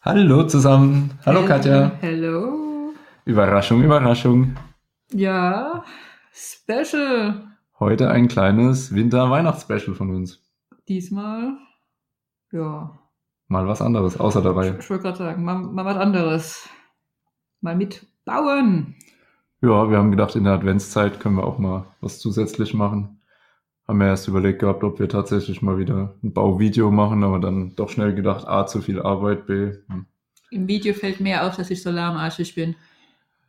Hallo zusammen. Hallo Katja. Hello. Überraschung, Überraschung. Ja, Special. Heute ein kleines Winter-Weihnachts-Special von uns. Diesmal, ja, Mal was anderes, außer dabei. ich wollte gerade sagen, mal, mal was anderes. Mal mit Bauern. Ja, wir haben gedacht, in der Adventszeit können wir auch mal was zusätzlich machen. Haben wir erst überlegt gehabt, ob wir tatsächlich mal wieder ein Bauvideo machen, aber dann doch schnell gedacht, A, zu viel Arbeit, B, hm, Im Video fällt mir auf, dass ich so lahmarschig bin.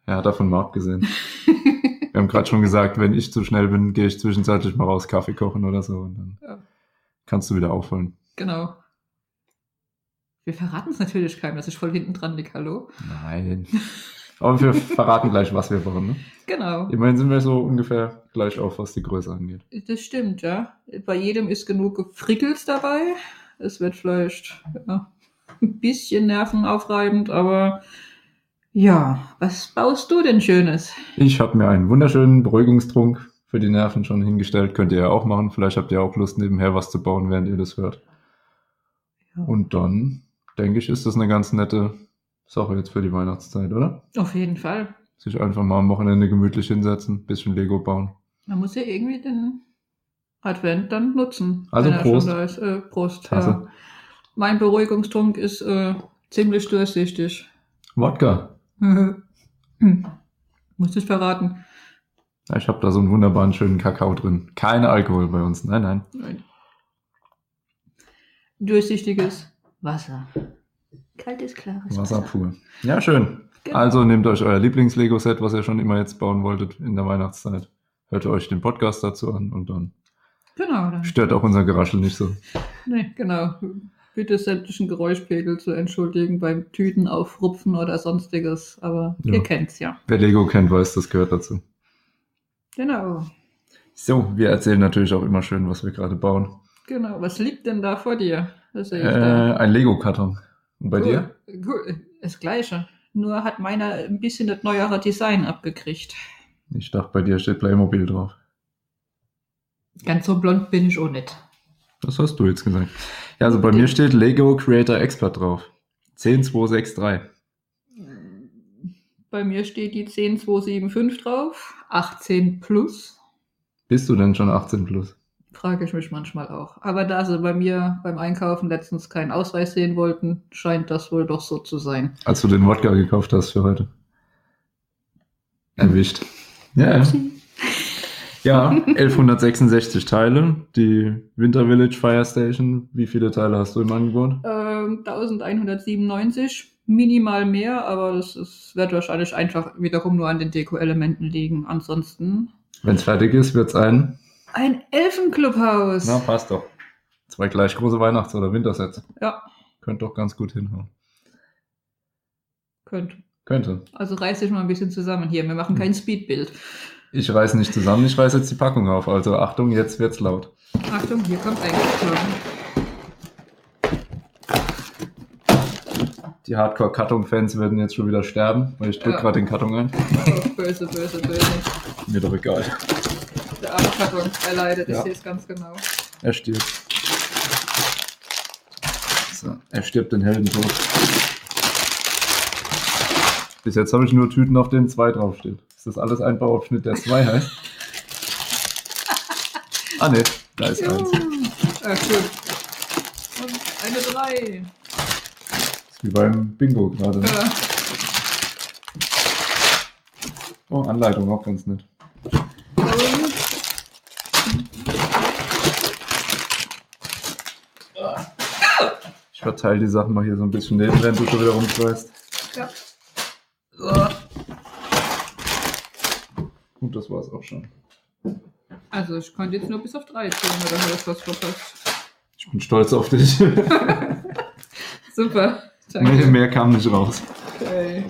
ja, davon mal abgesehen. wir haben gerade schon gesagt, wenn ich zu schnell bin, gehe ich zwischenzeitlich mal raus, Kaffee kochen oder so und dann Ja. kannst du wieder aufholen. Genau. Wir verraten es natürlich keinem, dass ich voll hinten dran lieg. Hallo? Nein. Aber wir verraten gleich, was wir brauchen. Ne? Genau. Immerhin sind wir so ungefähr gleich auf, was die Größe angeht. Das stimmt, ja. Bei jedem ist genug gefrickelt dabei. Es wird vielleicht ja, ein bisschen nervenaufreibend, aber ja, was baust du denn Schönes? Ich habe mir einen wunderschönen Beruhigungstrunk für die Nerven schon hingestellt. Könnt ihr ja auch machen. Vielleicht habt ihr auch Lust, nebenher was zu bauen, während ihr das hört. Ja. Und dann, denke ich, ist das eine ganz nette Sache jetzt für die Weihnachtszeit, oder? Auf jeden Fall. Sich einfach mal am Wochenende gemütlich hinsetzen, bisschen Lego bauen. Man muss ja irgendwie den Advent dann nutzen. Also wenn er Prost. Schon da ist. Äh, Prost. Tasse. Ja. Mein Beruhigungstrunk ist äh, ziemlich durchsichtig. Wodka. Muss ich verraten. Ich habe da so einen wunderbaren, schönen Kakao drin. Keine Alkohol bei uns. Nein, nein. Nein. Durchsichtiges Wasser. Kaltes, klares Wasser pur. Ja, schön. Genau. Also nehmt euch euer Lieblings-Lego-Set, was ihr schon immer jetzt bauen wolltet in der Weihnachtszeit. Hört euch den Podcast dazu an und dann Genau, dann. stört auch unser Geraschel nicht so. Nee, genau. Bitte sämtlichen Geräuschpegel zu entschuldigen beim Tüten aufrupfen oder sonstiges, aber Ja. ihr kennt's ja. Wer Lego kennt, weiß, das gehört dazu. Genau, So, wir erzählen natürlich auch immer schön, was wir gerade bauen. genau. Was liegt denn da vor dir? Das sehe Äh, ich da. ein Lego-Karton. Und bei dir? Cool. Cool. Das gleiche. Nur hat meiner ein bisschen das neuere Design abgekriegt. Ich dachte, bei dir steht Playmobil drauf. Ganz so blond bin ich auch nicht. Das hast du jetzt gesagt. Ja, also bei mir steht Lego Creator Expert drauf. 10263. Bei mir steht die 10275 drauf, 18 plus. Bist du denn schon 18 plus? Frage ich mich manchmal auch. Aber da sie bei mir beim Einkaufen letztens keinen Ausweis sehen wollten, scheint das wohl doch so zu sein. Als du den Wodka gekauft hast für heute. Erwischt. Ja, ja. Ja, 1166 Teile. Die Winter Village Fire Station. Wie viele Teile hast du im Angebot? Ähm, 1197, minimal mehr, aber das ist, wird wahrscheinlich einfach wiederum nur an den Deko-Elementen liegen. Ansonsten Wenn es fertig ist, wird's ein. ein Elfenclubhaus. Na, passt doch. Zwei gleich große Weihnachts- oder Wintersets. Ja, Könnte doch ganz gut hinhauen. könnt. Könnte. Also reiß dich mal ein bisschen zusammen hier. Wir machen kein Speedbild. Ich reiß nicht zusammen, ich reiß jetzt die Packung auf. Also Achtung, jetzt wird's laut. Achtung, hier kommt ein Karton. Die Hardcore-Karton-Fans werden jetzt schon wieder sterben, weil ich drücke Ja. gerade den Karton ein. Oh, böse, böse, böse. Mir doch egal. Der arme Karton, er leidet, ich Ja. sehe es ganz genau. Er stirbt. So, er stirbt den Heldentod. Bis jetzt habe ich nur Tüten, auf denen zwei draufsteht. Ist das alles ein Bauabschnitt, der zwei heißt? Ah ne, da ist eins. Ah, schön. Und eine drei. Ist wie beim Bingo gerade. ne? Ja. Oh, Anleitung, auch ganz nett. Und Ich verteile die Sachen mal hier so ein bisschen neben, während du schon wieder rumkreist. ja. So. Und das war's auch schon. Also ich konnte jetzt nur bis auf drei zählen oder habe ich was verpasst. Ich bin stolz auf dich. Super. mehr, Danke. mehr kam nicht raus. Okay.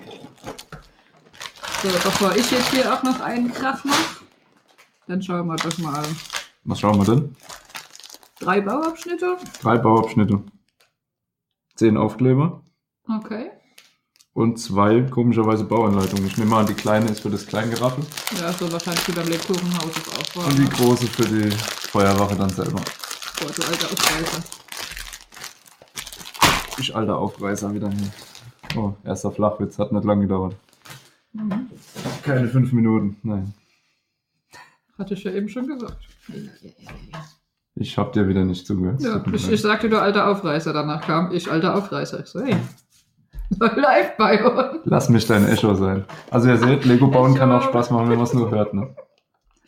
So, bevor ich jetzt hier auch noch einen Krach mache, dann schauen wir das mal an. Was schauen wir denn? Drei Bauabschnitte. Drei Bauabschnitte. Zehn Aufkleber. Okay. und zwei komischerweise Bauanleitungen. Ich nehme an, die kleine ist für das Kleingeraffel Ja, so wahrscheinlich wie beim Lebkuchenhaus ist auch war. und die Ne? große für die Feuerwache dann selber. Boah, du alter Ausreißer. Ich alter Aufreißer wieder hin. Oh, erster Flachwitz, hat nicht lange gedauert. Mhm. Keine fünf Minuten, nein. Hatte ich ja eben schon gesagt. Ich hab dir wieder nicht zugehört. Ja, Tut mir ich, leid. ich sagte, du alter Aufreißer. Danach kam ich alter Aufreißer. Ich so, hey, live bei uns. Lass mich dein Echo sein. Also ihr seht, Lego bauen kann auch Echo. Spaß machen, wenn man es nur hört, ne?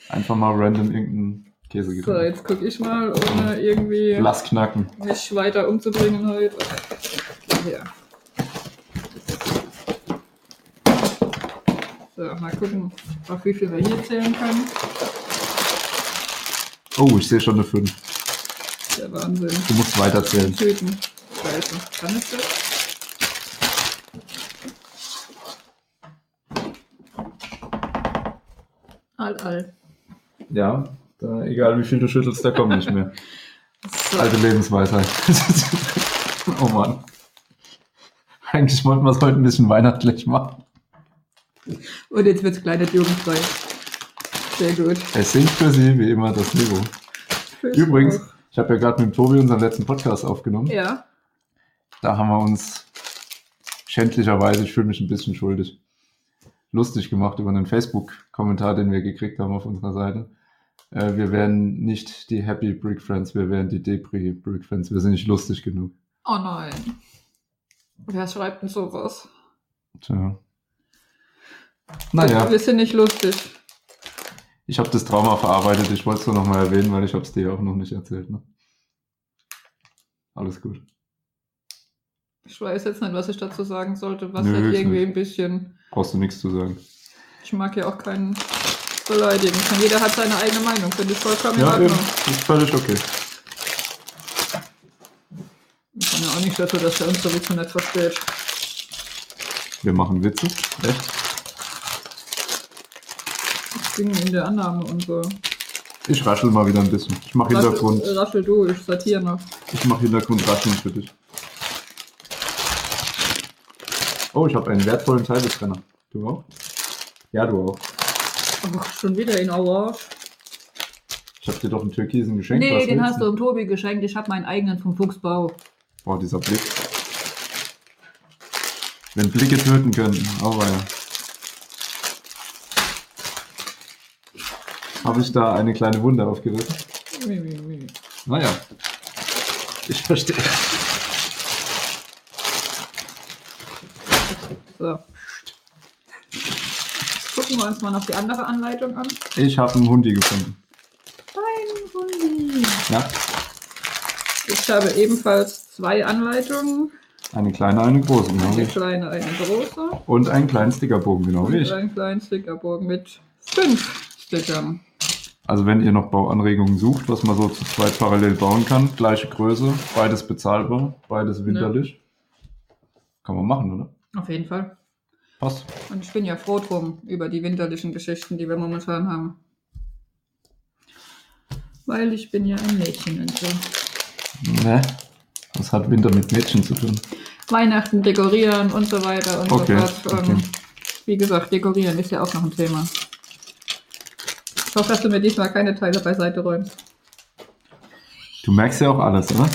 Einfach mal random irgendeinen Käse So, geben. jetzt gucke ich mal, ohne irgendwie Also Lass knacken. mich weiter umzubringen heute. Geh her. So, mal gucken, auf wie viel wir hier zählen können. Oh, ich sehe schon eine 5. Der Wahnsinn. Du musst weiterzählen. Tüten. Scheiße. Kann ich das? All, all. Ja, da, egal wie viel du schüttelst, da kommt nicht mehr. So. Alte Lebensweisheit. oh Mann. Eigentlich wollten wir es heute ein bisschen weihnachtlich machen. Und jetzt wird's klein und jugendfrei. Sehr gut. Es singt für Sie wie immer das Lego. Übrigens, ich habe ja gerade mit dem Tobi unseren letzten Podcast aufgenommen. Ja, Da haben wir uns schändlicherweise, ich fühle mich ein bisschen schuldig, lustig gemacht über einen Facebook-Kommentar, den wir gekriegt haben auf unserer Seite. Äh, wir wären nicht die Happy Brick Friends, wir wären die Depri Brick Friends. Wir sind nicht lustig genug. Oh nein. Wer schreibt denn sowas? Tja. Naja, Wir sind nicht lustig. ich habe das Trauma verarbeitet. Ich wollte es nur nochmal erwähnen, weil ich habe es dir ja auch noch nicht erzählt. Ne? Alles gut. Ich weiß jetzt nicht, was ich dazu sagen sollte, was Nö, halt ist irgendwie nicht. ein bisschen. Brauchst du nichts zu sagen. Ich mag ja auch keinen beleidigen. Jeder hat seine eigene Meinung, finde ich vollkommen Ja, in eben. Ordnung. Ist völlig okay. Ich kann ja auch nicht dafür, dass der uns so Witze nicht versteht. Wir machen Witze. Echt? Das ging in der Annahme und so. Ich raschel mal wieder ein bisschen. Ich mache Hintergrund. Raffel, raffel du, ich sortiere noch. Ich mache Hintergrundrascheln für dich. Oh, ich habe einen wertvollen Teilbetrenner. Du auch? Ja, du auch. Ach, schon wieder in Orange. Ich habe dir doch einen türkisen Geschenk. Nee, den hast du dem Tobi geschenkt. Ich habe meinen eigenen vom Fuchsbau. Boah, dieser Blick. Wenn Blicke töten könnten. Aber ja. Habe ich da eine kleine Wunde aufgerissen? Mi, mi, mi. Naja. Ich verstehe. So. Gucken wir uns mal noch die andere Anleitung an. Ich habe einen Hundi gefunden. Dein Hundi. Ja, Ich habe ebenfalls zwei Anleitungen. eine kleine, eine große, genau wie Eine ich. kleine, eine große. Und einen kleinen Stickerbogen, genau wie Und ich. einen kleinen Stickerbogen mit fünf Stickern. Also wenn ihr noch Bauanregungen sucht, was man so zu zweit parallel bauen kann, gleiche Größe, beides bezahlbar, beides winterlich. Kann man machen, oder? Auf jeden Fall. Passt. Und ich bin ja froh drum über die winterlichen Geschichten, die wir momentan haben. Weil ich bin ja ein Mädchen und so. Ne? Was hat Winter mit Mädchen zu tun? Weihnachten dekorieren und so weiter und Okay, so fort. Ähm, okay. Wie gesagt, dekorieren ist ja auch noch ein Thema. Ich hoffe, dass du mir diesmal keine Teile beiseite räumst. Du merkst ja auch alles, oder?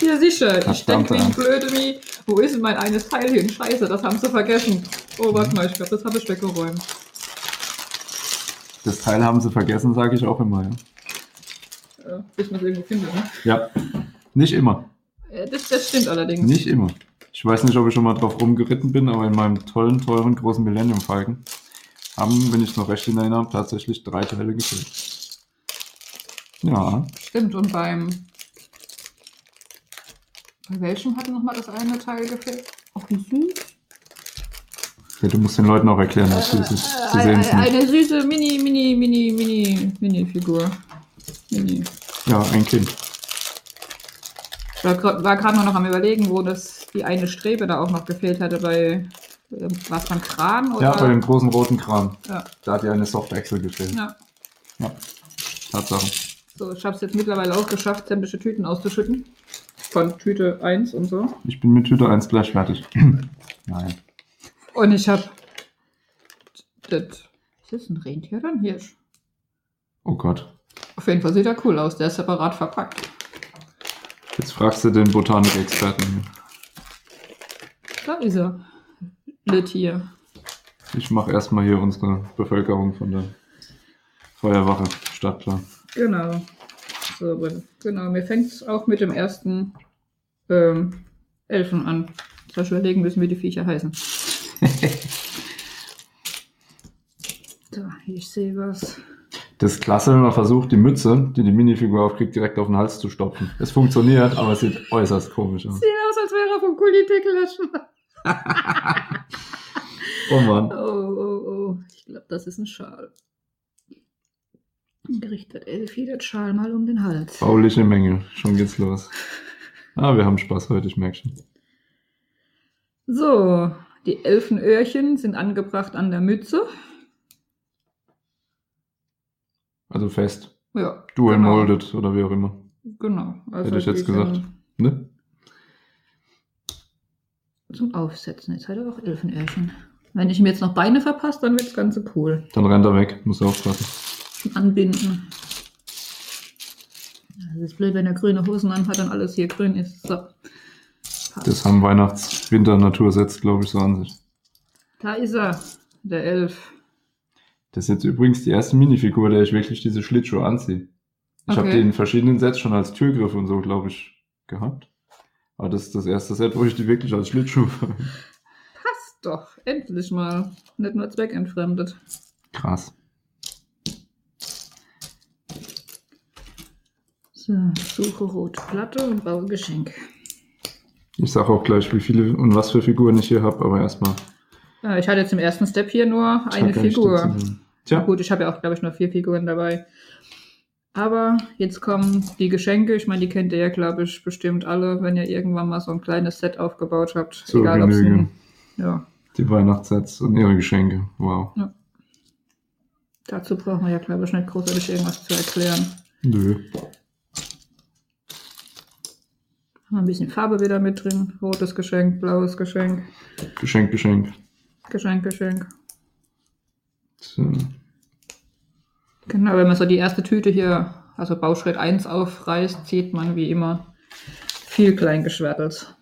Ja, sicher. Ich denke Verdammte wie ein Angst. Blöde wie, wo ist denn mein eines Teilchen? Scheiße, das haben sie vergessen. Oh, Mhm. warte mal, ich glaube, das habe ich weggeräumt. Das Teil haben sie vergessen, sage ich auch immer, ja. Äh, bis man es irgendwo findet. Ne? Ja. Nicht immer. Äh, Das, das stimmt allerdings. Nicht immer. Ich weiß nicht, ob ich schon mal drauf rumgeritten bin, aber in meinem tollen, teuren, großen Millennium Falcon haben, wenn ich es noch recht in Erinnerung habe, tatsächlich drei Teile gefehlt. Ja. Stimmt, und beim. Bei welchem hatte nochmal das eine Teil gefehlt? Auch ein süß? Ja, du musst den Leuten auch erklären, dass sie sie- sie Äh, sehen äh, es nicht. Eine süße Mini, Mini, Mini, Mini, Mini-Figur. Mini. Ja, ein Kind. Ich war gra- war gerade noch am überlegen, wo das die eine Strebe da auch noch gefehlt hatte bei äh, was beim Kran oder? Ja, bei dem großen roten Kran. ja, Da hat ihr eine Soft-Axel gefehlt. ja. Tatsache. So, ich habe es jetzt mittlerweile auch geschafft, sämtliche Tüten auszuschütten. Von Tüte 1 und so. Ich bin mit Tüte 1 gleich fertig. Nein. Und ich habe das. Ist das ein Rentier oder ein Hirsch? Oh Gott. Auf jeden Fall sieht er cool aus. Der ist separat verpackt. Jetzt fragst du den Botanikexperten hier. Da ist er. Lütt hier. Ich mache erstmal hier unsere Bevölkerung von der Feuerwache stadtklar. Genau. So, aber- genau. Mir fängt es auch mit dem ersten ähm, Elfen an. Jetzt hab ich überlegen müssen, wie die Viecher heißen. so, ich sehe was. Das ist klasse, wenn man versucht, die Mütze, die die Minifigur aufkriegt, direkt auf den Hals zu stopfen. Es funktioniert, aber es sieht äußerst komisch aus. Sieht aus, als wäre er vom Gullideckel erschlagen. Oh Mann. Oh, oh, oh. Ich glaube, das ist ein Schal. Gerichtet Elfi den Schal mal um den Hals. Bauliche Menge. Schon geht's los. Ah, wir haben Spaß heute, ich merk schon. So, die Elfenöhrchen sind angebracht an der Mütze. Also fest. Ja, Dual Genau. molded oder wie auch immer. genau. Also Hätte ich jetzt die gesagt. sind Ne? Zum Aufsetzen. Jetzt hat er auch Elfenöhrchen. Wenn ich ihm jetzt noch Beine verpasse, dann wird das Ganze cool. Dann rennt er weg, muss aufpassen. Zum Anbinden. Das ist blöd, wenn er grüne Hosen anhat und alles hier grün ist. So. Passt. Das haben Weihnachts-Winter-Natur setzt, glaube ich, so an sich. Da ist er, der Elf. Das ist jetzt übrigens die erste Minifigur, der ich wirklich diese Schlittschuhe anziehe. Ich habe Okay. die in verschiedenen Sets schon als Türgriff und so, glaube ich, gehabt. Aber das ist das erste Set, wo ich die wirklich als Schlittschuh verwende. Passt doch. Endlich mal. Nicht nur zweckentfremdet. Krass. So, suche rote Platte und baue Geschenk. Ich sage auch gleich, wie viele und was für Figuren ich hier habe, aber erstmal. Äh, Ich hatte jetzt im ersten Step hier nur ich eine hab gar nicht Figur. dazu- Tja, Gut, ich habe ja auch, glaube ich, nur vier Figuren dabei. Aber jetzt kommen die Geschenke. Ich meine, die kennt ihr ja, glaube ich, bestimmt alle, wenn ihr irgendwann mal so ein kleines Set aufgebaut habt. Zur ob's Genüge. ein- Ja, die Weihnachtssets und ihre Geschenke. Wow. dazu braucht man ja, glaube ich, nicht großartig irgendwas zu erklären. Nö. Haben wir ein bisschen Farbe wieder mit drin. Rotes Geschenk, blaues Geschenk, Geschenk, Geschenk. Geschenk, Geschenk. So. Genau, wenn man so die erste Tüte hier, also Bauschritt 1 aufreißt, sieht man wie immer viel Kleingeschwertels.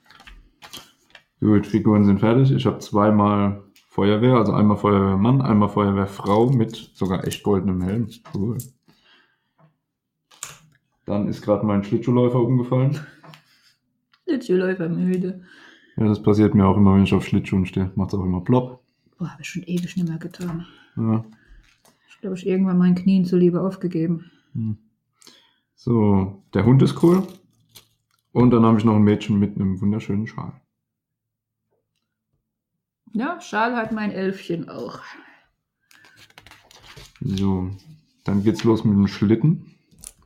Gut, Figuren sind fertig. Ich habe zweimal Feuerwehr, also einmal Feuerwehrmann, einmal Feuerwehrfrau mit sogar echt goldenem Helm. Cool. Dann ist gerade mein Schlittschuhläufer umgefallen. Läufer müde. Ja, das passiert mir auch immer, wenn ich auf Schlittschuhen stehe. Macht's auch immer plopp. Boah, habe ich schon ewig nicht mehr getan. Ja. Ich glaube, ich hab irgendwann meinen Knien zuliebe aufgegeben. Hm. So, der Hund ist cool. Und dann habe ich noch ein Mädchen mit einem wunderschönen Schal. Ja, Schal hat mein Elfchen auch. So, dann geht's los mit dem Schlitten.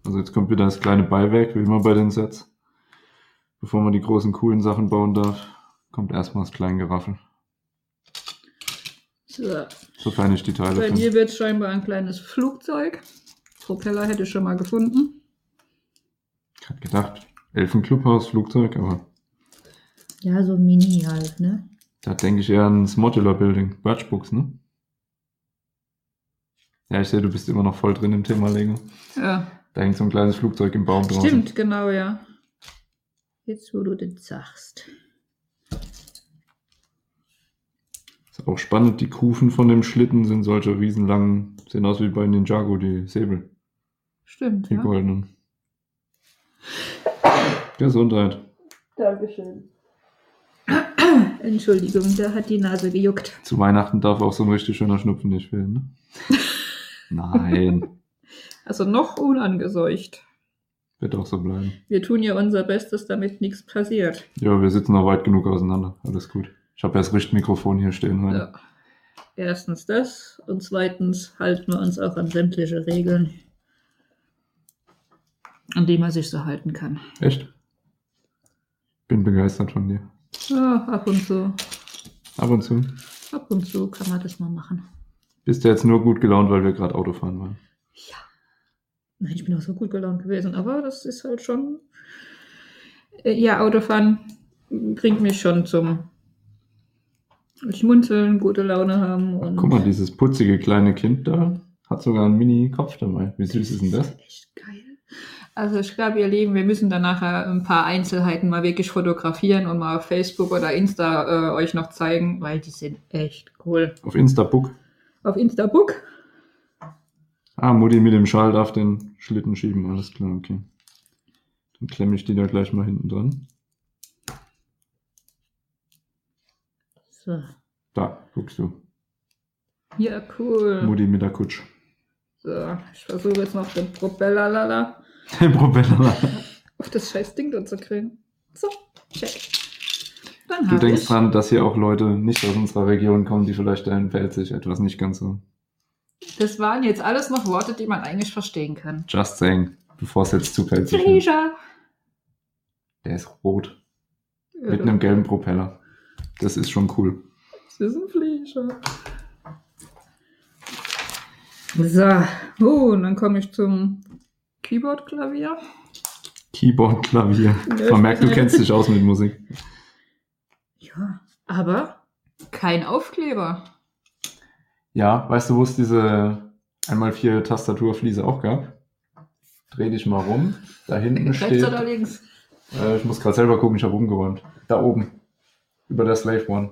Also jetzt kommt wieder das kleine Beiwerk, wie immer bei den Sets. Bevor man die großen coolen Sachen bauen darf, kommt erstmal das kleine Geraffel. So, Sofern ich die Teile bei finde. dir wird scheinbar ein kleines Flugzeug. Propeller hätte ich schon mal gefunden. Ich hab gedacht, Elfenclubhaus, Flugzeug, aber Ja, so mini halt, ne? da denke ich eher an das Modular Building. Birchbooks, ne? Ja, ich sehe, du bist immer noch voll drin im Thema Lego. Ja, Da hängt so ein kleines Flugzeug im Baum draußen. stimmt, genau, ja. Jetzt, wo du das sagst. Ist auch spannend, die Kufen von dem Schlitten sind solche riesenlangen, sehen aus wie bei Ninjago, die Säbel, Stimmt, die goldenen. Gesundheit. Dankeschön. Entschuldigung, da hat die Nase gejuckt. Zu Weihnachten darf auch so ein richtig schöner Schnupfen nicht fehlen, ne? Nein, Also noch unangeseucht. wird auch so bleiben. Wir tun ja unser Bestes, damit nichts passiert. Ja, wir sitzen noch weit genug auseinander, alles gut. Ich habe ja das Richtmikrofon hier stehen. Heute. Ja. Erstens das und zweitens halten wir uns auch an sämtliche Regeln, an die man sich so halten kann. Echt? Bin begeistert von dir. Ja, ab und zu. Ab und zu. Ab und zu kann man das mal machen. Bist du jetzt nur gut gelaunt, weil wir gerade Auto fahren waren? Nein, ich bin auch so gut gelaunt gewesen, aber das ist halt schon. Äh, Ja, Autofahren bringt mich schon zum Schmunzeln, gute Laune haben und. Guck mal, dieses putzige kleine Kind da hat sogar einen Mini-Kopf dabei. Wie süß ist denn das? Echt geil. Also ich glaube, ihr Lieben, wir müssen dann nachher ein paar Einzelheiten mal wirklich fotografieren und mal auf Facebook oder Insta äh, euch noch zeigen, weil die sind echt cool. Auf Instabook. Auf Instabook? Ah, Mutti mit dem Schal darf den Schlitten schieben. Alles klar, okay. Dann klemme ich die da gleich mal hinten dran. So. Da, guckst du. Ja, cool. Mutti mit der Kutsch. So, ich versuche jetzt noch den Propellerlala Den Propeller. auf das scheiß Ding dort zu kriegen. So, check. Dann Du hab denkst ich. dran, dass hier auch Leute nicht aus unserer Region kommen, die vielleicht dahin fällt sich etwas nicht ganz so. Das waren jetzt alles noch Worte, die man eigentlich verstehen kann. Just saying, bevor es jetzt zu pelzig wird. Pleasure. Der ist rot. Mit einem gelben Propeller. Das ist schon cool. Das ist ein Fleischer. So, oh, und dann komme ich zum Keyboard-Klavier. Keyboard, Klavier. Ja, Man merkt, du ich- kennst dich aus mit Musik. Ja, aber kein Aufkleber. Ja, weißt du, wo es diese einmal vier Tastaturfliese auch gab? Dreh dich mal rum. Da hinten steht. Rechts oder links? Äh, ich muss gerade selber gucken, ich habe umgeräumt. Da oben. Über der Slave One.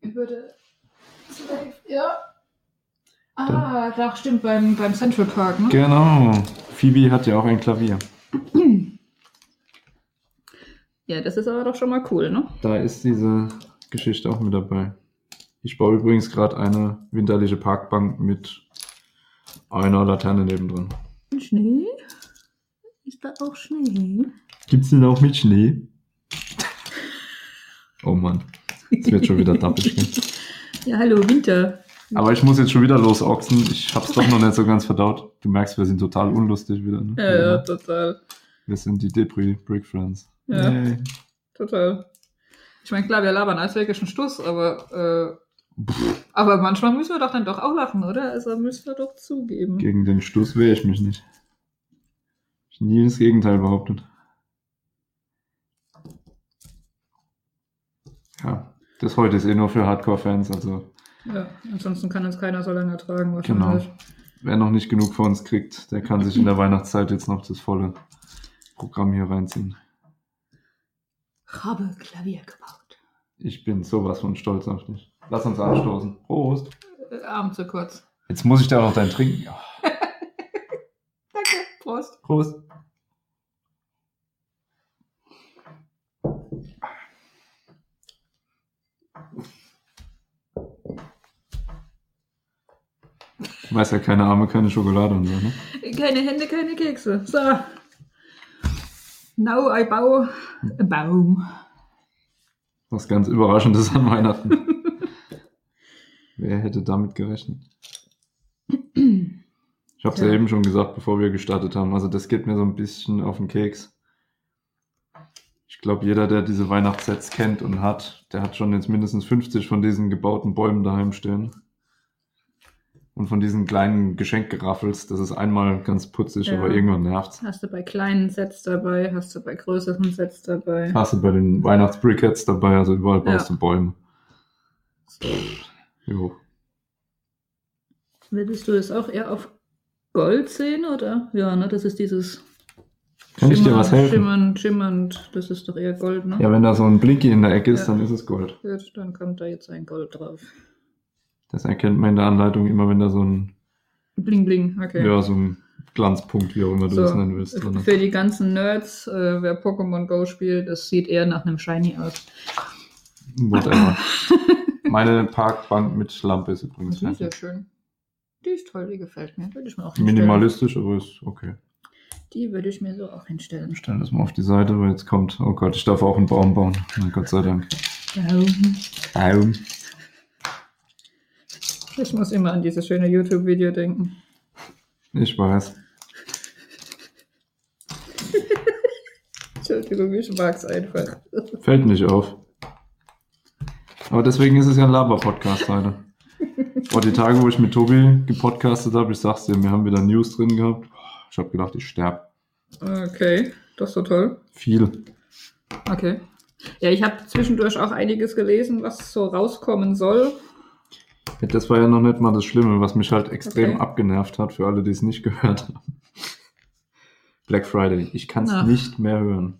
Über der ja. Ah, da stimmt, beim, beim Central Park, ne? Genau. Phoebe hat ja auch ein Klavier. Ja, das ist aber doch schon mal cool, ne? Da ist diese Geschichte auch mit dabei. Ich baue übrigens gerade eine winterliche Parkbank mit einer Laterne nebendran. Schnee? Ist da auch Schnee? Gibt's denn auch mit Schnee? Oh Mann, es wird schon wieder dappig. gell? Ja, hallo, Winter. Aber ich muss jetzt schon wieder losochsen. Ich hab's doch noch nicht so ganz verdaut. Du merkst, wir sind total unlustig wieder. Ne? Ja, ja, total. Wir sind die Debris Brick Friends. Ja. Nee. Total. Ich meine, klar, wir labern alltäglichen Stuss, aber, äh, aber manchmal müssen wir doch dann doch auch lachen, oder? Also müssen wir doch zugeben. Gegen den Stuss wehre ich mich nicht. Ich hab nie das Gegenteil behauptet. Ja, das heute ist eh nur für Hardcore-Fans, also Ja, ansonsten kann uns keiner so lange ertragen, genau. wahrscheinlich. Wer noch nicht genug von uns kriegt, der kann sich in der Weihnachtszeit jetzt noch das volle Programm hier reinziehen. Habe Klavier gebaut. Ich bin sowas von stolz auf dich. Lass uns anstoßen. Prost. Äh, Arm zu kurz. Jetzt muss ich da noch dein Trinken. Ja. Prost. Prost. Weiß ja, keine Arme, keine Schokolade und so, ne? Keine Hände, keine Kekse. So. Now I baue a Baum. Was ganz Überraschendes an Weihnachten. Wer hätte damit gerechnet? Ich habe es ja. Tja. eben schon gesagt, bevor wir gestartet haben. Also das geht mir so ein bisschen auf den Keks. Ich glaube, jeder, der diese Weihnachtssets kennt und hat, der hat schon jetzt mindestens 50 von diesen gebauten Bäumen daheim stehen. Und von diesen kleinen Geschenkgeraffels, das ist einmal ganz putzig, Ja. aber irgendwann nervt's. Hast du bei kleinen Sets dabei, hast du bei größeren Sets dabei. Hast du bei den Weihnachtsbrickets dabei, also überall Ja. baust du Bäume. Jo. Willst du das auch eher auf Gold sehen, oder? Ja, ne, das ist dieses Kann ich dir Schimmer- was helfen? Schimmernd, schimmernd, das ist doch eher Gold, ne? Ja, wenn da so ein Blinky in der Ecke ist, Ja. dann ist es Gold. Gut, dann kommt da jetzt ein Gold drauf. Das erkennt man in der Anleitung immer, wenn da so ein, Bling, bling, okay. ja, so ein Glanzpunkt, wie auch immer du So, das nennen willst. drin ist. Für die ganzen Nerds, äh, wer Pokémon Go spielt, das sieht eher nach einem Shiny aus. Whatever. Meine Parkbank mit Lampe ist übrigens Das ist fertig. Mhm, sehr schön. Die ist toll, die gefällt mir. Würde ich mir auch hinstellen. Minimalistisch, aber ist okay. Die würde ich mir so auch hinstellen. Wir stellen das mal auf die Seite, weil jetzt kommt, oh Gott, ich darf auch einen Baum bauen. Na Gott sei Dank. Ähm, Baum. Ich muss immer an dieses schöne YouTube-Video denken. Ich weiß. Entschuldigung, ich mag's einfach. Fällt nicht auf. Aber deswegen ist es ja ein Laber-Podcast heute. Boah, die Tage, wo ich mit Tobi gepodcastet habe, ich sag's dir, wir haben wieder News drin gehabt. Ich habe gedacht, ich sterb. Okay, das ist so toll. Viel. Okay. Ja, ich habe zwischendurch auch einiges gelesen, was so rauskommen soll. Ja, Das war ja noch nicht mal das Schlimme, was mich halt extrem Okay. abgenervt hat, für alle, die es nicht gehört haben. Black Friday. Ich kann es Ach. nicht mehr hören.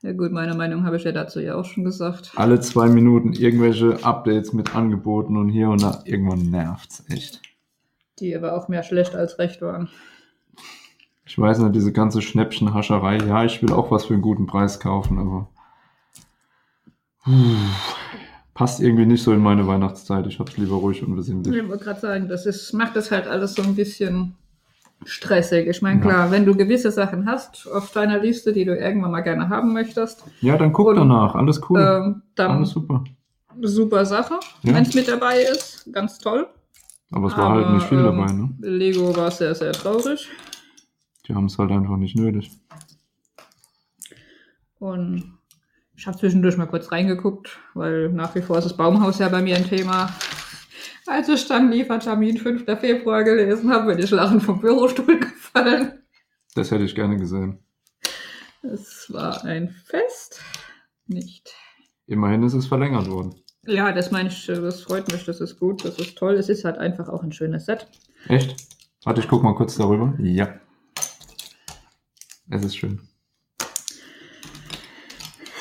Ja gut, meine Meinung habe ich ja dazu ja auch schon gesagt. Alle zwei Minuten irgendwelche Updates mit Angeboten und hier und da. Irgendwann nervt's echt. Die aber auch mehr schlecht als recht waren. Ich weiß nicht, diese ganze Schnäppchenhascherei. Ja, ich will auch was für einen guten Preis kaufen, aber Puh. passt irgendwie nicht so in meine Weihnachtszeit. Ich hab's lieber ruhig und besinnlich. Ich wollte gerade sagen, das ist, macht das halt alles so ein bisschen stressig. Ich meine, Ja. klar, wenn du gewisse Sachen hast auf deiner Liste, die du irgendwann mal gerne haben möchtest, Ja, dann guck Und, danach. Alles cool. ähm, dann Alles super. super Sache, Ja. wenn es mit dabei ist. Ganz toll. Aber es war halt nicht viel ähm, dabei, ne? Lego war sehr, sehr traurig. Die haben es halt einfach nicht nötig. Und ich habe zwischendurch mal kurz reingeguckt, weil nach wie vor ist das Baumhaus ja bei mir ein Thema. Als ich dann Liefertermin 5. Februar gelesen habe, bin ich lachend vom Bürostuhl gefallen. Das hätte ich gerne gesehen. Es war ein Fest. Nicht. Immerhin ist es verlängert worden. Ja, das meine ich, äh, das freut mich, das ist gut, das ist toll. Es ist halt einfach auch ein schönes Set. Echt? Warte, ich guck mal kurz darüber. Ja. Es ist schön.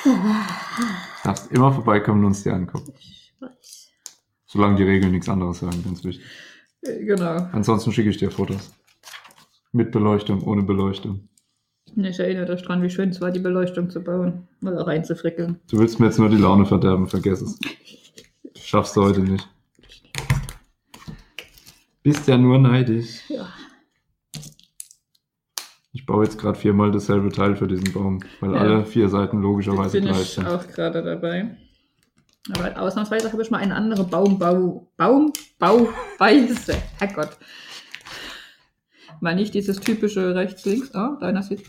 Du darfst immer vorbeikommen und uns die angucken. Ich weiß. Solange die Regeln nichts anderes sagen, ganz wichtig. Äh, Genau. Ansonsten schicke ich dir Fotos. Mit Beleuchtung, ohne Beleuchtung. Ich erinnere euch dran, wie schön es war, die Beleuchtung zu bauen oder reinzufrickeln. Du willst mir jetzt nur die Laune verderben, vergiss es. Schaffst du heute nicht. Bist ja nur neidisch. Ja. Ich baue jetzt gerade viermal dasselbe Teil für diesen Baum, weil Ja. alle vier Seiten logischerweise bin gleich ich sind. auch gerade dabei. Aber ausnahmsweise habe ich mal eine andere Baumbau, Baumbauweise. Herrgott. Mal nicht dieses typische rechts, links. Ah, deiner sieht.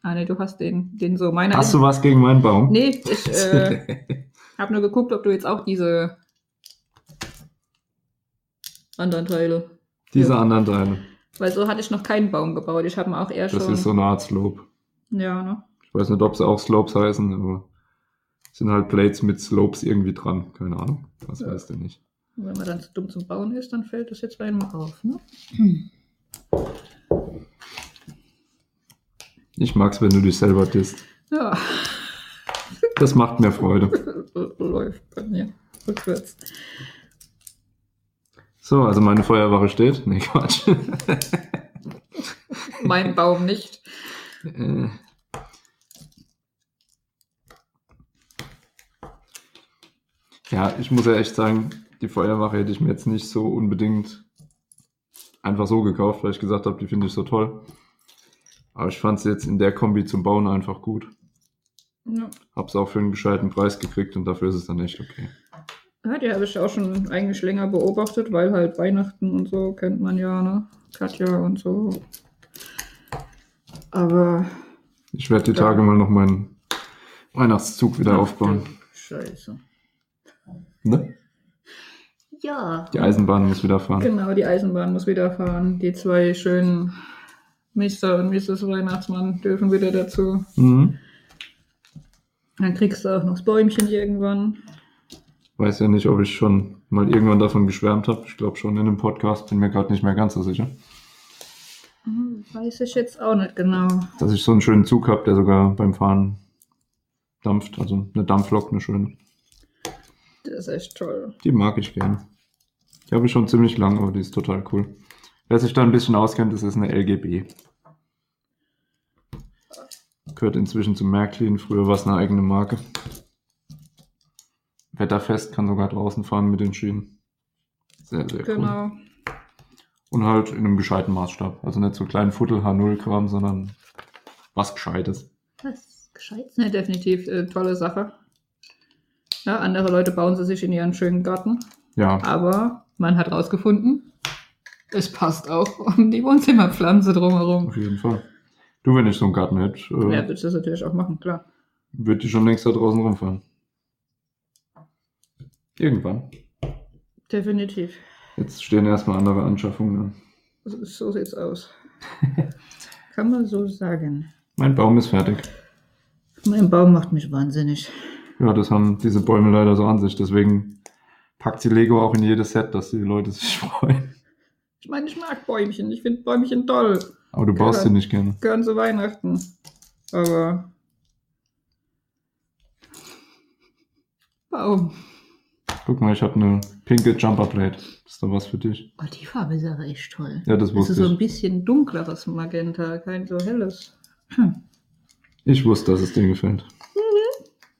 Ah, nee, du hast den, den so. Meiner Hast ist. du was gegen meinen Baum? Nee, ich äh, habe nur geguckt, ob du jetzt auch diese anderen Teile. Diese anderen Teile. Weil so hatte ich noch keinen Baum gebaut. Ich habe ihn auch eher Das schon. ist so eine Art Slope. Ja, ne? Ich weiß nicht, ob sie auch Slopes heißen, aber es sind halt Plates mit Slopes irgendwie dran. Keine Ahnung. Was Ja. weißt du nicht? Und wenn man dann zu dumm zum Bauen ist, dann fällt das jetzt bei einem auf, ne? Ich mag's, wenn du dich selber disst. Ja. Das macht mir Freude. läuft bei mir rückwärts. So, also meine Feuerwache steht. Nee, Quatsch. Mein Baum nicht. Äh. Ja, ich muss ja echt sagen, die Feuerwache hätte ich mir jetzt nicht so unbedingt einfach so gekauft, weil ich gesagt habe, die finde ich so toll. Aber ich fand sie jetzt in der Kombi zum Bauen einfach gut. Ja, Hab's auch für einen gescheiten Preis gekriegt und dafür ist es dann echt okay. die habe ich auch schon eigentlich länger beobachtet, weil halt Weihnachten und so kennt man ja, ne? Katja und so. Aber. Ich werde die Ja. Tage mal noch meinen Weihnachtszug wieder aufbauen. Ach du Scheiße. Ne? Ja. Die Eisenbahn muss wieder fahren. Genau, die Eisenbahn muss wieder fahren. Die zwei schönen Mr. und Mrs. Weihnachtsmann dürfen wieder dazu. Mhm. Dann kriegst du auch noch das Bäumchen irgendwann. Weiß ja nicht, ob ich schon mal irgendwann davon geschwärmt habe. Ich glaube schon in einem Podcast, bin mir gerade nicht mehr ganz so sicher. Hm, Weiß ich jetzt auch nicht genau. Dass ich so einen schönen Zug habe, der sogar beim Fahren dampft. Also eine Dampflok, eine schöne. Das ist echt toll. Die mag ich gerne. Die habe ich schon ziemlich lang, aber die ist total cool. Wer sich da ein bisschen auskennt, das ist eine LGB. Gehört inzwischen zum Märklin. Früher war es eine eigene Marke. Wetterfest kann sogar draußen fahren mit den Schienen. Sehr, sehr cool. Genau. Und halt in einem gescheiten Maßstab. Also nicht so kleinen Viertel H0-Kram, sondern was Gescheites. Was? Gescheit? Ne, definitiv äh, tolle Sache. Ja, andere Leute bauen sie sich in ihren schönen Garten, Ja, aber man hat rausgefunden, es passt auch um die Wohnzimmerpflanze drumherum. auf jeden Fall. Du, wenn ich so einen Garten hätte, Ja, äh, würde ich das natürlich auch machen, klar. würde ich schon längst da draußen rumfahren. Irgendwann. Definitiv. Jetzt stehen erstmal andere Anschaffungen an. So, so sieht's aus. Kann man so sagen. Mein Baum ist fertig. Mein Baum macht mich wahnsinnig. Ja, das haben diese Bäume leider so an sich. Deswegen packt die Lego auch in jedes Set, dass die Leute sich freuen. Ich meine, ich mag Bäumchen. Ich finde Bäumchen toll. Aber du baust Ja. sie nicht gerne. gehören zu Weihnachten. Aber. Warum? Guck mal, ich habe eine pinke Jumperplate. Ist da was für dich? Oh, die Farbe ist aber echt toll. Ja, das Das wusste ist so ein ich. bisschen dunkleres Magenta, kein so helles. Ich wusste, dass es dir gefällt.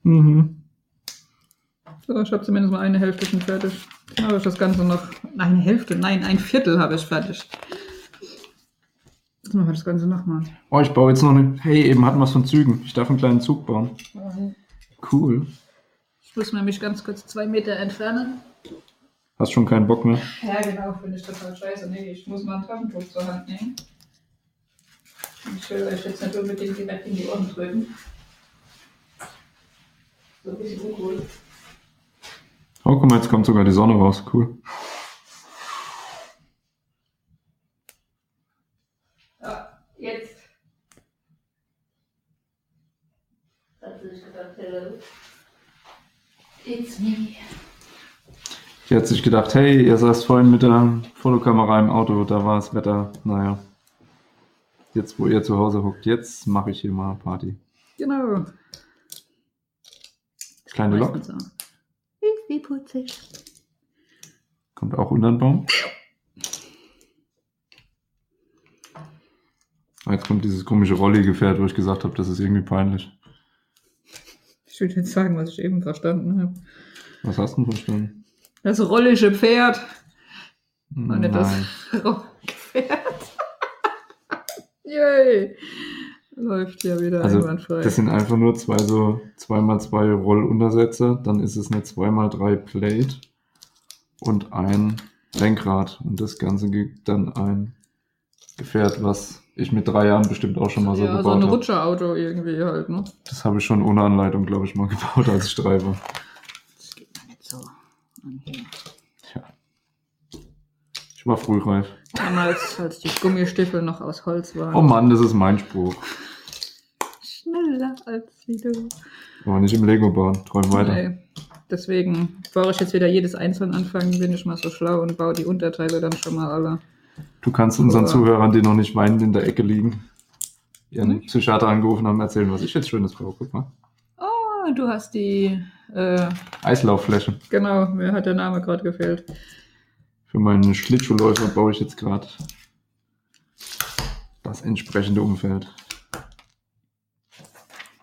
Mhm. So, ich habe zumindest mal eine Hälfte schon fertig. Dann habe ich das Ganze noch. Eine Hälfte, nein, ein Viertel habe ich fertig. Jetzt machen wir das Ganze nochmal. Oh, ich baue jetzt noch eine. Hey, eben hatten wir was von Zügen. Ich darf einen kleinen Zug bauen. Cool. Ich muss nämlich ganz kurz zwei Meter entfernen. Hast schon keinen Bock mehr? Ja, genau, finde ich total scheiße. Nee, ich muss mal ein Taschentuch zur Hand nehmen. Ich will euch jetzt nicht unbedingt direkt in die Ohren drücken. So ein bisschen uncool. Oh, guck mal, jetzt kommt sogar die Sonne raus. Cool. Ja, jetzt. Hat sie sich gedacht, hello. It's me. Die hat sich gedacht, hey, ihr saßt vorhin mit der Fotokamera im Auto, da war das Wetter. Naja. Jetzt, wo ihr zu Hause hockt, jetzt mache ich hier mal Party. Genau. Kleine Lok Meistens so. Ich wie putzig. kommt auch unter den Baum. Ah, Jetzt kommt dieses komische Rolli-Gefährt, wo ich gesagt habe, das ist irgendwie peinlich. Ich würde jetzt sagen, was ich eben verstanden habe. Was hast du denn verstanden? Das rollische Pferd. Meine das Nein. Gefährt. Yay! Läuft ja wieder Also, einwandfrei. Das sind einfach nur zwei so 2x2 Rolluntersätze, dann ist es eine 2x3 Plate und ein Lenkrad. Und das Ganze gibt dann ein Gefährt, was ich mit drei Jahren bestimmt auch schon mal so ja, so gebaut ein habe. Rutscherauto irgendwie halt, ne? Das habe ich schon ohne Anleitung, glaube ich, mal gebaut, als ich drei war. Das geht mir nicht so an hier. Tja. Ich war frühreif. Damals, als die Gummistiefel noch aus Holz waren. Oh Mann, das ist mein Spruch. Schneller als wie du. Aber nicht im Lego bauen. Träum weiter. Nee. Deswegen, bevor ich jetzt wieder jedes einzeln anfangen, bin ich mal so schlau und baue die Unterteile dann schon mal alle. Du kannst unseren Aber- Zuhörern, die noch nicht weinend in der Ecke liegen, ihren Nicht? Psychiater angerufen haben, erzählen, was ich jetzt Schönes baue. Guck mal. Ah, du hast die, äh, Eislauffläche. genau, mir hat der Name gerade gefehlt. Für meinen Schlittschuhläufer baue ich jetzt gerade das entsprechende Umfeld.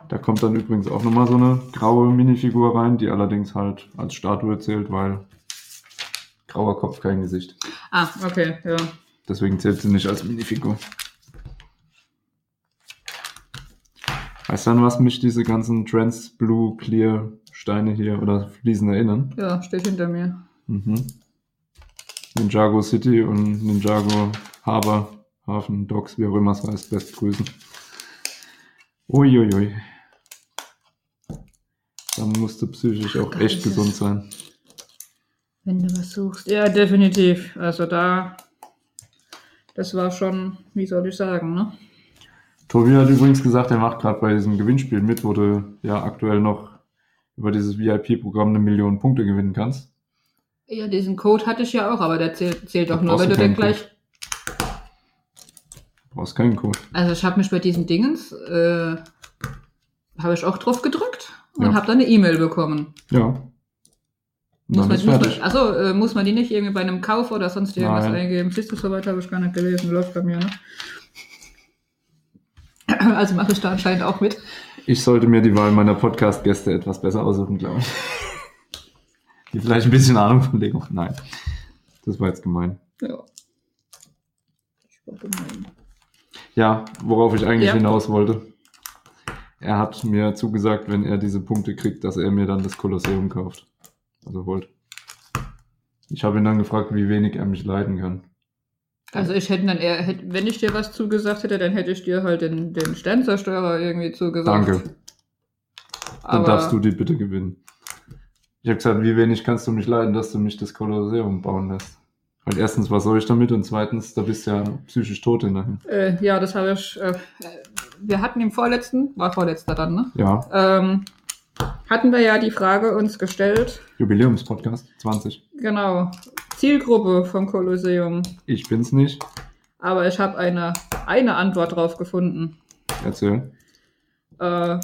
Da kommt dann übrigens auch nochmal so eine graue Minifigur rein, die allerdings halt als Statue zählt, weil grauer Kopf kein Gesicht. Ah, okay, ja. Deswegen zählt sie nicht als Minifigur. Weißt du an, was mich diese ganzen Trans Blue Clear Steine hier oder Fliesen erinnern? Ja, steht hinter mir. Mhm. Ninjago City und Ninjago Harbor, Hafen, Docks, wie auch immer es heißt, best grüßen. Uiuiui. Da musst du psychisch auch Ach, echt Gott, das gesund ist- sein. Wenn du was suchst. Ja, definitiv. Also da, das war schon, wie soll ich sagen, ne? Tobi hat übrigens gesagt, er macht gerade bei diesem Gewinnspiel mit, wo du ja aktuell noch über dieses VIP-Programm eine Million Punkte gewinnen kannst. Ja, diesen Code hatte ich ja auch, aber der zählt, zählt Da doch nur, brauchst wenn du du den keinen Code. gleich. Du brauchst keinen Code. Also ich habe mich bei diesen Dingens, äh, habe ich auch drauf gedrückt und Ja. habe dann eine E-Mail bekommen. Ja. Und Muss dann man, ist muss man, fertig. also äh, muss man die nicht irgendwie bei einem Kauf oder sonst irgendwas Nein. eingeben? Siehst du, soweit habe ich gar nicht gelesen, läuft bei mir, ne? Also mache ich da anscheinend auch mit. Ich sollte mir die Wahl meiner Podcast-Gäste etwas besser aussuchen, glaube ich. Die vielleicht ein bisschen Ahnung von Lego. Nein. Das war jetzt gemein. Ja. Ich war gemein. Ja, worauf ich eigentlich Ja. hinaus wollte. Er hat mir zugesagt, wenn er diese Punkte kriegt, dass er mir dann das Kolosseum kauft. Also holt. Ich habe ihn dann gefragt, wie wenig er mich leiden kann. Also ich hätte dann eher, hätte, wenn ich dir was zugesagt hätte, dann hätte ich dir halt den, den Sternzerstörer irgendwie zugesagt. Danke. Dann Aber darfst du die bitte gewinnen. Ich habe gesagt, wie wenig kannst du mich leiden, dass du mich das Kolosseum bauen lässt? Weil erstens, was soll ich damit? Und zweitens, da bist du ja psychisch tot hinterher. Äh, ja, das habe ich. Äh, wir hatten im vorletzten, war vorletzter dann, ne? Ja, Ähm, hatten wir ja die Frage uns gestellt. Jubiläumspodcast 20. Genau. Zielgruppe vom Kolosseum. Ich bin's nicht. Aber ich habe eine, eine Antwort drauf gefunden. Erzähl. Äh,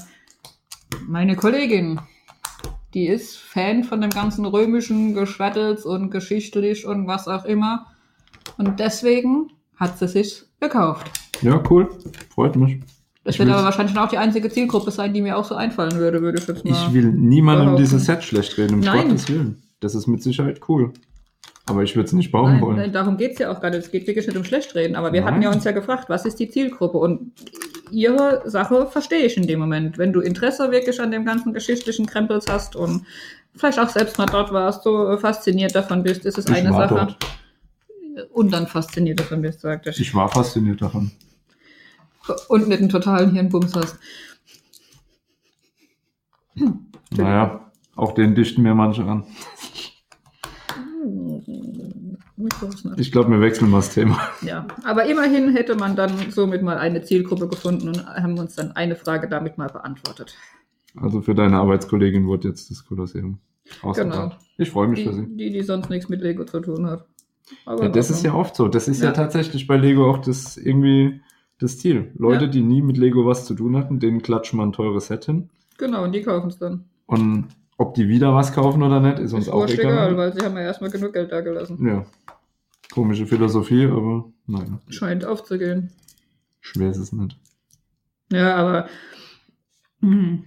meine Kollegin, die ist Fan von dem ganzen römischen Geschwattels und geschichtlich und was auch immer. Und deswegen hat sie sich gekauft. Ja, cool. Freut mich. Das Ich wird will's- aber wahrscheinlich auch die einzige Zielgruppe sein, die mir auch so einfallen würde, würde ich jetzt mal. Ich will niemandem Überhaupt dieses nicht. Set schlecht reden, um Nein. Gottes Willen. Das ist mit Sicherheit cool. Aber ich würde es nicht bauen Nein, wollen. nein, darum geht's ja auch gar nicht. Es geht wirklich nicht um Schlechtreden. Aber wir Nein. hatten ja uns ja gefragt, was ist die Zielgruppe? Und ihre Sache verstehe ich in dem Moment. Wenn du Interesse wirklich an dem ganzen geschichtlichen Krempels hast und vielleicht auch selbst mal dort warst, so fasziniert davon bist, ist es Ich eine war Sache. dort. Und dann fasziniert davon bist, sagt er. Ich war fasziniert davon. Und nicht einen totalen Hirnbums hast. Naja, auch den dichten mir manche an. Hm, ich weiß nicht. Ich glaube, wir wechseln mal das Thema. Ja, aber immerhin hätte man dann somit mal eine Zielgruppe gefunden und haben uns dann eine Frage damit mal beantwortet. Also für deine Arbeitskollegin wurde jetzt das Kolosseum ausgebaut. Genau. Ich freue mich Die, für sie. die, die sonst nichts mit Lego zu tun hat. Aber Ja, in das ist ja Ordnung. oft so. Das ist ja, Ja. tatsächlich bei Lego auch das irgendwie das Ziel. Leute, Ja. die nie mit Lego was zu tun hatten, denen klatscht man ein teures Set hin. Genau, und die kaufen es dann. Und ob die wieder was kaufen oder nicht, ist uns ist auch wurscht egal. weil sie haben ja erstmal genug Geld da gelassen. ja. Komische Philosophie, aber naja, Scheint aufzugehen. schwer ist es nicht. Ja, aber mh,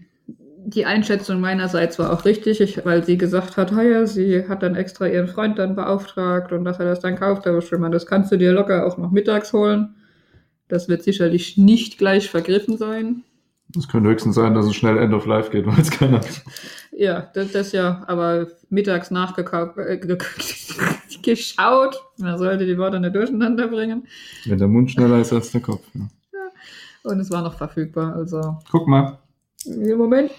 die Einschätzung meinerseits war auch richtig, ich, weil sie gesagt hat, "Ah ja, sie hat dann extra ihren Freund dann beauftragt und dass er das dann kauft. Aber schon mal, das kannst du dir locker auch noch mittags holen. Das wird sicherlich nicht gleich vergriffen sein. Es könnte höchstens sein, dass es schnell End of Life geht, weil es keiner. Ja, das, das ja, aber mittags nachgekauft, äh, ge- geschaut. Man sollte die Worte nicht durcheinander bringen. Wenn der Mund schneller ist als der Kopf. Ja. Und es war noch verfügbar. Also Guck mal, im Moment.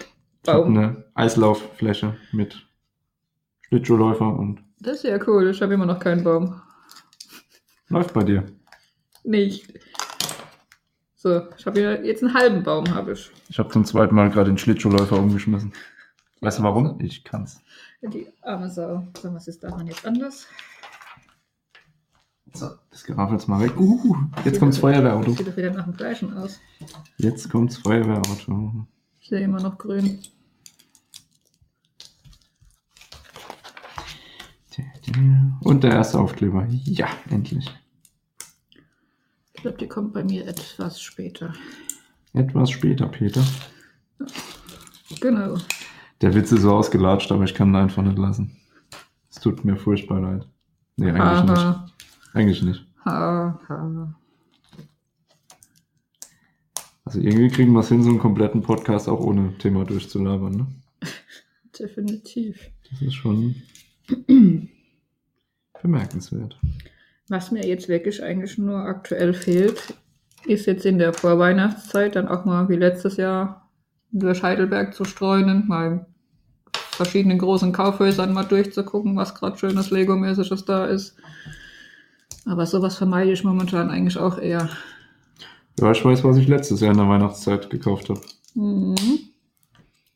ich hab Baum. eine Eislauffläche mit Schlittschuhläufer und Das ist ja cool. Ich habe immer noch keinen Baum. läuft bei dir. Nicht. So, ich habe hier jetzt einen halben Baum, habe ich. Ich habe zum zweiten Mal gerade den Schlittschuhläufer umgeschmissen. Weißt du warum? Ich kann's. Die arme Sau. So, was ist daran jetzt anders? So, das Gerafel jetzt mal weg. Uh, jetzt kommt's Feuerwehrauto. Sieht doch wieder nach dem gleichen aus. Jetzt kommt's Feuerwehrauto. Ist ja immer noch grün. Und der erste Aufkleber. Ja, endlich. Ich glaube, die kommt bei mir etwas später. Etwas später, Peter. Genau. Der Witz ist so ausgelatscht, aber ich kann ihn einfach nicht lassen. Es tut mir furchtbar leid. Nee, eigentlich nicht. Aha. Eigentlich nicht. Aha. Also irgendwie kriegen wir es hin, so einen kompletten Podcast auch ohne Thema durchzulabern. Ne? Definitiv. Das ist schon bemerkenswert. Was mir jetzt wirklich eigentlich nur aktuell fehlt, ist jetzt in der Vorweihnachtszeit dann auch mal wie letztes Jahr durch Heidelberg zu streunen, mal in verschiedenen großen Kaufhäusern mal durchzugucken, was gerade schönes Lego-mäßiges da ist. Aber sowas vermeide ich momentan eigentlich auch eher. Ja, ich weiß, was ich letztes Jahr in der Weihnachtszeit gekauft habe. Mhm.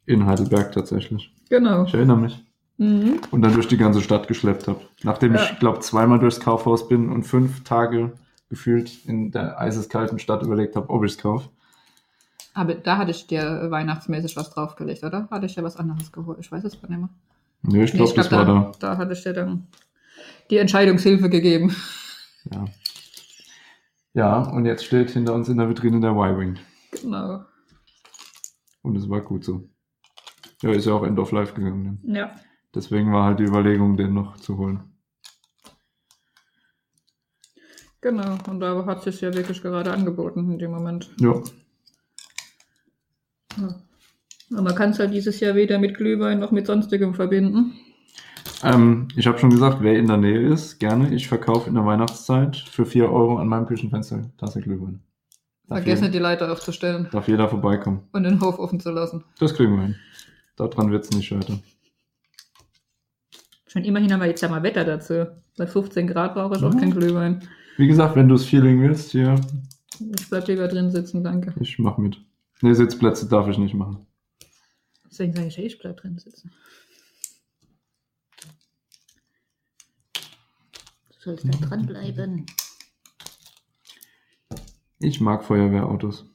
In Heidelberg tatsächlich. Genau. Ich erinnere mich. Mhm. Und dann durch die ganze Stadt geschleppt habe. Nachdem Ja. ich, glaube zweimal durchs Kaufhaus bin und fünf Tage gefühlt in der eiseskalten Stadt überlegt habe, ob ich es kaufe. Aber da hatte ich dir weihnachtsmäßig was draufgelegt, oder? Hatte ich dir was anderes geholt? Ich weiß es gar nicht mehr. Nee, ich Nee, glaube, das war da. da. Da hatte ich dir dann die Entscheidungshilfe gegeben. Ja. ja, und jetzt steht hinter uns in der Vitrine der Y-Wing. Genau. Und es war gut so. Ja, ist ja auch End of Life gegangen. Ne? Ja. Deswegen war halt die Überlegung, den noch zu holen. Genau, und da hat sich ja wirklich gerade angeboten in dem Moment. Ja, Ja. Aber man kann es halt dieses Jahr weder mit Glühwein noch mit sonstigem verbinden. ähm, ich habe schon gesagt, wer in der Nähe ist, gerne. Ich verkaufe in der Weihnachtszeit für 4 Euro an meinem Küchenfenster eine Tasse Glühwein. Darf Vergiss jeder- nicht, die Leiter aufzustellen Darf jeder vorbeikommen. und den Hof offen zu lassen. Das kriegen wir hin. Daran wird es nicht scheitern. Schon immerhin haben wir jetzt ja mal Wetter dazu. Bei 15 Grad brauche ich auch Mhm. kein Glühwein. Wie gesagt, wenn du das Feeling willst, hier, Ich bleib lieber drin sitzen, danke. ich mach mit. Nee, Sitzplätze darf ich nicht machen. Deswegen sage ich, ja, ich bleib drin sitzen. Du sollst da dranbleiben. Ich mag Feuerwehrautos.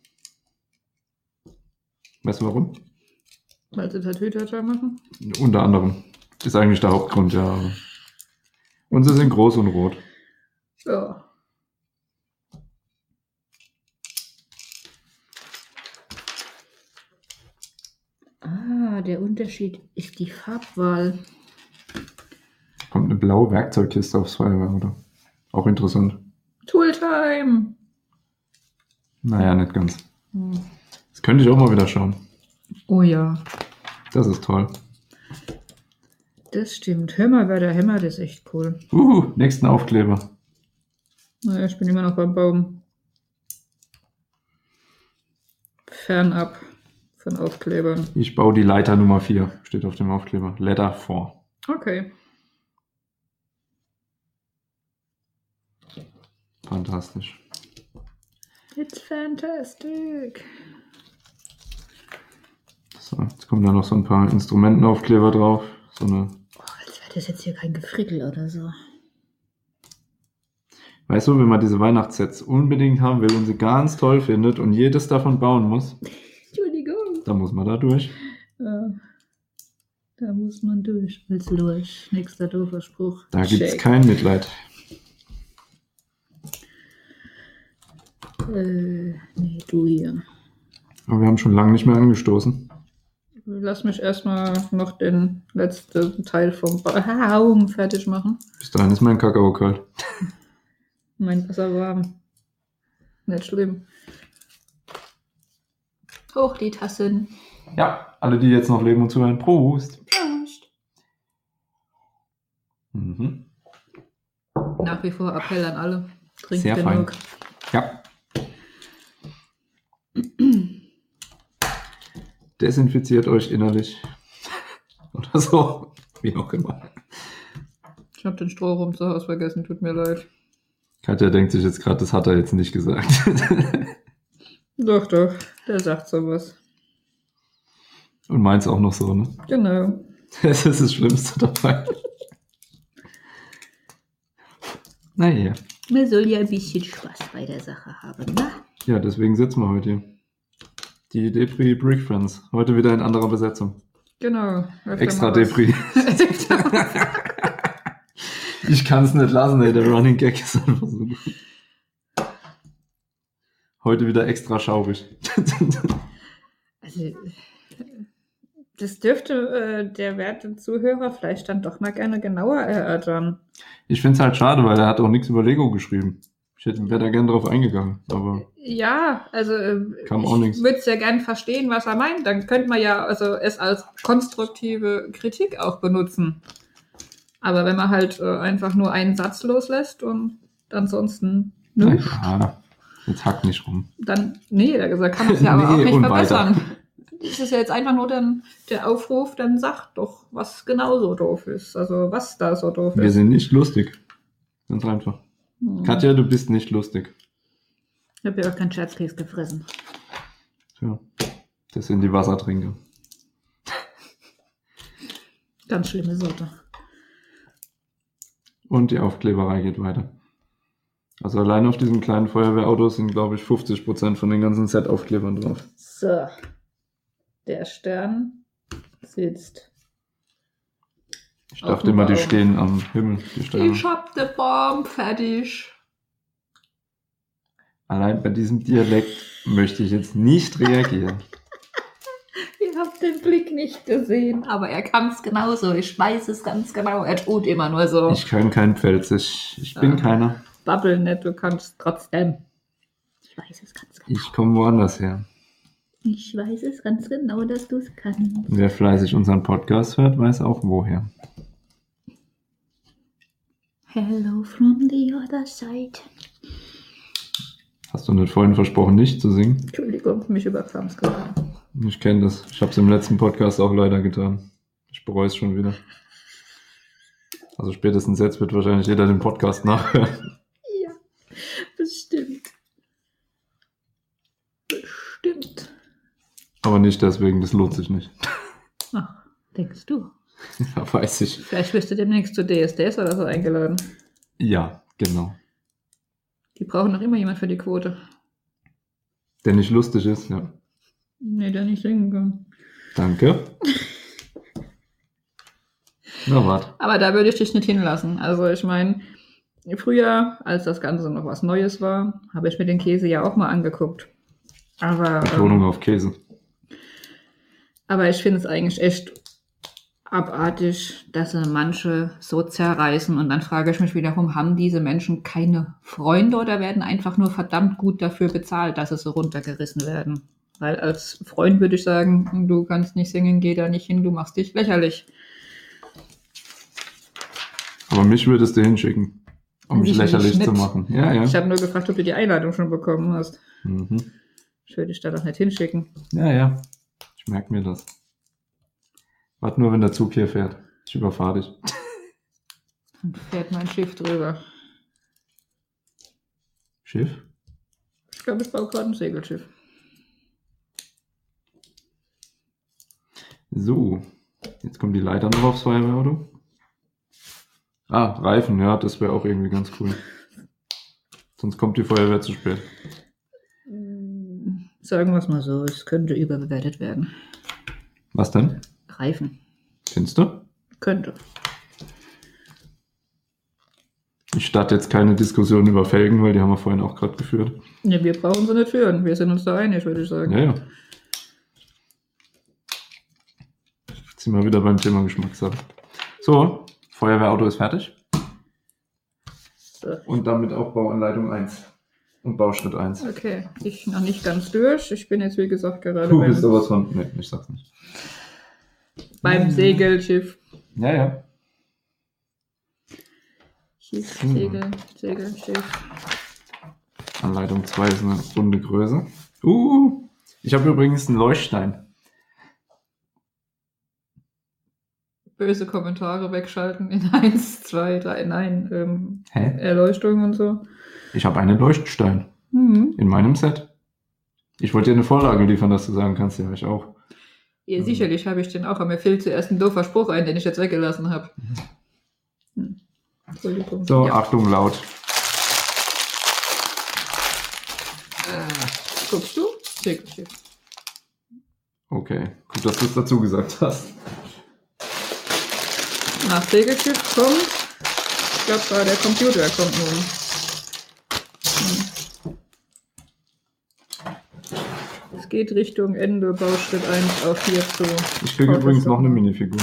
Weißt du warum? Weil sie da Tütata machen. Unter anderem. Ist eigentlich der Hauptgrund, ja. aber- Und sie sind groß und rot. Ja. Ah, der Unterschied ist die Farbwahl. Kommt eine blaue Werkzeugkiste aufs Feuerwehrauto. Auch interessant. Tooltime! Naja, nicht ganz. Das könnte ich auch mal wieder schauen. Oh ja, Das ist toll. das stimmt. Hör mal, wer da hämmert, ist echt cool. Uhu, nächsten Aufkleber. Naja, ich bin immer noch beim Baum. Fernab von Aufklebern. Ich baue die Leiter Nummer 4. Steht auf dem Aufkleber. Letter 4. Okay. Fantastisch. It's fantastic. So, jetzt kommen da noch so ein paar Instrumentenaufkleber drauf. So eine, Oh, als wäre das jetzt hier kein Gefrickel oder so. weißt du, wenn man diese Weihnachtssets unbedingt haben will und sie ganz toll findet und jedes davon bauen muss, Entschuldigung. dann muss man da durch. Ja. Da muss man durch. Willst du durch? Nächster doofer Spruch. Da gibt's Check. kein Mitleid. Äh, nee, du hier. Aber wir haben schon lange nicht mehr angestoßen. Lass mich erstmal noch den letzten Teil vom Baum fertig machen. Bis dahin ist mein Kakao kalt. Mein Wasser warm. Nicht schlimm. Hoch die Tassen. Ja, alle, die jetzt noch leben und zuhören, Prost. Prost. Mhm. Nach wie vor Appell an alle. Trinkt Sehr fein. genug. Ja. Desinfiziert euch innerlich. Oder so. Wie auch immer. Ich habe den Strohrum zu Hause vergessen, tut mir leid. Katja denkt sich jetzt gerade, das hat er jetzt nicht gesagt. Doch, doch, der sagt sowas. Und meint's auch noch so, ne? Genau. Das ist das Schlimmste dabei. Naja. Man soll ja ein bisschen Spaß bei der Sache haben, ne? Ja, deswegen sitzen wir heute hier. Die Depri Brick Friends. Heute wieder in anderer Besetzung. Genau. Öfter Extra mal was. Depri. Ich kann es nicht lassen, ey. Der Running Gag ist einfach so gut. Heute wieder extra schaubig. also, das dürfte äh, der werte Zuhörer vielleicht dann doch mal gerne genauer erörtern. Ich finde es halt schade, weil er hat auch nichts über Lego geschrieben. Ich wäre da gern drauf eingegangen, aber Ja, also ähm, Kam auch nix. ich würde es ja gerne verstehen, was er meint. Dann könnte man ja also es als konstruktive Kritik auch benutzen. Aber wenn man halt äh, einfach nur einen Satz loslässt und ansonsten na ne, ja, ah, jetzt hack nicht rum. dann nee, da kann man es ja aber Nee, auch nicht und weiter. verbessern. Das ist ja jetzt einfach nur dann der Aufruf, dann sagt doch, was genau so doof ist. Also was da so doof Wir ist. sind nicht lustig. Ganz einfach. Hm. Katja, du bist nicht lustig. Ich habe ja auch keinen Scherzkeks gefressen. Tja, das sind die Wassertrinker. Ganz schlimme Sorte. Und die Aufkleberei geht weiter. Also allein auf diesem kleinen Feuerwehrauto sind, glaube ich, 50% von den ganzen Set-Aufklebern drauf. So. Der Stern sitzt. Ich Auf dachte dem immer, die Baum. stehen am Himmel, die Sterne. Ich hab den Baum fertig. Allein bei diesem Dialekt möchte ich jetzt nicht reagieren. Ihr habt den Blick nicht gesehen. Aber er kann es genauso. Ich weiß es ganz genau. Er tut immer nur so. Ich kann kein Pfälzisch. Ich bin Ja. keiner. babbel nicht, du kannst trotzdem. Ich weiß es ganz genau. Ich komme woanders her. Ich weiß es ganz genau, dass du es kannst. Wer fleißig unseren Podcast hört, weiß auch woher. Hello from the other side. Hast du nicht vorhin versprochen, nicht zu singen? Entschuldigung, mich überkam's gerade. Ich kenne das. Ich habe es im letzten Podcast auch leider getan. Ich bereue es schon wieder. Also spätestens jetzt wird wahrscheinlich jeder den Podcast nachhören. Ja, bestimmt. Bestimmt. Aber nicht deswegen, das lohnt sich nicht. Ach, denkst du? Ja, weiß ich. Vielleicht wirst du demnächst zu DSDS oder so eingeladen. Ja, genau. Die brauchen noch immer jemand für die Quote. Der nicht lustig ist, ja. Nee, der nicht singen kann. Danke. Na, wart. Aber da würde ich dich nicht hinlassen. Also ich meine, früher, als das Ganze noch was Neues war, habe ich mir den Käse ja auch mal angeguckt. Aber, Betonung ähm, auf Käse. aber ich finde es eigentlich echt abartig, dass sie manche so zerreißen. Und dann frage ich mich wiederum, haben diese Menschen keine Freunde oder werden einfach nur verdammt gut dafür bezahlt, dass sie so runtergerissen werden? Weil als Freund würde ich sagen, du kannst nicht singen, geh da nicht hin, du machst dich lächerlich. Aber mich würdest du hinschicken, um mich Mich lächerlich nicht. zu machen. Ja, Ich ja. habe nur gefragt, ob du die Einladung schon bekommen hast. Mhm. Ich würde dich da doch nicht hinschicken. Ja, ja. Ich merke mir das. Warte nur, wenn der Zug hier fährt. Ich überfahre dich. Dann fährt mein Schiff drüber. Schiff? Ich glaube, ich baue gerade ein Segelschiff. So. Jetzt kommt die Leiter noch aufs Feuerwehrauto. Ah, Reifen, ja, das wäre auch irgendwie ganz cool. Sonst kommt die Feuerwehr zu spät. Sagen wir es mal so, es könnte überbewertet werden. Was denn? Reifen. Findest du? Könnte. Ich starte jetzt keine Diskussion über Felgen, weil die haben wir vorhin auch gerade geführt. Ne, wir brauchen sie nicht führen. Wir sind uns da einig, würde ich sagen. Ja, ja. Jetzt sind wir wieder beim Thema Geschmackssache. So, Feuerwehrauto ist fertig. So. Und damit auch Bauanleitung 1. Und Bauschritt 1. Okay, ich noch nicht ganz durch. Ich bin jetzt, wie gesagt, gerade Du bist beim, sowas von. Nee, ich sag's nicht. Hm. beim Segelschiff. Ja, ja. Schiff, Hm. Segel, Segelschiff. Anleitung 2 ist eine runde Größe. Uh, ich habe übrigens einen Leuchtstein. Böse Kommentare wegschalten in 1, 2, 3, nein, ähm, Hä? Erleuchtung und so. Ich habe einen Leuchtstein Mhm. in meinem Set. Ich wollte dir eine Vorlage liefern, dass du sagen kannst, ja, ich auch. Ja, Mhm. sicherlich habe ich den auch, aber mir fiel zuerst ein doofer Spruch ein, den ich jetzt weggelassen habe. Hm. Entschuldigung. Mhm. So, ah. ja, Achtung, laut. guckst du? Segelschiff. Okay, gut, dass du es dazu gesagt hast. Nach Segelschiff kommt, ich glaube, der Computer kommt nun. Hm. Es geht Richtung Ende, Bauschritt 1 auf 4 zu. Ich kriege Voll übrigens noch eine verstanden. Minifigur.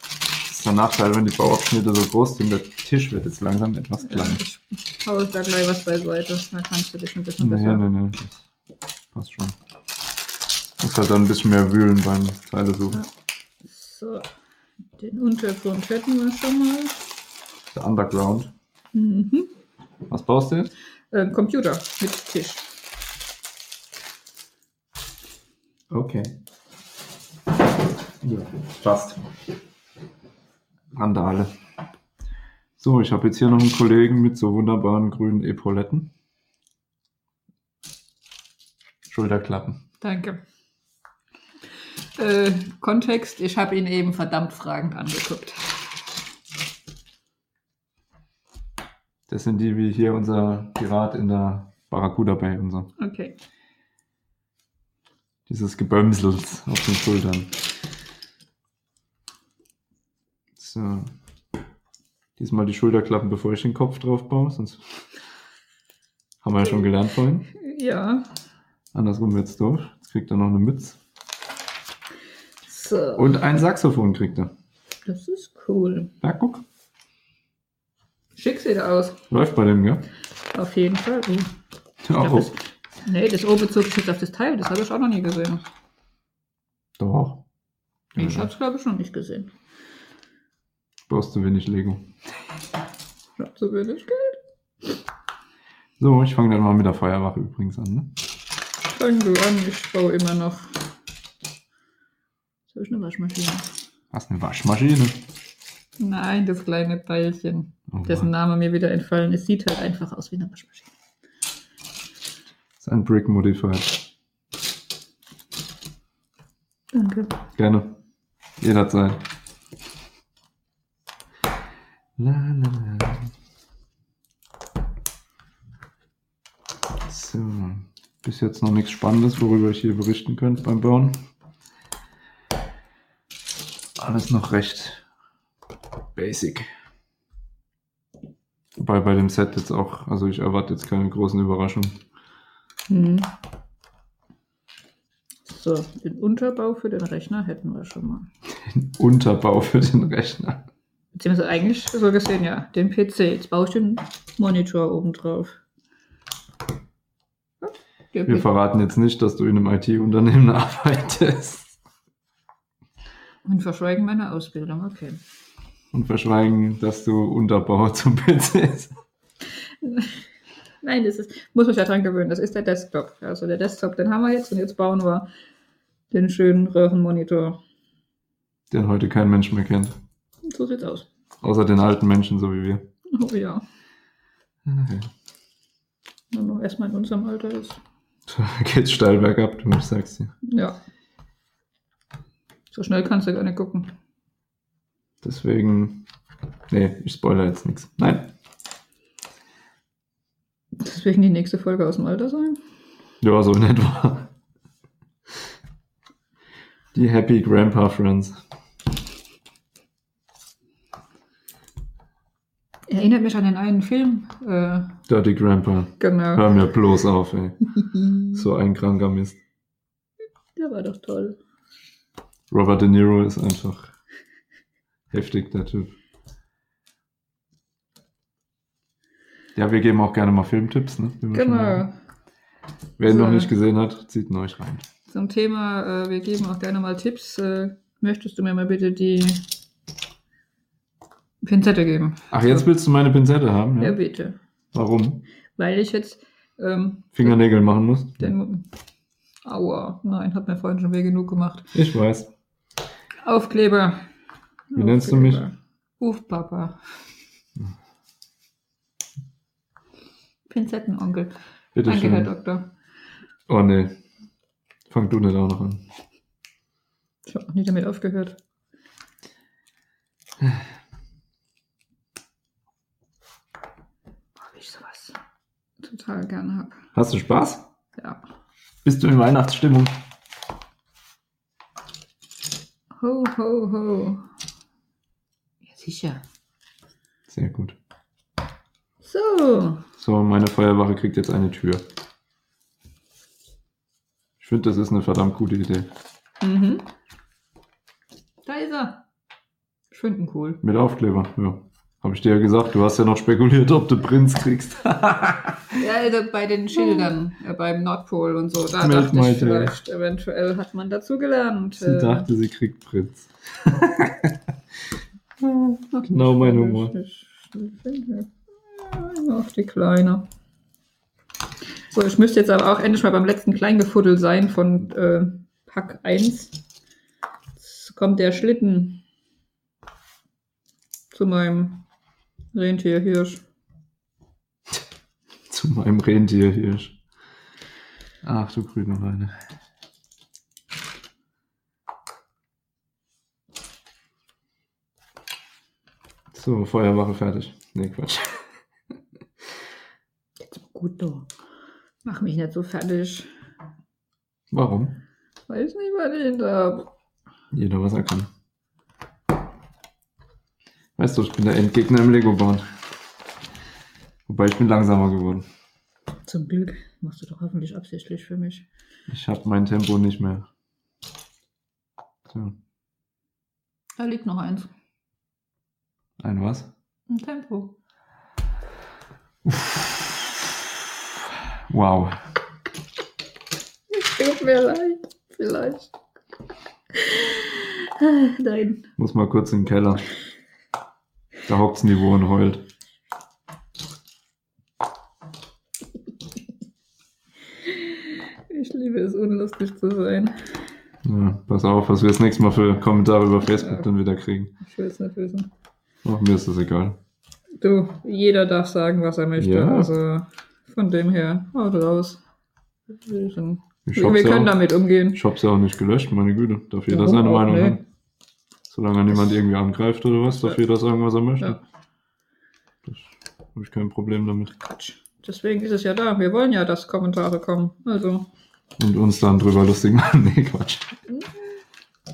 Das ist der Nachteil, wenn die Bauabschnitte so groß sind, der Tisch wird jetzt langsam etwas klein. Ich hau da gleich was beiseite, dann kannst du dich ein bisschen Nee, besser. nee, nee. das Passt schon. Muss halt dann ein bisschen mehr wühlen beim Teile suchen. So, den Untergrund hätten wir schon mal. Der Underground. Mhm. Was baust du jetzt? Ähm, Computer mit Tisch. Okay. Ja, fast. Randale. So, ich habe jetzt hier noch einen Kollegen mit so wunderbaren grünen Epauletten. Schulterklappen. Danke. Äh, Kontext, ich habe ihn eben verdammt fragend angeguckt. Das sind die wie hier unser Pirat in der Barracuda Bay und so. Okay. Dieses Gebömsels auf den Schultern. So. Diesmal die Schulterklappen, bevor ich den Kopf drauf baue, sonst haben wir ja schon gelernt vorhin. Ja. Andersrum wird's doof. Jetzt kriegt er noch eine Mütze. So. Und ein Saxophon kriegt er. das ist cool. Na, guck. Schick sieht er aus. Läuft bei dem, gell? Auf jeden Fall. Uh, ich glaub, Oh. das, nee, das Oberzug ist jetzt auf das Teil. Das habe ich auch noch nie gesehen. Doch. Ich Ja, habe es, glaube ich, noch nicht gesehen. brauchst du wenig Lego. Ich hab so wenig Geld. So, ich fange dann mal mit der Feuerwache übrigens an. Ne? Fang du an. Ich baue immer noch. So ist eine Waschmaschine. Hast eine Waschmaschine. Nein, das kleine Teilchen. Oh, dessen Mann. Name mir wieder entfallen ist, sieht halt einfach aus wie eine Waschmaschine. ist ein Brick Modifier. Danke. Gerne. Jederzeit. La, la, la, la. So, bis jetzt noch nichts Spannendes, worüber ich hier berichten könnte beim Bauen. Alles noch recht basic. Wobei bei dem Set jetzt auch, also ich erwarte jetzt keine großen Überraschungen. Hm. So, den Unterbau für den Rechner hätten wir schon mal. Unterbau für den Rechner. Beziehungsweise eigentlich so gesehen, ja, den PC. Jetzt baue ich den Monitor oben drauf. Ja, der Wir P- verraten jetzt nicht, dass du in einem IT-Unternehmen arbeitest Und verschweigen meine Ausbildung, okay. und verschweigen, dass du Unterbau zum PC Nein, das ist, muss mich ja dran gewöhnen. Das ist der Desktop. Also der Desktop, den haben wir jetzt und jetzt bauen wir den schönen Röhrenmonitor. den heute kein Mensch mehr kennt. Und so sieht's aus. Außer den alten Menschen, so wie wir. Oh ja, Okay. wenn man erstmal in unserem Alter ist. Da geht's steil bergab, du sagst dir. Ja. So schnell kannst du gar nicht gucken. Deswegen, nee, ich spoilere jetzt nichts. Nein. Deswegen die nächste Folge aus dem Alter sein. Ja, so in etwa. Die Happy Grandpa Friends. Erinnert mich an den einen Film. Äh, Dirty Grandpa. genau. Hör mir bloß auf, ey. So ein kranker Mist. Der war doch toll. Robert De Niro ist einfach heftig, der Typ. Ja, wir geben auch gerne mal Filmtipps, ne? Wie wir schon Genau. haben. Wer ihn So. noch nicht gesehen hat, zieht ihn euch rein. Zum Thema, äh, wir geben auch gerne mal Tipps. Äh, möchtest du mir mal bitte die Pinzette geben? Ach, jetzt willst du meine Pinzette haben? Ja, Ja. bitte. Warum? Weil ich jetzt ähm, Fingernägel machen musst? den. Aua, nein, hat mir vorhin schon weh genug gemacht. Ich weiß. Aufkleber. Wie nennst du mich? Hm. Aufkleber. Hufpapa. Pinzettenonkel. Bitte Danke, Herr schön. Doktor. Oh nee. Fang du nicht auch noch an. Ich habe noch nie damit aufgehört. Ob ich sowas total gern habe. Hast du Spaß? Ja. Bist du in Weihnachtsstimmung? Ho, ho, ho. Ja, sicher. Sehr gut. So. So, meine Feuerwache kriegt jetzt eine Tür. Ich finde, das ist eine verdammt gute Idee. Mhm. Da ist er. Ich finde ihn cool. Mit Aufkleber, ja. Habe ich dir ja gesagt, du hast ja noch spekuliert, ob du Prinz kriegst. Ja, also bei den Schildern, äh, beim Nordpol und so, da Smell dachte my ich tail. vielleicht, eventuell hat man dazu gelernt. Sie äh, dachte, sie kriegt Prinz. Ach, Genau das mein ist Humor. nicht schlimm. Ja, Auf die Kleine. So, ich müsste jetzt aber auch endlich mal beim letzten Kleingefuddel sein von äh, Pack 1. Jetzt kommt der Schlitten zu meinem Rentierhirsch. Zu meinem Rentierhirsch. Ach du grüne Weine. So, Feuerwache fertig. Nee, Quatsch. Jetzt mal gut doch. Mach mich nicht so fertig. Warum? Weiß nicht, was ich da hab. Jeder, was er kann. Weißt du, ich bin der Endgegner im Lego-Bauen. Wobei ich bin langsamer geworden. Zum Glück machst du doch hoffentlich absichtlich für mich. Ich habe mein Tempo nicht mehr. So, Da liegt noch eins. ein was? Ein Tempo. Wow. Tut mir leid, vielleicht. Nein. Muss mal kurz in den Keller. Da hockt's Niveau und heult. Ich liebe es, unlustig zu sein. Ja, pass auf, was wir das nächste Mal für Kommentare über Facebook Ja. dann wieder kriegen. Ich will es nicht wissen. Ach, mir ist das egal. Du, jeder darf sagen, was er möchte. Ja. Also von dem her, haut raus. Wir, sind, Ich wir hab's ja, können auch, damit umgehen. ich hab's ja auch nicht gelöscht, meine Güte. Darf jeder Warum seine auch, Meinung ne? haben. Solange niemand irgendwie angreift oder was, darf Ja. jeder sagen, was er möchte. Ja. habe ich kein Problem damit. Quatsch. Deswegen ist es ja da. Wir wollen ja, dass Kommentare kommen. Also, Und uns dann drüber lustig machen. Nee, Quatsch.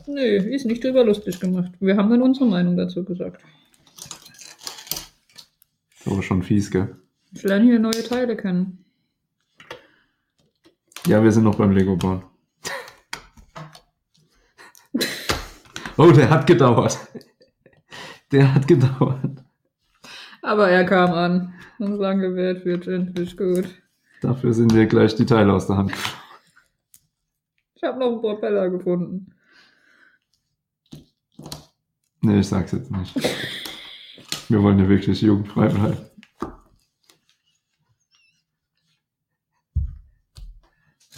nee, ist nicht drüber lustig gemacht. Wir haben dann unsere Meinung dazu gesagt. Ist aber schon fies, gell? Ich lerne hier neue Teile kennen. Ja, wir sind noch beim Lego bauen. Oh, der hat gedauert. Der hat gedauert. Aber er kam an. Und lang gewährt wird endlich gut. Dafür sind wir gleich die Teile aus der Hand. gefallen. Ich habe noch einen Propeller gefunden. Nee, ich sag's jetzt nicht. Wir wollen ja wirklich jugendfrei bleiben.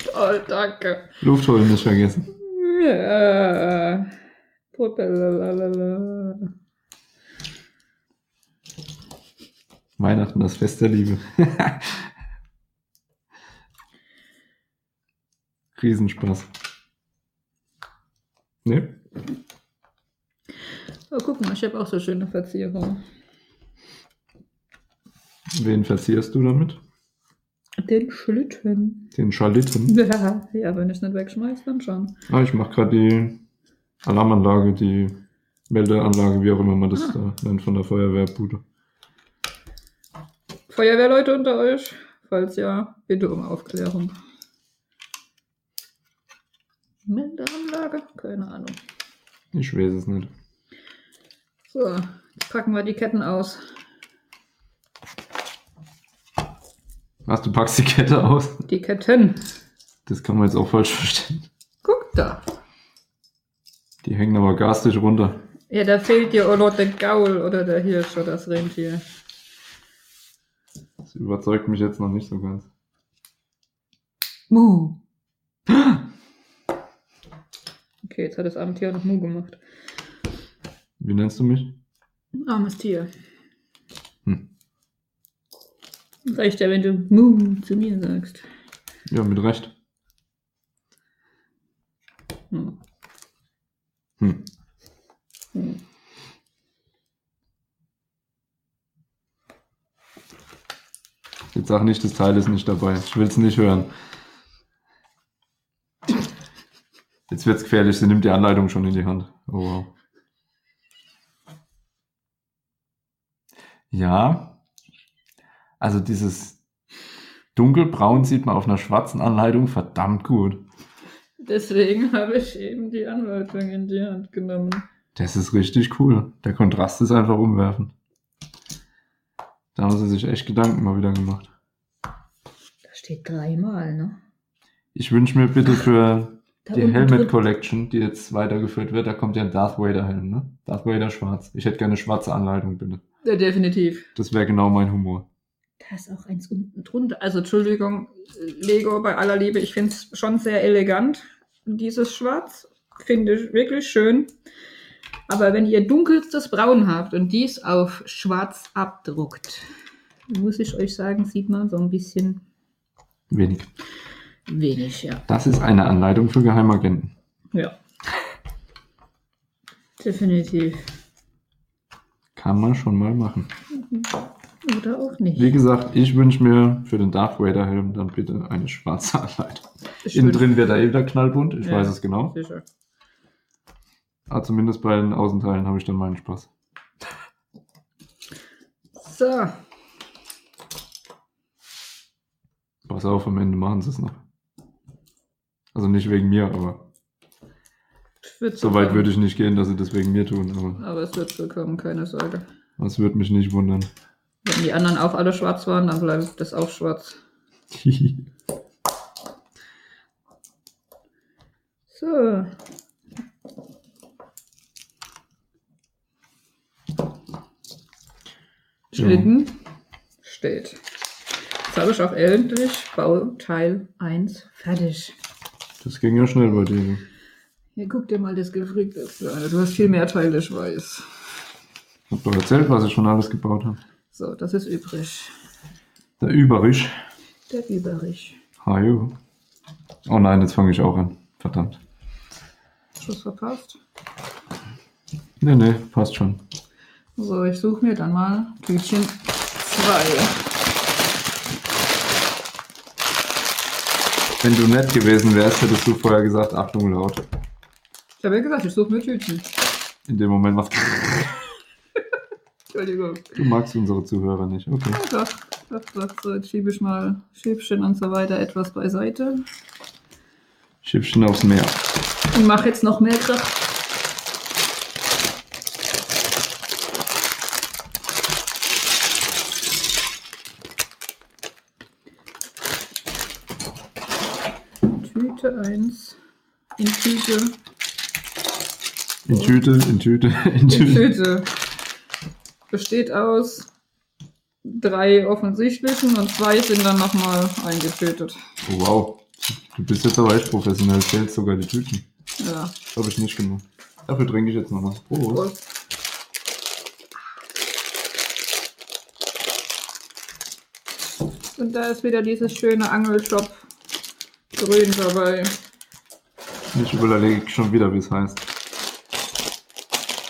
Toll, danke. Luft holen nicht vergessen. Ja. Propeller. Weihnachten, das Fest der Liebe. Riesenspaß. Ne? Oh, guck mal, ich habe auch so schöne Verzierungen. Wen verzierst du damit? Den Schlitten. Den Schalitten. Ja, ja wenn ich nicht wegschmeiß, dann schon. Ah, ich mache gerade die Alarmanlage, die Meldeanlage, wie auch immer man das da nennt, von der Feuerwehrbude. Feuerwehrleute unter euch? Falls ja, bitte um Aufklärung. Minderanlage? Keine Ahnung. Ich weiß es nicht. So, jetzt packen wir die Ketten aus. Ach, du packst die Kette aus. Die Ketten. Das kann man jetzt auch falsch verstehen. Guck da. Die hängen aber garstig runter. Ja, da fehlt dir auch noch der Gaul oder der Hirsch oder das Rentier. Das überzeugt mich jetzt noch nicht so ganz. Mu. Okay, jetzt hat das arme Tier auch noch Mu gemacht. Wie nennst du mich? Armes Tier. Hm. Reicht ja, wenn du Mu zu mir sagst. Ja, mit Recht. Hm. Hm. Hm. Jetzt sag nicht, das Teil ist nicht dabei. Ich will's nicht hören. Jetzt wird's gefährlich, sie nimmt die Anleitung schon in die Hand. Oh wow. Ja. Also dieses dunkelbraun sieht man auf einer schwarzen Anleitung verdammt gut. Deswegen habe ich eben die Anleitung in die Hand genommen. Das ist richtig cool. Der Kontrast ist einfach umwerfend. Da haben sie sich echt Gedanken mal wieder gemacht. Da steht dreimal, ne? Ich wünsche mir bitte für Da die unten Helmet drüber- Collection, die jetzt weitergeführt wird, da kommt ja ein Darth Vader Helm, ne? Darth Vader schwarz. Ich hätte gerne schwarze Anleitung, bitte. Ja, definitiv. Das wäre genau mein Humor. Da ist auch eins unten drunter. Also Entschuldigung, Lego bei aller Liebe, ich finde es schon sehr elegant. Dieses Schwarz finde ich wirklich schön. Aber wenn ihr dunkelstes Braun habt und dies auf Schwarz abdruckt, muss ich euch sagen, sieht man so ein bisschen Wenig. wenig, ja. Das ist eine Anleitung für Geheimagenten. Ja. Definitiv. Kann man schon mal machen. Oder auch nicht. Wie gesagt, ich wünsche mir für den Darth Vader Helm dann bitte eine schwarze Anleitung. Ich Innen würd- drin wird er eh wieder knallbunt, ich Ja. weiß es genau. Sicher. Aber zumindest bei den Außenteilen habe ich dann meinen Spaß. So, Pass auf, am Ende machen sie es noch. Also nicht wegen mir, aber es wird so weit würde ich nicht gehen, dass sie das wegen mir tun. Aber Aber es wird so kommen, keine Sorge. das würde mich nicht wundern. Wenn die anderen auch alle schwarz waren, dann bleibt das auch schwarz. So. Schlitten steht. Jetzt habe ich auch endlich Bauteil 1 fertig. das ging ja schnell bei dir. Hier guck dir mal das Gefrickteste an. Also, Du hast viel mehr Teile, ich weiß. Hab doch erzählt, was ich schon alles gebaut habe. So, das ist übrig. Der Überrisch. Der Überrich. Hajo. Oh nein, jetzt fange ich auch an. Verdammt. Schuss verpasst. Nee, nee, passt schon. So, ich suche mir dann mal Tütchen zwei. Wenn du nett gewesen wärst, hättest du vorher gesagt, Achtung laut. Ich habe ja gesagt, ich suche mir Tüten. In dem Moment macht Entschuldigung. du magst unsere Zuhörer nicht. Okay. Doch, doch, doch. So, jetzt schiebe ich mal Schäfchen und so weiter etwas beiseite. Schiffchen aufs Meer. Und mache jetzt noch mehr Kraft. Tüte 1 in Tüte. In Tüte, in Tüte, in Die Tüte. Tüte besteht aus drei offensichtlichen und zwei sind dann nochmal eingetötet. Oh, wow. Du bist jetzt aber echt professionell. Zählst sogar die Tüten. Ja, Habe ich nicht gemacht. Dafür trinke ich jetzt Oh, nochmal. Prost. Prost. Und da ist wieder dieses schöne Angelshop grün dabei. Ich überlege schon wieder, wie es heißt.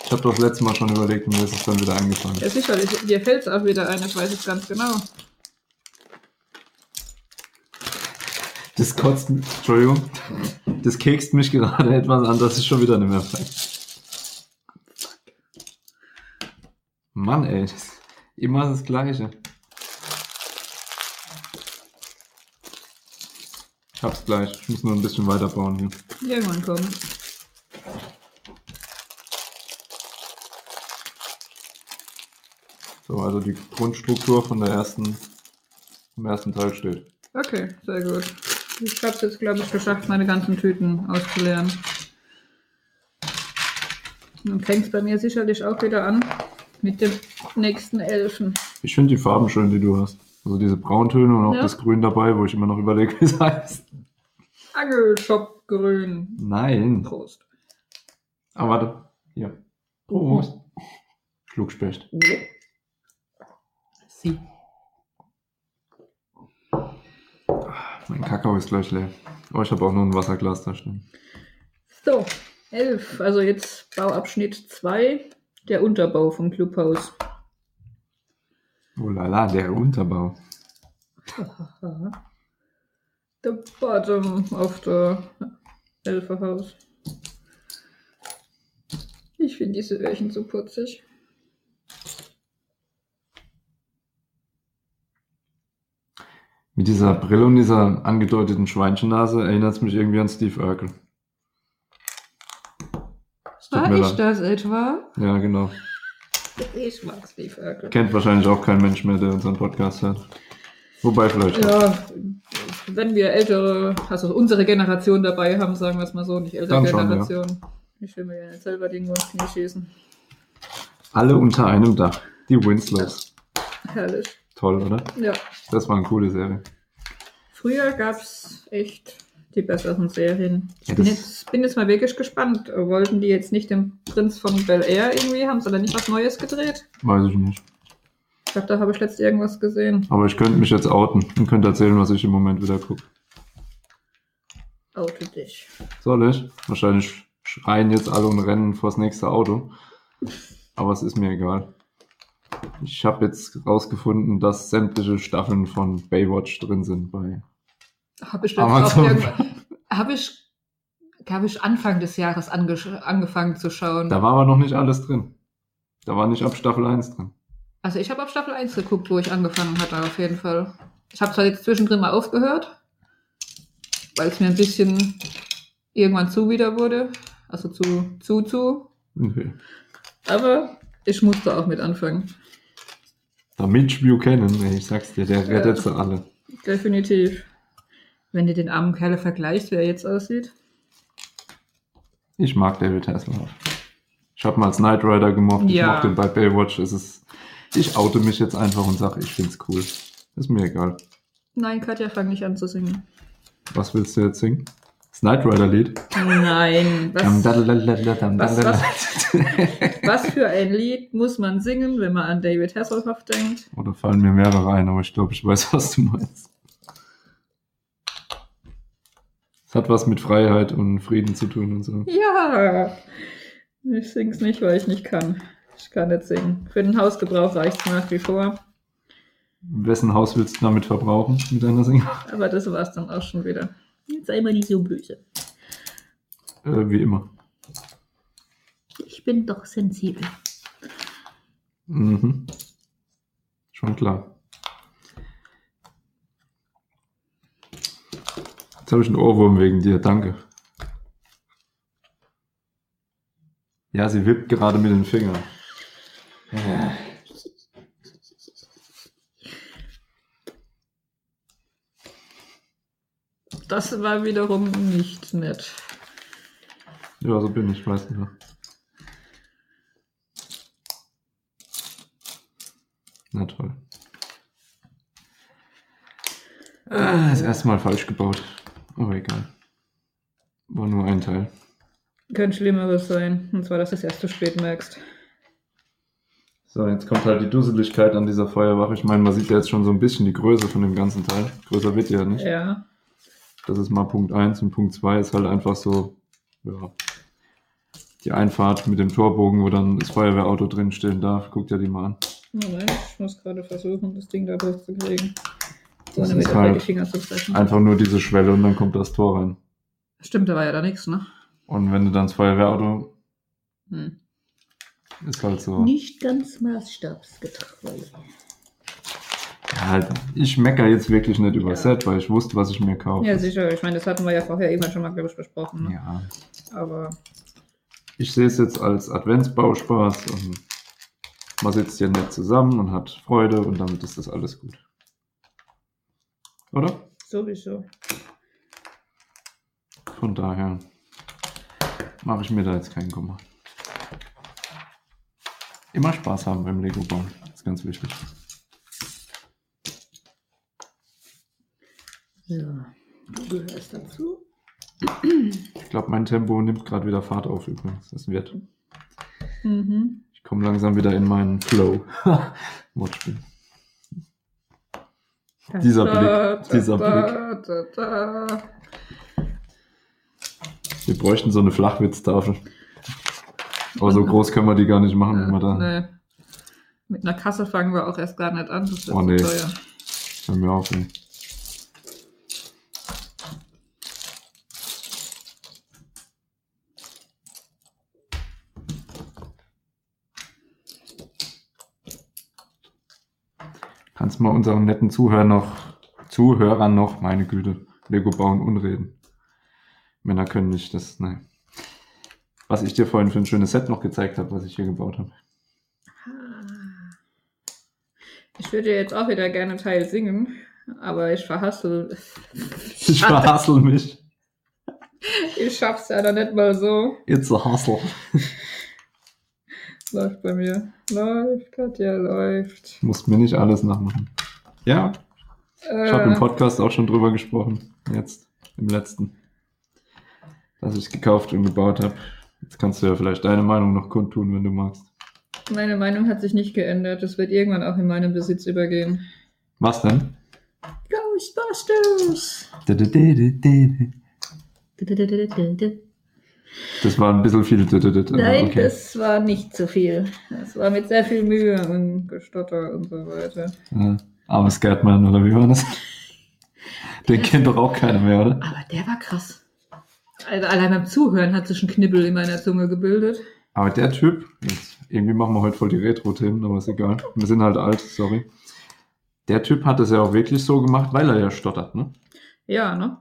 Ich habe das letzte Mal schon überlegt und mir ist es dann wieder eingefallen. Ja, sicherlich, dir fällt es auch wieder ein, ich weiß es ganz genau. Das kotzt mich, Entschuldigung, das kekst mich gerade etwas an, das ist schon wieder nicht mehr frei. Mann, ey, das ist immer das Gleiche. Ich hab's gleich, ich muss nur ein bisschen weiterbauen hier. Irgendwann kommt. So, also die Grundstruktur von der ersten, vom ersten Teil steht. Okay, sehr gut. Ich habe es jetzt, glaube ich, geschafft, meine ganzen Tüten auszuleeren. Nun fängt es bei mir sicherlich auch wieder an mit dem nächsten Elfen. Ich finde die Farben schön, die du hast. Also diese Brauntöne und auch Ja. das Grün dabei, wo ich immer noch überlege, wie es heißt. Angelshop grün. Nein. Prost. Ah, warte. Hier. Oh. Prost. Schluckspecht. Sie. Mein Kakao ist gleich leer. Oh, ich habe auch nur ein Wasserglas da stehen. So, 11. Also jetzt Bauabschnitt 2, der Unterbau vom Clubhaus. Oh la la, der Unterbau. Der Bottom auf der Elferhaus. Ich finde diese Öhrchen so putzig. Mit dieser Brille und dieser angedeuteten Schweinchennase erinnert es mich irgendwie an Steve Urkel. Es tut mir leid. das etwa? Ja, genau. Ich mag Steve Urkel. Kennt wahrscheinlich auch kein Mensch mehr, der unseren Podcast hört. Wobei vielleicht. auch. Ja, wenn wir ältere, also unsere Generation dabei haben, sagen wir es mal so, nicht ältere Dann schon, ja. Generation. Ich will mir ja nicht selber den Wunsch nicht schießen. Alle unter einem Dach. Die Winslows. Herrlich. Toll, oder? Ja. Das war eine coole Serie. Früher gab es echt die besseren Serien. Ich Ja, bin, das- jetzt, bin jetzt mal wirklich gespannt. Wollten die jetzt nicht den Prinz von Bel Air irgendwie haben, sondern nicht was Neues gedreht? Weiß ich nicht. Ich glaube, da habe ich letztens irgendwas gesehen. Aber ich könnte mich jetzt outen und könnte erzählen, was ich im Moment wieder gucke. Auto dich. Soll ich? Wahrscheinlich schreien jetzt alle und rennen vors nächste Auto. Aber es ist mir egal. Ich habe jetzt rausgefunden, dass sämtliche Staffeln von Baywatch drin sind bei Habe ich letztens auch Amazon. irgendwas. Habe ich, hab ich Anfang des Jahres angesch- angefangen zu schauen. Da war aber noch nicht alles drin. Da war nicht ab Staffel 1 drin. Also ich habe auf Staffel 1 geguckt, wo ich angefangen hatte, auf jeden Fall. Ich habe zwar jetzt zwischendrin mal aufgehört, weil es mir ein bisschen irgendwann zuwider wurde. Also zu, zu, zu. Nö. Aber ich musste auch mit anfangen. Da Mitch Buchanan, ey, ich sag's dir, der rettet sie alle. Definitiv. Wenn du den armen Kerl vergleichst, wie er jetzt aussieht. Ich mag David Hasselhoff. Ich habe mal als Knight Rider gemocht. Ich Ja. mochte ihn bei Baywatch. Es ist, ich oute mich jetzt einfach und sage, ich find's cool. Ist mir egal. Nein, Katja, fang nicht an zu singen. Was willst du jetzt singen? Das Knight Rider Lied. Nein, Dam, was, dalalalala, dam, was- dalala. was für ein Lied muss man singen, wenn man an David Hasselhoff denkt? Oh, da fallen mir mehrere ein, aber ich glaube, ich weiß, was du meinst. Es hat was mit Freiheit und Frieden zu tun und so. Ja, ich sing's nicht, weil ich nicht kann. Ich kann nicht singen. Für den Hausgebrauch reicht's nach wie vor. Wessen Haus willst du damit verbrauchen mit deiner Single? Aber das war's dann auch schon wieder. Jetzt sei mal nicht so böse. Äh, wie immer. Ich bin doch sensibel. Mhm. Schon klar. Jetzt habe ich einen Ohrwurm wegen dir, danke. Ja, sie wippt gerade mit den Fingern. Das war wiederum nicht nett. Ja, so bin ich meistens. Ja. Na toll. Ah, das erste Mal falsch gebaut. Aber egal. War nur ein Teil. Kann Schlimmeres sein. Und zwar, dass du es erst zu spät merkst. So, jetzt kommt halt die Dusseligkeit an dieser Feuerwache. Ich meine, man sieht ja jetzt schon so ein bisschen die Größe von dem ganzen Teil. Größer wird die ja nicht. Ja. Das ist mal Punkt 1 und Punkt 2 ist halt einfach so, ja, die Einfahrt mit dem Torbogen, wo dann das Feuerwehrauto drin stehen darf. Guckt ja die mal an. Moment, Oh ich muss gerade versuchen, das Ding da durchzukriegen. Das Ohne ist mir dabei halt die Finger zu brechen. Einfach nur diese Schwelle und dann kommt das Tor rein. Stimmt, da war ja da nichts, ne? Und wenn du dann das Feuerwehrauto, Hm. ist halt so. Nicht ganz maßstabsgetreu. Ja, halt, ich meckere jetzt wirklich nicht über Ja. Set, weil ich wusste, was ich mir kaufe. Ja, sicher. Ich meine, das hatten wir ja vorher eben schon mal, glaube ich, besprochen. Ne? ja. Aber Ich sehe es jetzt als Adventsbauspaß und man sitzt hier nett zusammen und hat Freude und damit ist das alles gut. Oder? sowieso. Von daher mache ich mir da jetzt keinen Kummer. Immer Spaß haben beim Lego bauen. Das ist ganz wichtig. So, du gehörst dazu. Ich glaube, mein Tempo nimmt gerade wieder Fahrt auf übrigens. Das wird. Mhm. Ich komme langsam wieder in meinen Flow. Wortspiel. Dieser Blick, dieser da, da, da, da. Wir bräuchten so eine Flachwitztafel. Aber so groß können wir die gar nicht machen, wenn wir da. Äh, nee. Mit einer Kasse fangen wir auch erst gar nicht an. Das ist Oh, zu nee. teuer. Hör mir auf. Ey. Kannst mal unseren netten Zuhörern noch, Zuhörern noch, meine Güte, Lego bauen und reden. Männer können nicht, das, nein. Was ich dir vorhin für ein schönes Set noch gezeigt habe, was ich hier gebaut habe. Ah. Ich würde jetzt auch wieder gerne Teil singen, aber ich verhassel. Ich verhassel mich. Ich schaff's ja dann nicht mal so. It's a hustle. Läuft bei mir. Läuft, Katja, läuft. Musst mir nicht alles nachmachen. Ja, Ich Äh. habe im Podcast auch schon drüber gesprochen, jetzt, im letzten, dass ich es gekauft und gebaut habe. Jetzt kannst du ja vielleicht deine Meinung noch kundtun, wenn du magst. Meine Meinung hat sich nicht geändert. Es wird irgendwann auch in meinen Besitz übergehen. Was denn? Ghostbusters! Ah, Das war ein bisschen viel. aber Nein, okay. das war nicht so viel. Das war mit sehr viel Mühe und Gestotter und so weiter. Ja, Äh, Armes Skatman, oder wie war das? Den kennt doch auch keiner mehr, oder? Aber der war krass. Also allein beim Zuhören hat sich ein Knibbel in meiner Zunge gebildet. Aber der Typ, jetzt, irgendwie machen wir heute voll die Retro-Themen, aber ist egal. Wir sind halt alt, sorry. Der Typ hat es ja auch wirklich so gemacht, weil er ja stottert, ne? Ja, ne?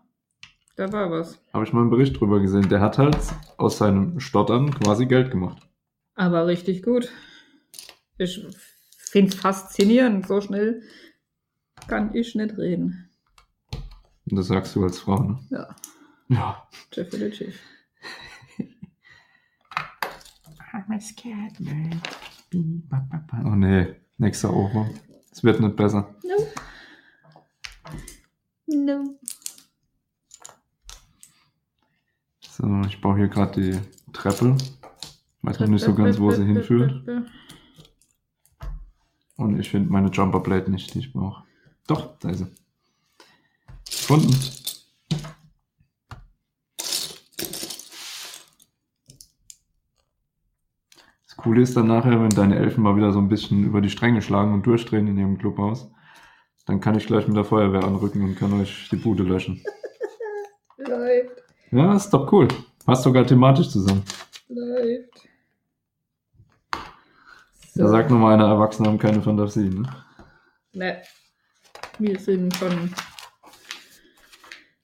Da war was. Habe ich mal einen Bericht drüber gesehen. Der hat halt aus seinem Stottern quasi Geld gemacht. Aber richtig gut. Ich find's faszinierend. So schnell kann ich nicht reden. Und das sagst du als Frau, ne? Ja, Ja. definitiv. Oh nee, nächster Ohrwurm. Es wird nicht besser. No. No. So, ich baue hier gerade die Treppe. Weiß noch nicht so ganz, wo sie hinführt. Und ich finde meine Jumperblade nicht, die ich brauche. Doch, da ist sie. Gefunden. Das Coole ist dann nachher, wenn deine Elfen mal wieder so ein bisschen über die Stränge schlagen und durchdrehen in ihrem Clubhaus, Dann kann ich gleich mit der Feuerwehr anrücken und kann euch die Bude löschen. Läuft, Ja, ist doch cool. Passt sogar thematisch zusammen. läuft. Da sagt nur mal einer, Erwachsene haben keine Fantasie. Ne? Ne. Wir sind schon.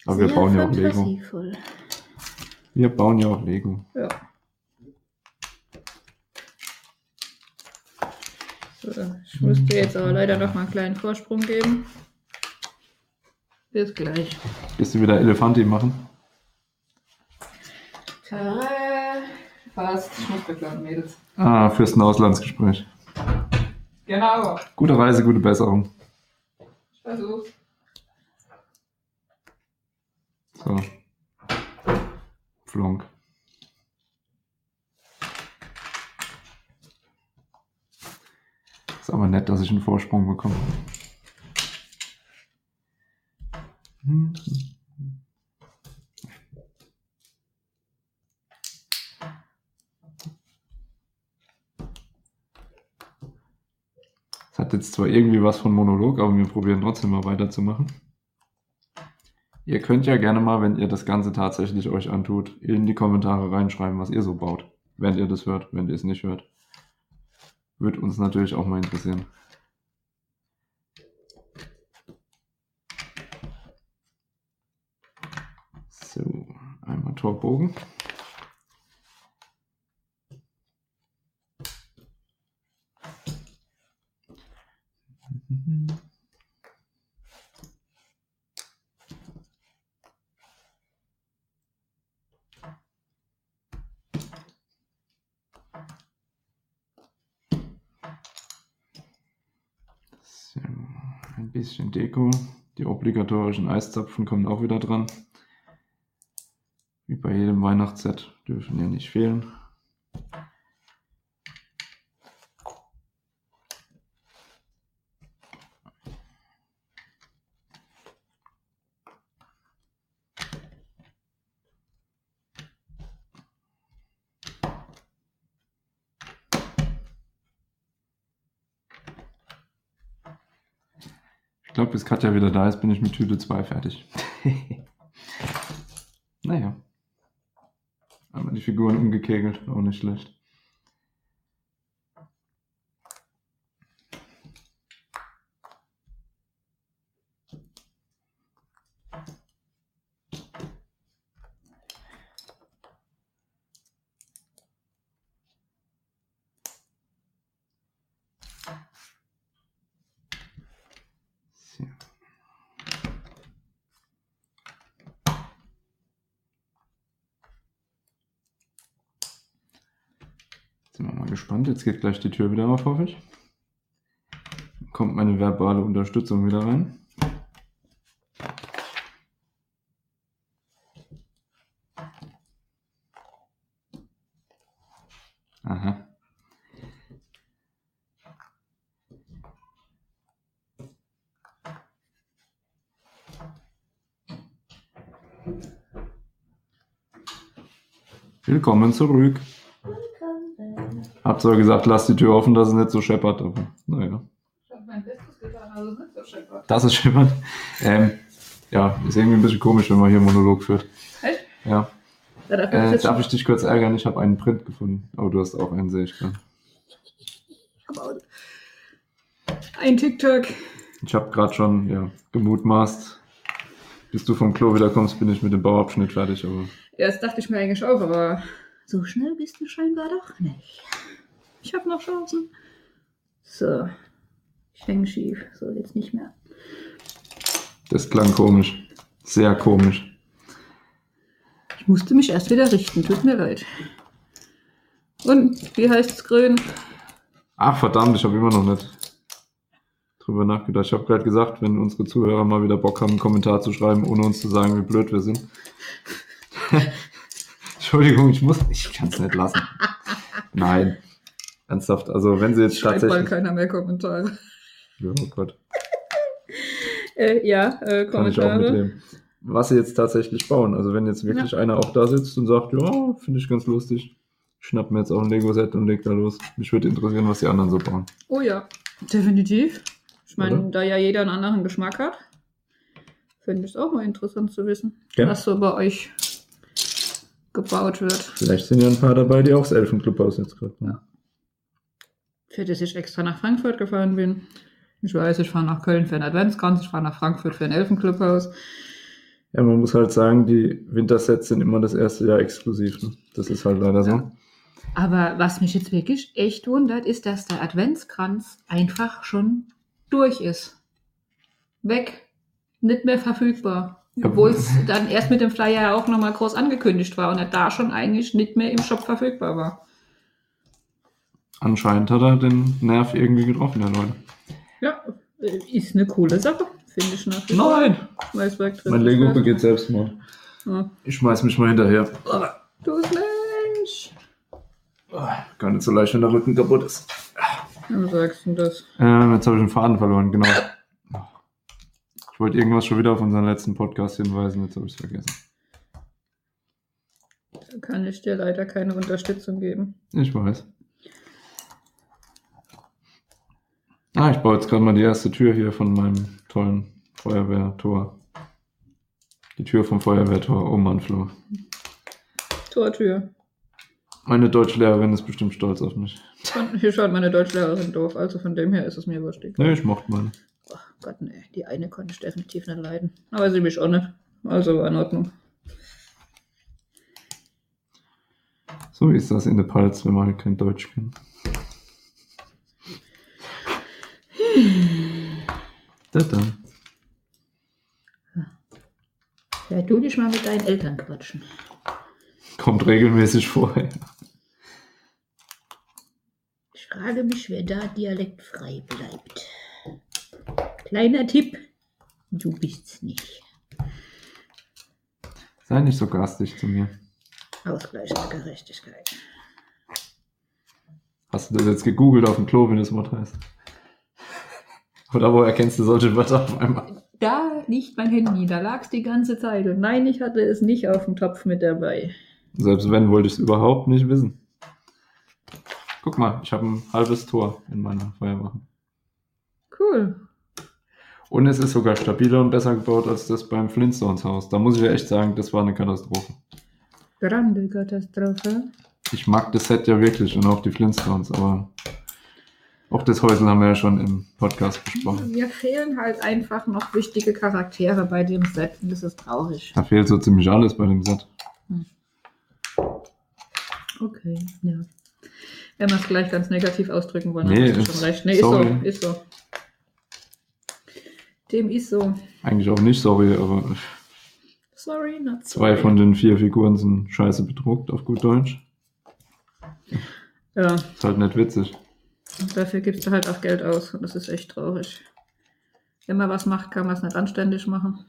Aber wir Sehr bauen ja auch Lego. fantasievoll. Wir bauen ja auch Lego. Ja. So, ich müsste jetzt aber leider noch mal einen kleinen Vorsprung geben. Bis gleich. Gehst du wieder Elefanti machen? Tada. Fast. Ich muss beklagen, Mädels. Ah, fürs ein Auslandsgespräch. Genau. Gute Reise, gute Besserung. Ich versuch's. So. Flonk. Ist aber nett, dass ich einen Vorsprung bekomme. Hm. Es hat jetzt zwar irgendwie was von Monolog, aber wir probieren trotzdem mal weiterzumachen. Ihr könnt ja gerne mal, wenn ihr das Ganze tatsächlich euch antut, in die Kommentare reinschreiben, was ihr so baut. Wenn ihr das hört, wenn ihr es nicht hört. Wird uns natürlich auch mal interessieren. So, einmal Torbogen. So, ein bisschen Deko. Die obligatorischen Eiszapfen kommen auch wieder dran. Wie bei jedem Weihnachtsset dürfen ja nicht fehlen. Ich glaube, bis Katja wieder da ist, bin ich mit Tüte 2 fertig. naja. Einmal die Figuren umgekegelt, auch nicht schlecht. So. Sind wir mal gespannt. Jetzt geht gleich die Tür wieder auf, hoffe ich. Dann Kommt meine verbale Unterstützung wieder rein. Aha. Willkommen zurück. Hab's zwar gesagt, lass die Tür offen, dass es nicht so scheppert, aber naja. Ich habe mein Bestes getan, also nicht so scheppert. Das ist scheppert. Ähm, ja, ist irgendwie ein bisschen komisch, wenn man hier einen Monolog führt. Echt? Ja. Ja, dafür Äh, ist darf jetzt ich dich kurz ärgern? Ich habe einen Print gefunden. Aber du hast auch einen, sehe ich gerade. Aber ein TikTok. Ich habe gerade schon ja, gemutmaßt. Bis du vom Klo wiederkommst, bin ich mit dem Bauabschnitt fertig. Aber Erst dachte ich mir eigentlich auch, aber so schnell bist du scheinbar doch nicht. ich habe noch Chancen. So, ich hänge schief. So, jetzt nicht mehr. das klang komisch. Sehr komisch. Ich musste mich erst wieder richten, tut mir leid. Und wie heißt's grün? Ach verdammt, ich habe immer noch nicht drüber nachgedacht. Ich habe gerade gesagt, wenn unsere Zuhörer mal wieder Bock haben, einen Kommentar zu schreiben, ohne uns zu sagen, wie blöd wir sind. Entschuldigung, ich muss, ich kann es nicht lassen. Nein, ernsthaft. Also wenn sie jetzt Schreibt mal tatsächlich, keiner mehr Kommentare. ja, oh Gott, Äh, ja, äh, kann ich auch Kommentare. mitleben. Was sie jetzt tatsächlich bauen. Also wenn jetzt wirklich einer auch da sitzt und sagt, ja, finde ich ganz lustig, ich schnapp mir jetzt auch ein Lego-Set und leg da los. Mich würde interessieren, was die anderen so bauen. Oh ja, definitiv. Ich meine, Oder? da ja jeder einen anderen Geschmack hat, finde ich es auch mal interessant zu wissen, Ja. was so bei euch gebaut wird. Vielleicht sind ja ein paar dabei, die auch das Elfenclubhaus jetzt gerade machen. Für das ich extra nach Frankfurt gefahren bin. Ich weiß, ich fahre nach Köln für einen Adventskranz, ich fahre nach Frankfurt für ein Elfenclubhaus. Ja, man muss halt sagen, die Wintersets sind immer das erste Jahr exklusiv. Ne? Das ist halt leider so. Ja. Aber was mich jetzt wirklich echt wundert, ist, dass der Adventskranz einfach schon durch ist. Weg. Nicht mehr verfügbar. Ja. Obwohl es dann erst mit dem Flyer ja auch nochmal groß angekündigt war und er da schon eigentlich nicht mehr im Shop verfügbar war. Anscheinend hat er den Nerv irgendwie getroffen, der Leute. Ja, äh, ist eine coole Sache, finde ich nach Nein! Mein Lego begeht Selbstmord. Ja. Ich schmeiß mich mal hinterher. Du Mensch! Ah, Gar nicht so leicht, wenn der Rücken kaputt ist. Dann sagst du das. Ähm, jetzt habe ich den Faden verloren, genau. Ich wollte irgendwas schon wieder auf unseren letzten Podcast hinweisen, jetzt habe ich es vergessen. Da kann ich dir leider keine Unterstützung geben. Ich weiß. Ah, ich baue jetzt gerade mal die erste Tür hier von meinem tollen Feuerwehrtor. Die Tür vom Feuerwehrtor. Oh Mann, Flo. Tortür. Meine Deutschlehrerin ist bestimmt stolz auf mich. Und Hier schaut meine Deutschlehrerin doof, also von dem her ist es mir wurscht. egal. Ne, ich mochte meine. Ach Gott, nee, die eine konnte ich definitiv nicht leiden. Aber sie mich auch nicht. Also war in Ordnung. So ist das in der Palz, wenn man halt kein Deutsch kann. Da, da. Ja, du dich mal mit deinen Eltern quatschen. Kommt regelmäßig vor. ja. Ich frage mich, wer da dialektfrei bleibt. Kleiner Tipp, du bist's nicht. Sei nicht so garstig zu mir. Ausgleichende Gerechtigkeit. Hast du das jetzt gegoogelt auf dem Klo, wenn das Wort heißt? Oder wo erkennst du solche Wörter auf einmal? Da liegt mein Handy, da lag es die ganze Zeit. Und nein, ich hatte es nicht auf dem Topf mit dabei. Selbst wenn, wollte ich es überhaupt nicht wissen. Guck mal, ich habe ein halbes Tor in meiner Feuerwache. Cool. Und es ist sogar stabiler und besser gebaut als das beim Flintstones Haus. Da muss ich ja echt sagen, das war eine Katastrophe. Grande Katastrophe. Ich mag das Set ja wirklich und auch die Flintstones, aber auch das Häusel haben wir ja schon im Podcast besprochen. Mir fehlen halt einfach noch wichtige Charaktere bei dem Set. Und das ist traurig. Da fehlt so ziemlich alles bei dem Set. Okay, ja. Wenn wir es gleich ganz negativ ausdrücken wollen, Nee, dann hast du ist- schon recht. Nee, sorry. ist so, ist so. Dem ist so. Eigentlich auch nicht, sorry, aber Sorry, not sorry. zwei von den vier Figuren sind scheiße bedruckt, auf gut Deutsch. Ja, Ist halt nicht witzig. und dafür gibst du halt auch Geld aus. Und das ist echt traurig. Wenn man was macht, kann man es nicht anständig machen.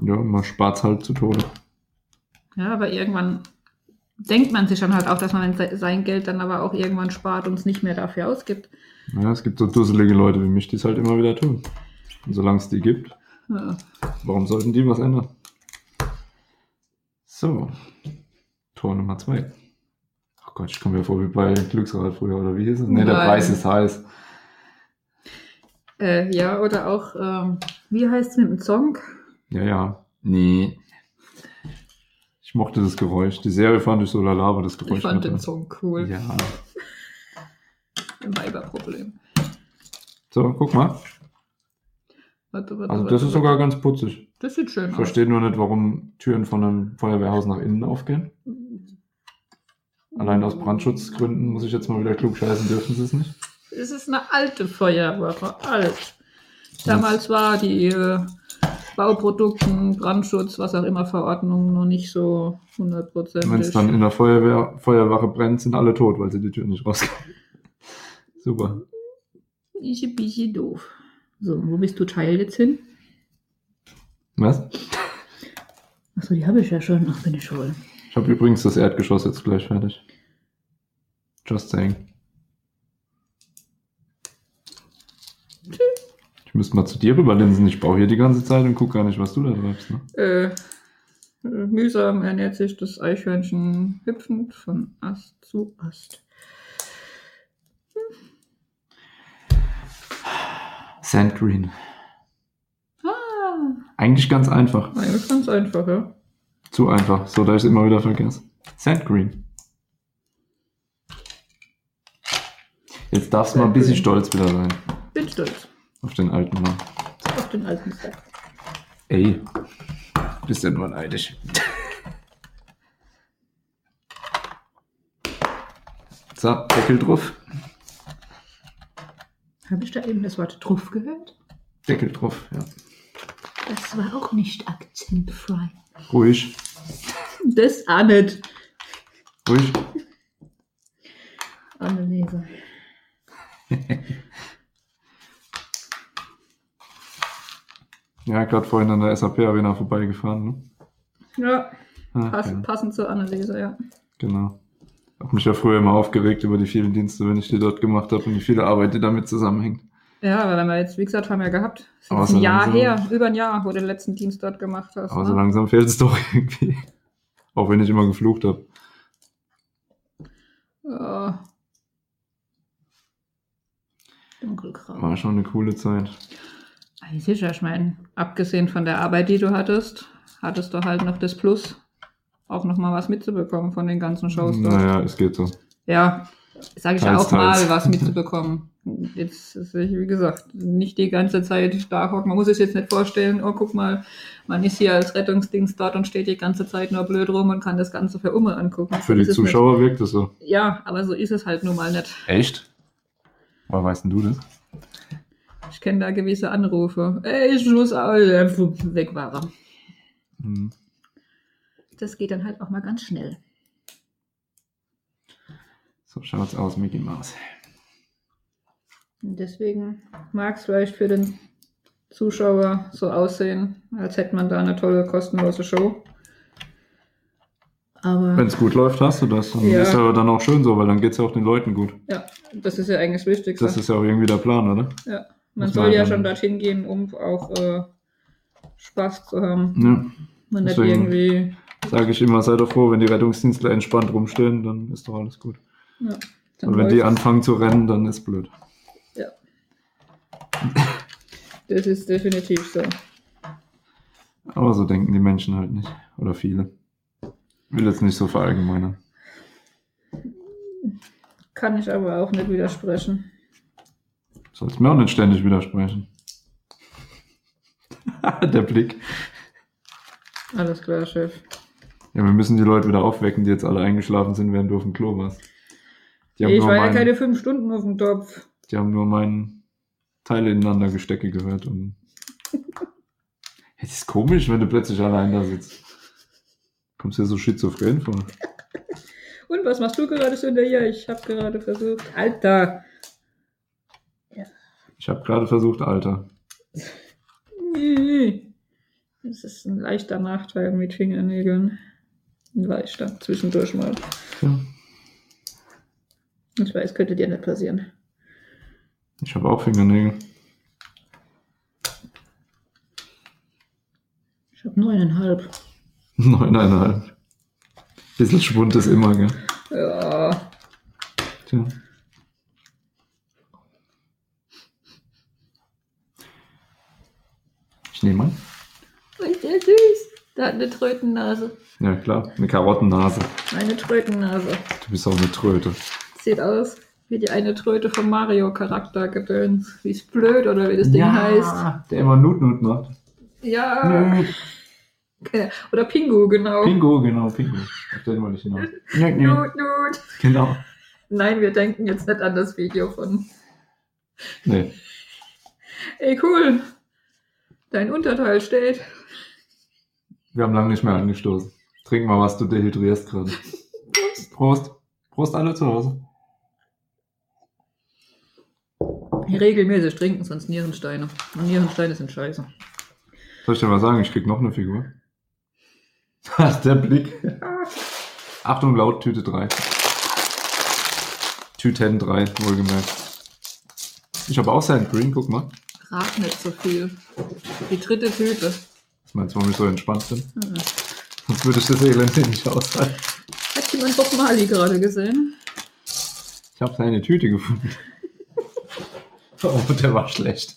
Ja, man spart's halt zu Tode. Ja, aber irgendwann denkt man sich dann halt auch, dass man se- sein Geld dann aber auch irgendwann spart und es nicht mehr dafür ausgibt. Ja, es gibt so dusselige Leute wie mich, die es halt immer wieder tun. Und solange es die gibt, Ja. warum sollten die was ändern? So. Tor Nummer zwei. Oh Gott, ich komme mir vor wie bei Glücksrad früher, oder wie hieß es? Nee, der Nein. Preis ist heiß. Äh, ja, oder auch, ähm, wie heißt es mit dem Song? Ja, ja. Nee. Ich mochte das Geräusch. Die Serie fand ich so lala, aber das Geräusch Ich fand nicht den mehr. Song cool. Ja. Im Weiberproblem. So, guck mal. Warte, warte, Also warte, das ist warte. sogar ganz putzig. Das sieht schön Ich aus. verstehe nur nicht, warum Türen von einem Feuerwehrhaus nach innen aufgehen. Allein aus Brandschutzgründen muss ich jetzt mal wieder klug scheißen, dürfen sie es nicht. Es ist eine alte Feuerwache, alt. Damals war die äh, Bauprodukten, Brandschutz, was auch immer, Verordnung noch nicht so Wenn es hundertprozentig. dann in der Feuerwehr, Feuerwache brennt, sind alle tot, weil sie die Tür nicht rauskommen. Super. Ist ein bisschen doof. So, wo bist du Teil jetzt hin? Was? Achso, die habe ich ja schon. Ach, bin ich wohl. Ich habe übrigens das Erdgeschoss jetzt gleich fertig. Just saying. Ich müsste mal zu dir rüberlinsen. Ich baue hier die ganze Zeit und gucke gar nicht, was du da treibst. Ne? Äh, äh, mühsam ernährt sich das Eichhörnchen hüpfend von Ast zu Ast. Sandgreen. Ah, Eigentlich ganz einfach. eigentlich ganz einfach, ja. Zu einfach, so dass ich es immer wieder vergesse. Sandgreen. Jetzt darfst du mal ein bisschen stolz wieder sein Bin stolz auf den alten Mann. Auf den alten Sack. Ey, bist ja nur neidisch. So, Deckel drauf. Habe ich da eben das Wort Truff gehört? Deckel drauf, ja. Das war auch nicht akzentfrei. Ruhig, Das auch nicht. ruhig. Anneliese. Ja, gerade vorhin an der SAP-Arena vorbeigefahren, ne? Ja, Ah, pass, ja, passend zur Anneliese, ja. genau. Hab mich ja früher immer aufgeregt über die vielen Dienste, wenn ich die dort gemacht habe und die viele Arbeit, die damit zusammenhängt. Ja, aber wenn wir jetzt, wie gesagt, haben wir ja gehabt. Es ist Aber jetzt so ein Jahr langsam- her, über ein Jahr, wo du den letzten Dienst dort gemacht hast. Aber so ne? langsam fehlt es doch irgendwie. Auch wenn ich immer geflucht habe. ja. Dunkelgrau. War schon eine coole Zeit. Ey, Sicher, ich meine, abgesehen von der Arbeit, die du hattest, hattest du halt noch das Plus, auch nochmal was mitzubekommen von den ganzen Shows dort. Naja, es geht so. Ja, sage ich ja Teils, auch mal, teils. was mitzubekommen. Jetzt ist, ich, wie gesagt, nicht die ganze Zeit da hocken. Man muss es jetzt nicht vorstellen, oh, guck mal, man ist hier als Rettungsdienst dort und steht die ganze Zeit nur blöd rum und kann das Ganze für Umme angucken. Für So die ist es Zuschauer wirkt es so. Nicht. Ja, aber so ist es halt nun mal nicht. Echt? Woher weißt denn du das? Ich kenne da gewisse Anrufe. Ey, ich muss alle weg waren. Hm. Das geht dann halt auch mal ganz schnell. So schaut's aus, Mickey Mouse. Und Deswegen mag es vielleicht für den Zuschauer so aussehen, als hätte man da eine tolle, kostenlose Show. Aber Wenn es gut läuft, hast du das. Und Ja. ist aber dann auch schön so, weil dann geht's ja auch den Leuten gut. ja, das ist ja eigentlich das Wichtigste. Das ist ja auch irgendwie der Plan, oder? man muss soll man ja dann- schon dorthin gehen, um auch äh, Spaß zu haben. Ja. Und nicht deswegen- irgendwie. Sage ich immer, sei doch froh, wenn die Rettungsdienstler entspannt rumstehen, dann ist doch alles gut. Ja, dann Und wenn läuft die es. anfangen zu rennen, dann ist blöd. Das ist definitiv so. Aber so denken die Menschen halt nicht. Oder viele. Will jetzt nicht so verallgemeinern. Kann ich aber auch nicht widersprechen. Sollst mir auch nicht ständig widersprechen. Der Blick. Alles klar, Chef. Ja, wir müssen die Leute wieder aufwecken, die jetzt alle eingeschlafen sind, während du auf dem Klo warst. Die haben, ich nur, war ja meinen, keine fünf Stunden auf dem Topf. die haben nur meinen Teile ineinander Gestecke gehört. Und es ist komisch, wenn du plötzlich allein da sitzt. Kommst dir so schizophren vor. Und was machst du gerade, Sünder? Ja, ich habe gerade versucht. Alter! Ich habe gerade versucht, Alter. Nee. Das ist ein leichter Nachteil mit Fingernägeln. Ein leichter, zwischendurch mal. Ja. Ich weiß, könnte dir nicht passieren. Ich habe auch Fingernägel. Ich habe neuneinhalb. Neuneinhalb. Bisschen Schwund ist immer, gell? Ja, Tja. Ich nehme an. ist der süß. Da hat eine Trötennase. Ja, klar. Eine Karottennase. Eine Trötennase. Du bist auch eine Tröte. Sieht aus wie die eine Tröte vom Mario-Charakter gedöns. Wie ist blöd oder wie das Ding heißt. Ah. Der immer Nut-Nut macht. Ja. Okay. Oder Pingu, genau. Pingo, genau, Pingo. Auf den wollte ich hinaus. Nö, Nut, nut. Genau. Nein, wir denken jetzt nicht an das Video von. Nee. Ey, cool. Dein Unterteil steht. Wir haben lange nicht mehr angestoßen. Trink mal was, du dehydrierst gerade. Prost. Prost. Prost alle zu Hause. Regelmäßig trinken, sonst Nierensteine. Und Nierensteine sind scheiße. Soll ich dir mal sagen, ich krieg noch eine Figur? Ach, der Blick. Achtung, laut, Tüte 3. Tüten 3, wohlgemerkt. Ich habe auch seinen Green, guck mal. Rat nicht so viel. Die dritte Tüte. Was meinst du, warum ich so entspannt bin? Hm. Sonst würde ich das Elend hier nicht aushalten. Hat jemand Bob Marley gerade gesehen? Ich habe seine Tüte gefunden. Oh, der war schlecht.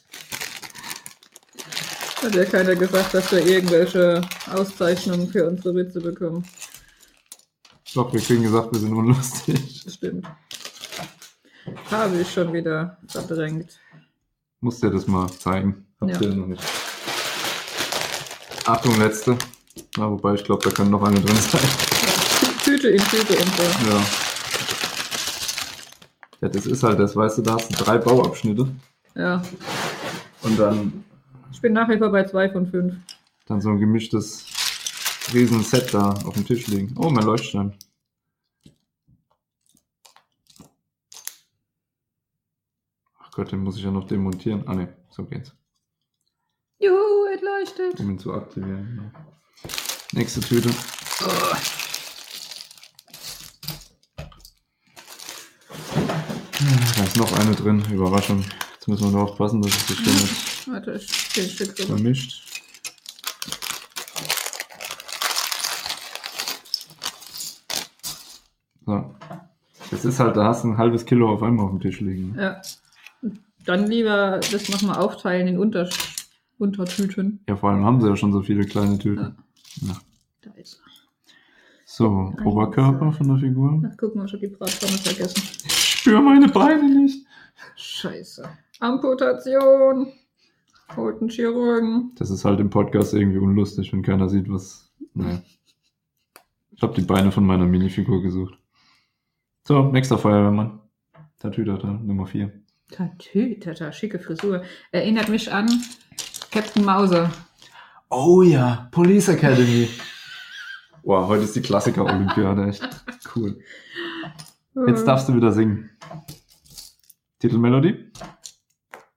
Hat ja keiner gesagt, dass wir irgendwelche Auszeichnungen für unsere Witze bekommen. Doch, wir kriegen gesagt, wir sind unlustig. Das stimmt. Habe ich schon wieder verdrängt. Muss dir das mal zeigen. Habt Ja. ihr noch nicht. Achtung, letzte. Na, wobei, ich glaube, da kann noch eine drin sein. Tü- Tüte in Tüte und so. Ja. ja. Das ist halt das, weißt du, da hast du drei Bauabschnitte Ja, und dann, ich bin nach wie vor bei zwei von fünf. dann so ein gemischtes Riesenset da auf dem Tisch liegen. Oh, mein Leuchtstein. Ach Gott, den muss ich ja noch demontieren. Ah ne, so geht's. Juhu, es leuchtet. Um ihn zu aktivieren. Ja. Nächste Tüte. Ah, Da ist noch eine drin. Überraschung. Jetzt müssen wir nur aufpassen, dass es sich hier nicht Warte, ich zieh ein Stück rüber. vermischt. So. Das ist halt, da hast du ein halbes Kilo auf einmal auf dem Tisch liegen. Ja. Dann lieber das nochmal aufteilen in Unter Untertüten. Ja, vor allem haben sie ja schon so viele kleine Tüten. Ja. Da ist er. So, Oberkörper von der Figur. Ach, guck mal, ich hab die Bratpfanne vergessen. Ich spüre meine Beine nicht. Scheiße. Amputation. Holt einen Chirurgen. Das ist halt im Podcast irgendwie unlustig, wenn keiner sieht, was. Naja. Ich habe die Beine von meiner Minifigur gesucht. So, nächster Feuerwehrmann. Tatütata, Nummer 4. Tatü, tata, schicke Frisur. Erinnert mich an Captain Mauser. Oh ja, Police Academy. Wow, heute ist die Klassiker-Olympiade, echt cool. Hm. Jetzt darfst du wieder singen. Titelmelodie?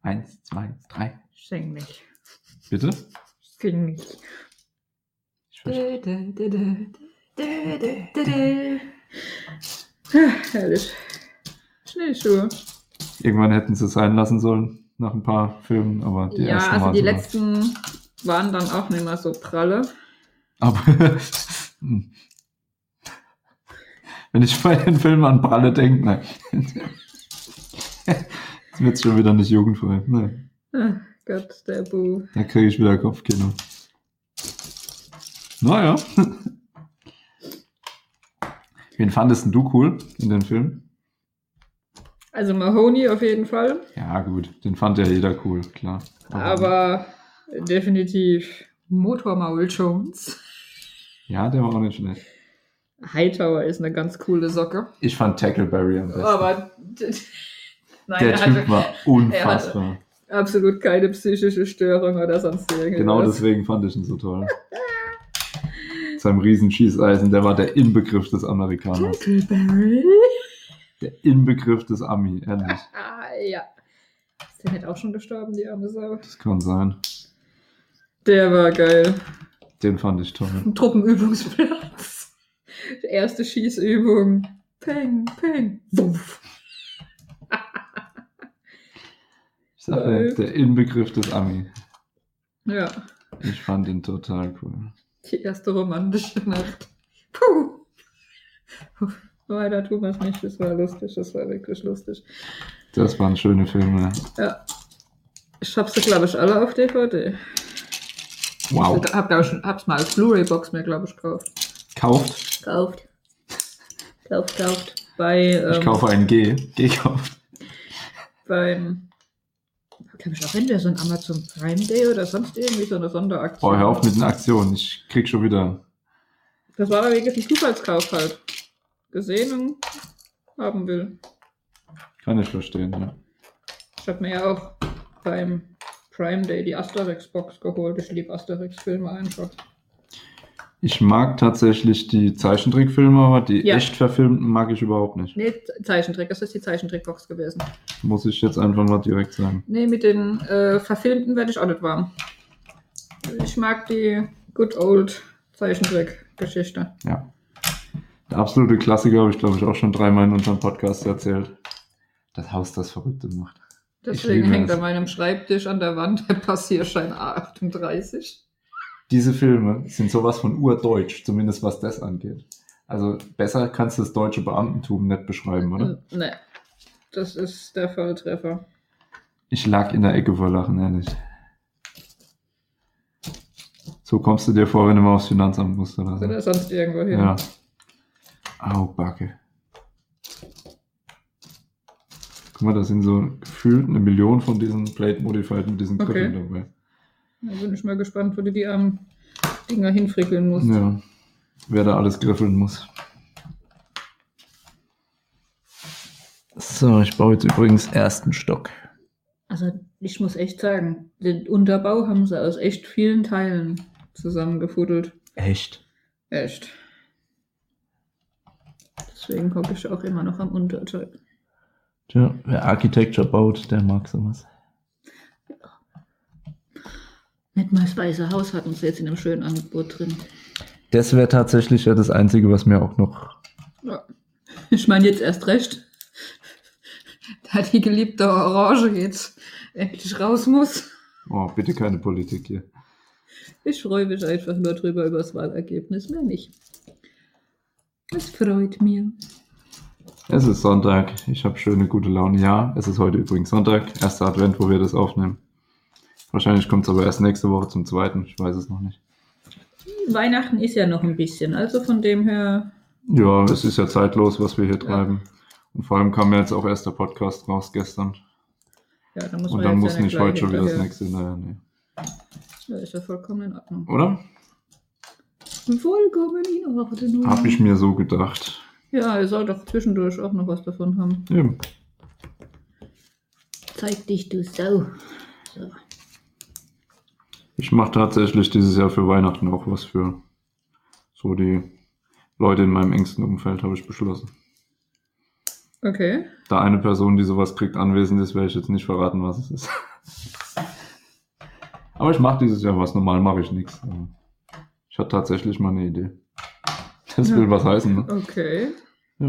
Eins, zwei, drei. Schenk mich. Bitte? Sing mich. Ich verstehe. Dö, dö, dö, dö, dö, dö, dö, dö. Herrlich. Schneeschuhe. Äh. Irgendwann hätten sie es sein lassen sollen, nach ein paar Filmen, aber die ja, ersten also waren die so was. letzten waren dann auch nicht mehr so pralle. Aber hm. wenn ich bei den Filmen an Pralle denke, ne. Jetzt wird's schon wieder nicht jugendfrei. Ne. Ah, Gott, der Bu. Da kriege ich wieder Kopfkino. Naja. Wen fandest denn du cool in den Film? Also Mahoney auf jeden Fall, Ja, gut. Den fand ja jeder cool, klar. aber definitiv Motormaul Jones. Ja, der war auch nicht schlecht. Hightower ist eine ganz coole Socke. Ich fand Tackleberry am besten. Aber d- d- nein, der er hatte Typ war unfassbar. absolut keine psychische Störung oder sonst irgendwas. Genau deswegen fand ich ihn so toll. Mit Seinem riesen Schießeisen, der war der Inbegriff des Amerikaners. Huckleberry? Der Inbegriff des Ami, ehrlich. Ah, ja. Ist der nicht auch schon gestorben, die arme Sau? Das kann sein. Der war geil. Den fand ich toll. Ein Truppenübungsplatz. Erste Schießübung. Peng, peng, wumpf. Ich sag, Äh. der, der Inbegriff des Ami. Ja, Ich fand ihn total cool. die erste romantische Nacht. Puh. Puh. Weiter tun wir es nicht. Das war lustig. Das war wirklich lustig. Das waren schöne Filme. Ich hab sie, glaube ich, alle auf DVD. Wow. Ich hab, glaub ich, schon- hab's mal als Blu-ray-Box mir, glaube ich, gekauft. Kauft. Kauft. Kauft, kauft. Bei, Ich ähm, kaufe ein G. G kauft. beim, Kann ich ich auch auch entweder so ein Amazon Prime Day oder sonst irgendwie so eine Sonderaktion. Oh, hör auf mit den Aktionen. Ich krieg schon wieder. Das war aber wirklich ein Zufallskauf halt. Gesehen und haben will. Kann ich verstehen, ja. Ich habe mir ja auch beim Prime Day die Asterix-Box geholt. Ich liebe Asterix-Filme einfach. Ich mag tatsächlich die Zeichentrickfilme, aber die Ja. echt verfilmten mag ich überhaupt nicht. Nee, Ze- Zeichentrick, das ist die Zeichentrickbox gewesen. Muss ich jetzt einfach mal direkt sagen. Nee, mit den äh, verfilmten werde ich auch nicht warm. Ich mag die good old Zeichentrick-Geschichte. Ja. Der absolute Klassiker habe ich, glaube ich, auch schon dreimal in unserem Podcast erzählt. Das Haus, das Verrückte macht. Deswegen liebe hängt es. an meinem Schreibtisch an der Wand der Passierschein A38. Diese Filme sind sowas von urdeutsch, zumindest was das angeht. Also besser kannst du das deutsche Beamtentum nicht beschreiben, oder? N- Nee, das ist der Volltreffer. Ich lag in der Ecke vor Lachen, ehrlich. So kommst du dir vor, wenn du mal aufs Finanzamt musst oder so. Oder sonst irgendwo hin. Ja. Au, Backe. Guck mal, da sind so gefühlt eine Million von diesen Plate Modified mit diesen Okay. Griffen dabei. Da bin ich mal gespannt, wo du die armen Dinger hinfrickeln musst. Ja. Wer da alles griffeln muss. So, ich baue jetzt übrigens ersten Stock. Also ich muss echt sagen, den Unterbau haben sie aus echt vielen Teilen zusammengefuddelt. Echt? Echt. Deswegen hocke ich auch immer noch am Unterteil. Tja, wer Architecture baut, der mag sowas. Nicht mal das Weiße Haus hatten sie jetzt in einem schönen Angebot drin. Das wäre tatsächlich ja das Einzige, was mir auch noch. Ja. Ich meine jetzt erst recht. Da die geliebte Orange jetzt endlich raus muss. Oh, bitte keine Politik hier. Ich freue mich einfach nur drüber über das Wahlergebnis, mehr nicht. Das freut mir. Es ist Sonntag. Ich habe schöne, gute Laune. Ja, es ist heute übrigens Sonntag. Erster Advent, wo wir das aufnehmen. Wahrscheinlich kommt es aber erst nächste Woche zum zweiten. Ich weiß es noch nicht. Weihnachten ist ja noch ein bisschen, also von dem her. Ja, es ist ja zeitlos, was wir hier Ja. treiben. Und vor allem kam ja jetzt auch erst der Podcast raus gestern. Ja, dann muss Und man dann jetzt muss ja nicht heute schon wieder das hinterher. nächste. Naja, nee. Ja, ist ja vollkommen in Ordnung. Oder? Vollkommen in Ordnung. Hab ich mir so gedacht. Ja, ihr sollt doch zwischendurch auch noch was davon haben. Eben. Zeig dich, du Sau. So. Ich mache tatsächlich dieses Jahr für Weihnachten auch was für so die Leute in meinem engsten Umfeld, habe ich beschlossen. Okay. Da eine Person, die sowas kriegt, anwesend ist, werde ich jetzt nicht verraten, was es ist. Aber ich mache dieses Jahr was. Normal mache ich nichts. aber Ich hatte tatsächlich mal eine Idee. Das Ja. will was heißen, ne? Okay. Ja.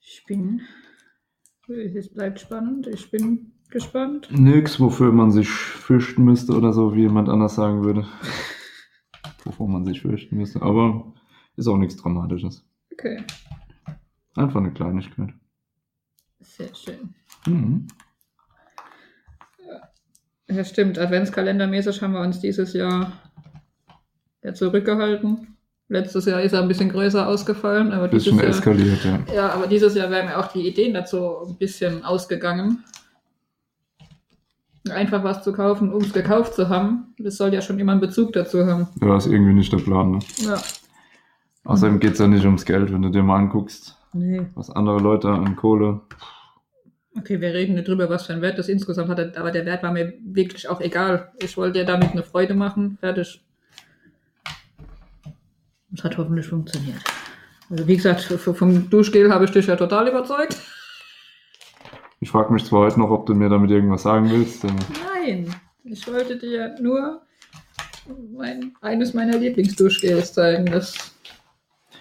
Ich bin. Es bleibt spannend. Ich bin gespannt. Nix, wofür man sich fürchten müsste oder so, wie jemand anders sagen würde. Wovor man sich fürchten müsste. Aber ist auch nichts Dramatisches. Okay. Einfach eine Kleinigkeit. Sehr schön. Mhm. Ja, stimmt. Adventskalendermäßig haben wir uns dieses Jahr ja zurückgehalten. Letztes Jahr ist er ein bisschen größer ausgefallen, aber dieses Bisschen Jahr. eskaliert, ja. Ja, aber dieses Jahr wären mir auch die Ideen dazu ein bisschen ausgegangen. Einfach was zu kaufen, um es gekauft zu haben. Das soll ja schon immer einen Bezug dazu haben. Ja, ist irgendwie nicht der Plan. Ne? Ja. Außerdem geht's ja nicht ums Geld, wenn du dir mal anguckst, Nee. was andere Leute an Kohle. Okay, wir reden nicht drüber, was für ein Wert das insgesamt hatte, aber der Wert war mir wirklich auch egal. Ich wollte dir damit eine Freude machen. Fertig. Das hat hoffentlich funktioniert. Also wie gesagt, v- vom Duschgel habe ich dich ja total überzeugt. Ich frage mich zwar heute noch, ob du mir damit irgendwas sagen willst. aber Nein, ich wollte dir nur mein, eines meiner Lieblingsduschgels zeigen, das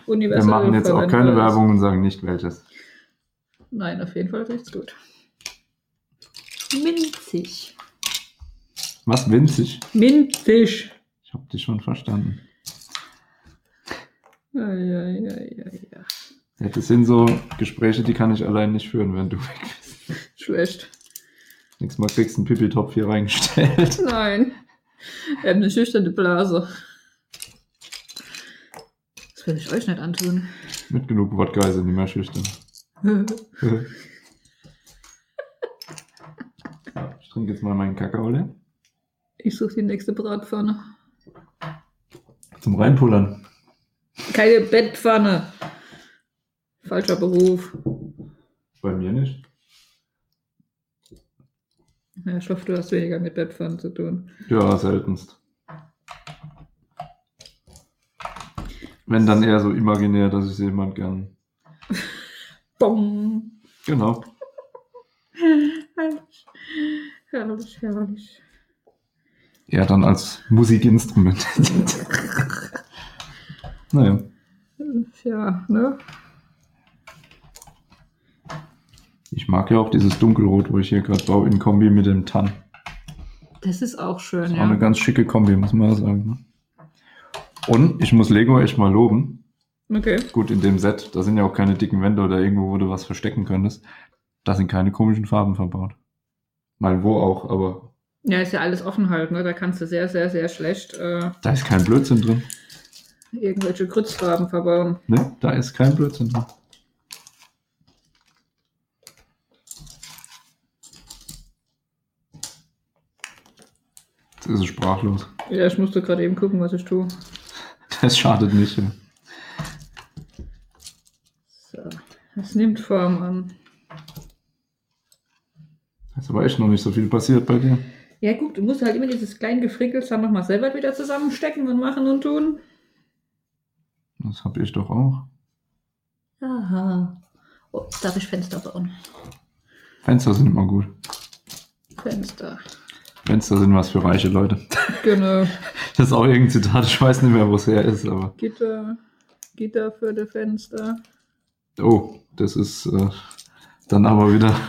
Wir universell machen jetzt auch keine verwendbar ist. Werbung und sagen nicht welches. Nein, auf jeden Fall riecht's gut. Minzig. Was winzig? Minzig. Ich habe dich schon verstanden. Ja, ja, ja, ja, ja. Ja, das sind so Gespräche, die kann ich allein nicht führen, wenn du weg bist. Schlecht. Nächstes Mal kriegst du einen Pipi-Topf hier reingestellt. Nein. Wir haben eine schüchterne Blase. Das will ich euch nicht antun. Mit genug Wodka sind die mehr schüchtern. Ja, ich trinke jetzt mal meinen Kakao leer. Ich suche die nächste Bratpfanne. Zum Reinpullern. Keine Bettpfanne. Falscher Beruf. Bei mir nicht. Ja, ich hoffe, du hast weniger mit Bettpfannen zu tun. Ja, seltenst. Wenn dann eher so imaginär, dass ich sie jemand gern. Bong. Genau. Herrlich. Herrlich, herrlich. Eher dann als Musikinstrument. naja. Ja, ne? Ich mag ja auch dieses Dunkelrot, wo ich hier gerade baue, in Kombi mit dem Tann. Das ist auch schön, Ist ja. auch eine ganz schicke Kombi, muss man ja sagen. Ne? Und ich muss Lego echt mal loben. Okay. Gut, in dem Set, da sind ja auch keine dicken Wände oder irgendwo, wo du was verstecken könntest. Da sind keine komischen Farben verbaut. Mal wo auch, aber Ja, ist ja alles offen halt, ne? Da kannst du sehr, sehr, sehr schlecht äh, Da ist kein Blödsinn drin. irgendwelche Grützfarben verbauen. Ne? Da ist kein Blödsinn drin. Jetzt ist es sprachlos. Ja, ich musste gerade eben gucken, was ich tue. Das schadet nicht. Ja. So. Es nimmt Form an. Das ist aber echt noch nicht so viel passiert bei dir. Ja gut, du musst halt immer dieses kleine Gefrickels dann nochmal selber wieder zusammenstecken und machen und tun. Das habe ich doch auch. Aha. Oh, jetzt darf ich Fenster bauen? Fenster sind immer gut. Fenster. Fenster sind was für reiche Leute. Genau. Das ist auch irgendein Zitat, ich weiß nicht mehr, wo es her ist, aber. Gitter. Gitter für die Fenster. Oh, das ist äh, dann aber wieder.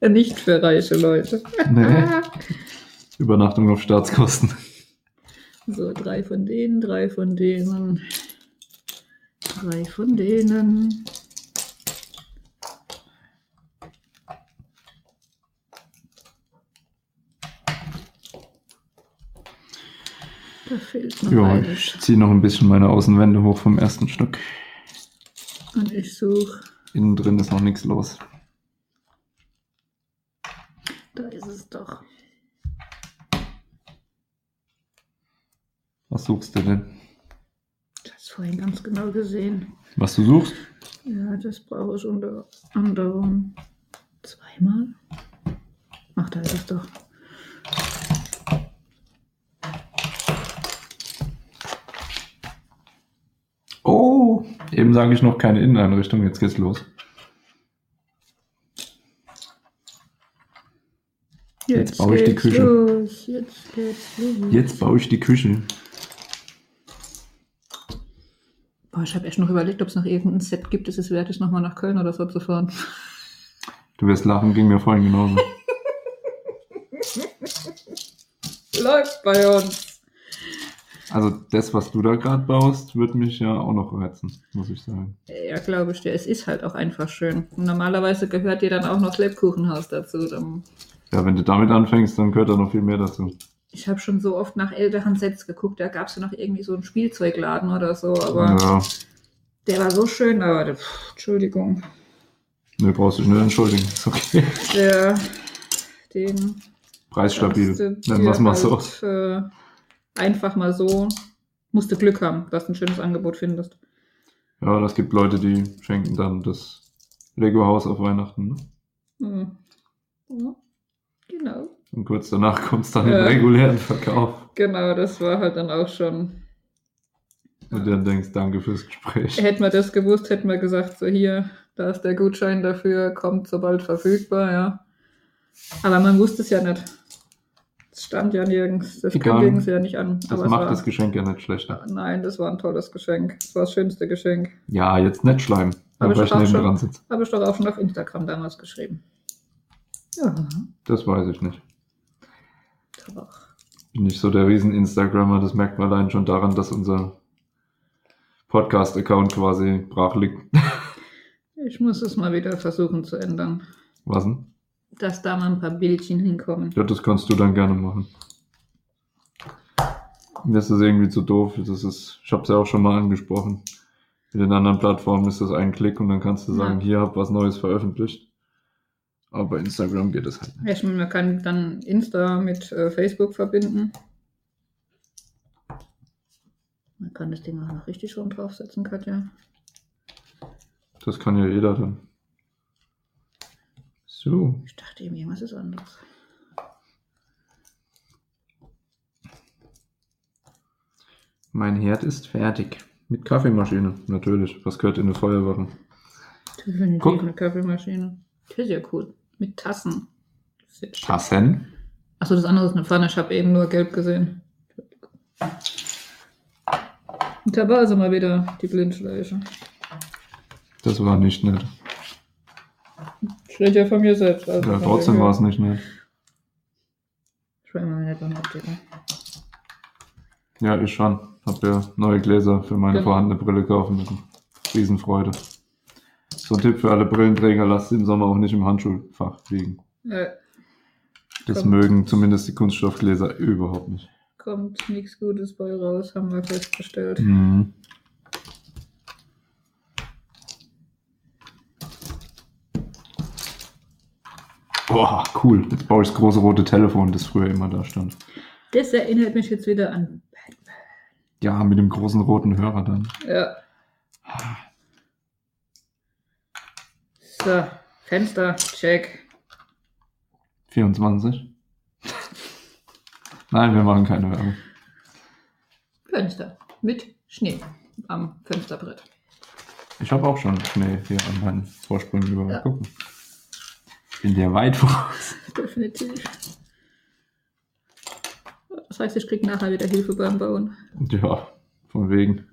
Äh, Nicht für reiche Leute. Nee. Übernachtung auf Staatskosten. So, drei von denen, drei von denen. Drei von denen. Da fehlt noch Ja, eine. ich ziehe noch ein bisschen meine Außenwände hoch vom ersten Stück. Und ich suche. Innen drin ist noch nichts los. Da ist es doch. Was suchst du denn? Das hast du vorhin ganz genau gesehen. Was du suchst? Ja, das brauche ich unter anderem zweimal. Ach, da ist es doch. Oh, eben sage ich noch keine Inneneinrichtung, jetzt geht's los. Jetzt baue ich die geht's Küche. Los, jetzt geht's los. Jetzt baue ich die Küche. Boah, ich habe echt noch überlegt, ob es noch irgendein Set gibt, das es wert ist, nochmal nach Köln oder so zu fahren. Du wirst lachen, ging mir vorhin genauso. Läuft bei uns. Also das, was du da gerade baust, wird mich ja auch noch reizen, muss ich sagen. Ja, glaube ich dir. Es ist halt auch einfach schön. Und Normalerweise gehört dir dann auch noch das Lebkuchenhaus dazu. Dann- Ja, wenn du damit anfängst, dann gehört da noch viel mehr dazu. Ich habe schon so oft nach älteren Sets geguckt. Da gab es ja noch irgendwie so einen Spielzeugladen oder so. Aber Ja, der war so schön. Aber der- pff, Entschuldigung. ne, brauchst dich nicht entschuldigen. Ist okay. Der, den Preisstabil. Kannst du Nennen dir wir es mal so. halt, äh, einfach mal so. Musst du Glück haben, dass du ein schönes Angebot findest. Ja, das gibt Leute, die schenken dann das Lego-Haus auf Weihnachten. Ne? Hm. Ja. Genau. Und kurz danach kommt's dann in Ja. den regulären Verkauf. Genau, das war halt dann auch schon. Und dann denkst danke fürs Gespräch. Hätten wir das gewusst, hätten wir gesagt, so hier, da ist der Gutschein dafür, kommt sobald verfügbar, ja. Aber man wusste es ja nicht. Es stand ja nirgends, das Egal. ging es ja nicht an. Das aber macht das es Geschenk ja nicht schlechter. war, Nein, das war ein tolles Geschenk. Das war das schönste Geschenk. Ja, jetzt nicht schleimen. Aber Aber ich ich hab auch neben schon- dran sitze. Habe ich doch auch schon auf Instagram damals geschrieben. Ja, Das weiß ich nicht. doch. Bin nicht so der Riesen-Instagrammer. Das merkt man allein schon daran, dass unser Podcast-Account quasi brach liegt. Ich muss es mal wieder versuchen zu ändern. Was denn? Dass da mal ein paar Bildchen hinkommen. Ja, das kannst du dann gerne machen. Mir ist das irgendwie zu doof. Das ist, ich habe es ja auch schon mal angesprochen. Mit den anderen Plattformen ist das ein Klick und dann kannst du Ja. sagen, hier hab was Neues veröffentlicht. Aber bei Instagram geht es halt nicht. Ja, ich meine, man kann dann Insta mit äh, Facebook verbinden. Man kann das Ding auch noch richtig schon draufsetzen, Katja. Das kann ja jeder dann. So, Ich dachte eben, irgendwas ist anders. mein Herd ist fertig. Mit Kaffeemaschine, natürlich. Was gehört in eine Feuerwache? Definitiv Guck. eine Kaffeemaschine. Das ist ja cool. Mit Tassen. Sehr schön. Tassen? Achso, das andere ist eine Pfanne. Ich habe eben nur gelb gesehen. Und da war also mal wieder die Blindschleiche. Das war nicht nett. Steht ja von mir selbst. Also Ja, von trotzdem dem war her. es nicht nett. Ich war immer in der Sonnenoptiker. Ja, ich schon. Hab ja neue Gläser für meine Genau. vorhandene Brille kaufen müssen. Riesenfreude. So ein Tipp für alle Brillenträger, lasst sie im Sommer auch nicht im Handschuhfach liegen. Äh, Das Kommt. mögen zumindest die Kunststoffgläser überhaupt nicht. Kommt nichts Gutes bei raus, haben wir festgestellt. Mhm. Boah, cool. Jetzt baue ich das große rote Telefon, das früher immer da stand. Das erinnert mich jetzt wieder an. Ja, mit dem großen roten Hörer dann. Ja. So, Fenster, check. 24. Nein, wir machen keine Werbung. Fenster mit Schnee am Fensterbrett. Ich habe auch schon Schnee hier an meinen Vorsprüngen über. Ja. Gucken. Bin dir weit vor. Definitiv. Das heißt, ich krieg nachher wieder Hilfe beim Bauen. Ja, von wegen.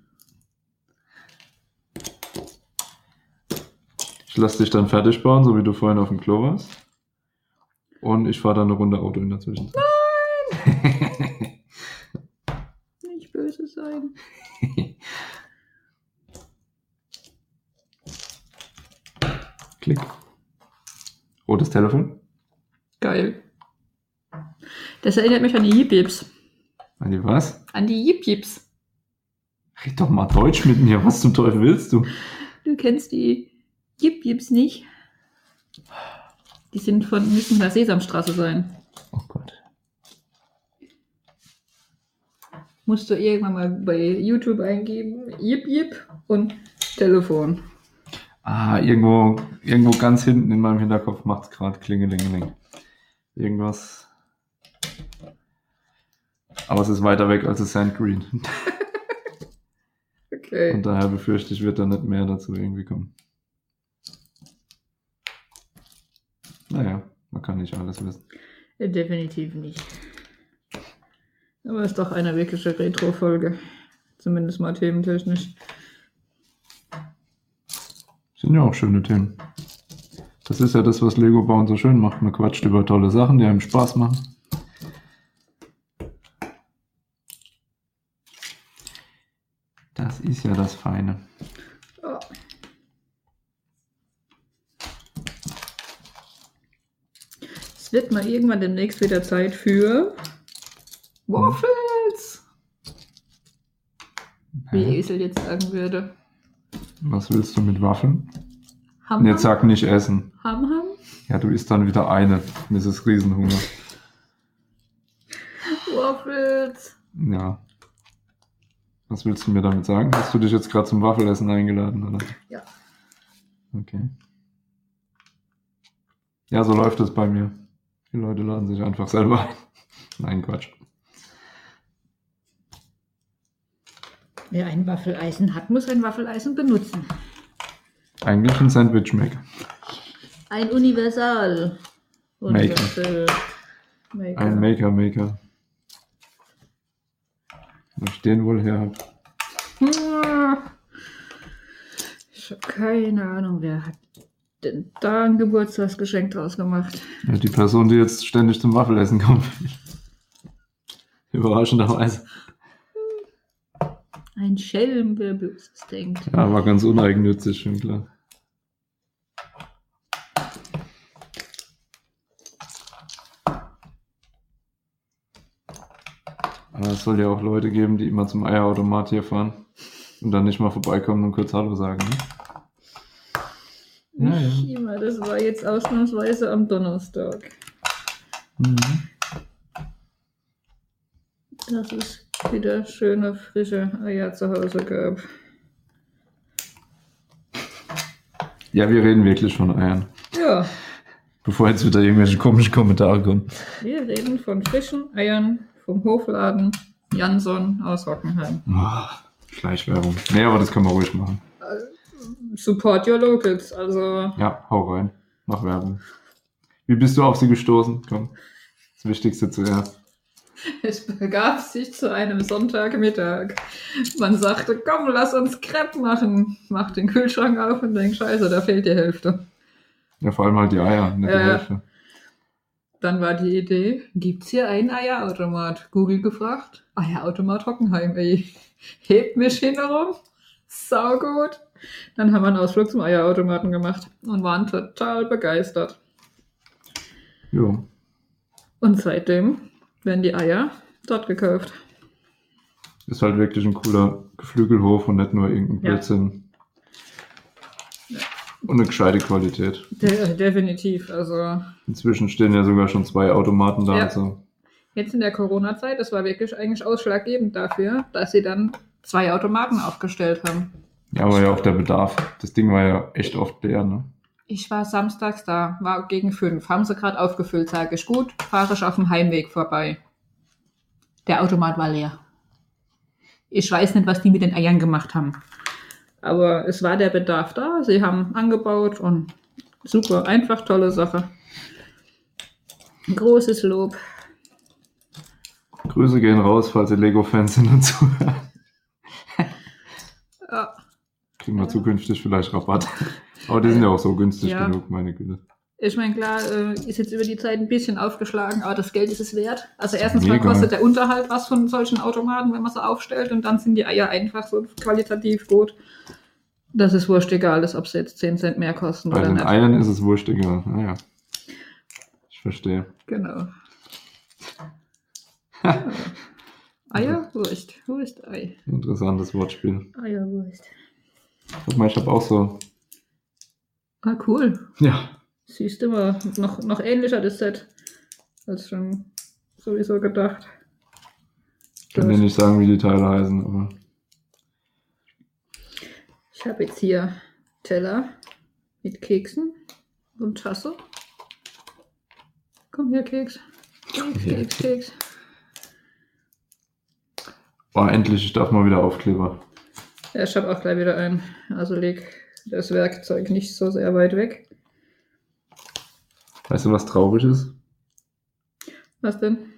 Ich lasse dich dann fertig bauen, so wie du vorhin auf dem Klo warst. Und ich fahre dann eine Runde Auto in der Zwischenzeit. Nicht böse sein. Klick. Rotes Telefon? Geil. Das erinnert mich an die Jip-Jips. An die was? An die Jip-Jips. Red doch mal Deutsch mit mir. Was zum Teufel willst du? Du kennst die Jip-Jips nicht. Die sind von, müssen von der Sesamstraße sein. Oh Gott. Musst du irgendwann mal bei YouTube eingeben. Jip-Jip und Telefon. Ah, irgendwo, irgendwo ganz hinten in meinem Hinterkopf macht's grad gerade Klingelingeling. Irgendwas. Aber es ist weiter weg als das Sandgreen. Okay. Und daher befürchte ich, wird da nicht mehr dazu irgendwie kommen. Naja, man kann nicht alles wissen. Äh, Definitiv nicht. Aber ist doch eine wirkliche Retro-Folge. Zumindest mal thementechnisch. Sind ja auch schöne Themen. Das ist ja das, was Lego bauen so schön macht. Man quatscht über tolle Sachen, die einem Spaß machen. Das ist ja das Feine. Ja. Es wird mal irgendwann demnächst wieder Zeit für Waffles, wie Hä? Esel jetzt sagen würde. Was willst du mit Waffen? Ham, Und jetzt sag nicht essen. ham, ham, ham. Ja, du isst dann wieder eine. Mrs. Riesenhunger. Waffles. Ja. Was willst du mir damit sagen? Hast du dich jetzt gerade zum Waffelessen eingeladen, oder? Ja. Okay. Ja, so läuft es bei mir. Die Leute laden sich einfach selber ein. Nein, Quatsch. Wer ein Waffeleisen hat, muss ein Waffeleisen benutzen. Eigentlich ein Sandwichmaker. Ein Universal. Maker. Universal. Maker. Ein Maker-Maker. Wo ich den wohl her habe. Hm. Ich habe keine Ahnung, wer hat denn da ein Geburtstagsgeschenk draus gemacht. Ja, die Person, die jetzt ständig zum Waffelessen kommt. Überraschenderweise. Ein Schelm, wer Böses denkt. Ja, genau. war ganz uneigennützig, schon klar. Aber es soll ja auch Leute geben, die immer zum Eierautomat hier fahren und dann nicht mal vorbeikommen und kurz Hallo sagen. Ne? Ja, Nicht immer, das war jetzt ausnahmsweise am Donnerstag. Mhm. Dass es wieder schöne, frische Eier zu Hause gab. ja, wir reden wirklich von Eiern. Ja, Bevor jetzt wieder irgendwelche komischen Kommentare kommen. wir reden von frischen Eiern vom Hofladen Jansson aus Hockenheim. Ah, Fleischwerbung. Nee, aber das können wir ruhig machen. Support your locals, also Ja, hau rein. Mach Werbung. Wie bist du auf sie gestoßen? Komm. Das Wichtigste zuerst. es begab sich zu einem Sonntagmittag. Man sagte, komm, lass uns Crepe machen. Mach den Kühlschrank auf und denk, scheiße, da fehlt die Hälfte. Ja, vor allem halt die Eier, nicht Ja, die ja. Hälfte. Dann war die Idee, gibt's hier einen Eierautomat? Google gefragt, Eierautomat Hockenheim, ey. Hebt mich hinterher. Sau gut. Dann haben wir einen Ausflug zum Eierautomaten gemacht und waren total begeistert. Jo. Und seitdem werden die Eier dort gekauft. Ist halt wirklich ein cooler Geflügelhof und nicht nur irgendein Ja. Blödsinn. Und eine gescheite Qualität. De äh, definitiv. Also Inzwischen stehen ja sogar schon zwei Automaten da. Ja. Also jetzt in der Corona-Zeit, das war wirklich eigentlich ausschlaggebend dafür, dass sie dann zwei Automaten aufgestellt haben. ja, aber ja auch der Bedarf. Das Ding war ja echt oft leer, ne? Ich war samstags da, war gegen fünf, haben sie gerade aufgefüllt, sage ich. Gut, fahre ich auf dem Heimweg vorbei. Der Automat war leer. Ich weiß nicht, was die mit den Eiern gemacht haben. Aber es war der Bedarf da, sie haben angebaut und super, einfach tolle Sache. Großes Lob. Grüße gehen raus, falls ihr Lego-Fans sind und zuhören. Ja, Kriegen wir Ja. zukünftig vielleicht Rabatt. Aber die sind ja auch so günstig Ja. genug, meine Güte. Ich meine, klar, äh, ist jetzt über die Zeit ein bisschen aufgeschlagen, aber das Geld ist es wert. Also erstens mal Mega. kostet der Unterhalt was von solchen Automaten, wenn man sie aufstellt und dann sind die Eier einfach so qualitativ gut. Das ist wurscht egal, ist, ob sie jetzt 10 Cent mehr kosten Bei oder den nicht. Eiern ist es wurscht, egal. Naja. Ich verstehe. Genau. Ja. Eier, Wurst, Wurst, Ei. Interessantes Wortspiel. Eierwurst. Guck mal, ich habe auch so. Ah, cool. Ja. Siehst du mal, noch, noch ähnlicher das Set als schon sowieso gedacht. Ich kann dir nicht sagen, wie die Teile heißen, aber Ich habe jetzt hier Teller mit Keksen und Tasse. Komm her, Keks. Keks, Ja. Keks, Keks. war endlich, ich darf mal wieder Aufkleber. Ja, ich habe auch gleich wieder einen. Also leg das Werkzeug nicht so sehr weit weg. Weißt du, was traurig ist? Was denn?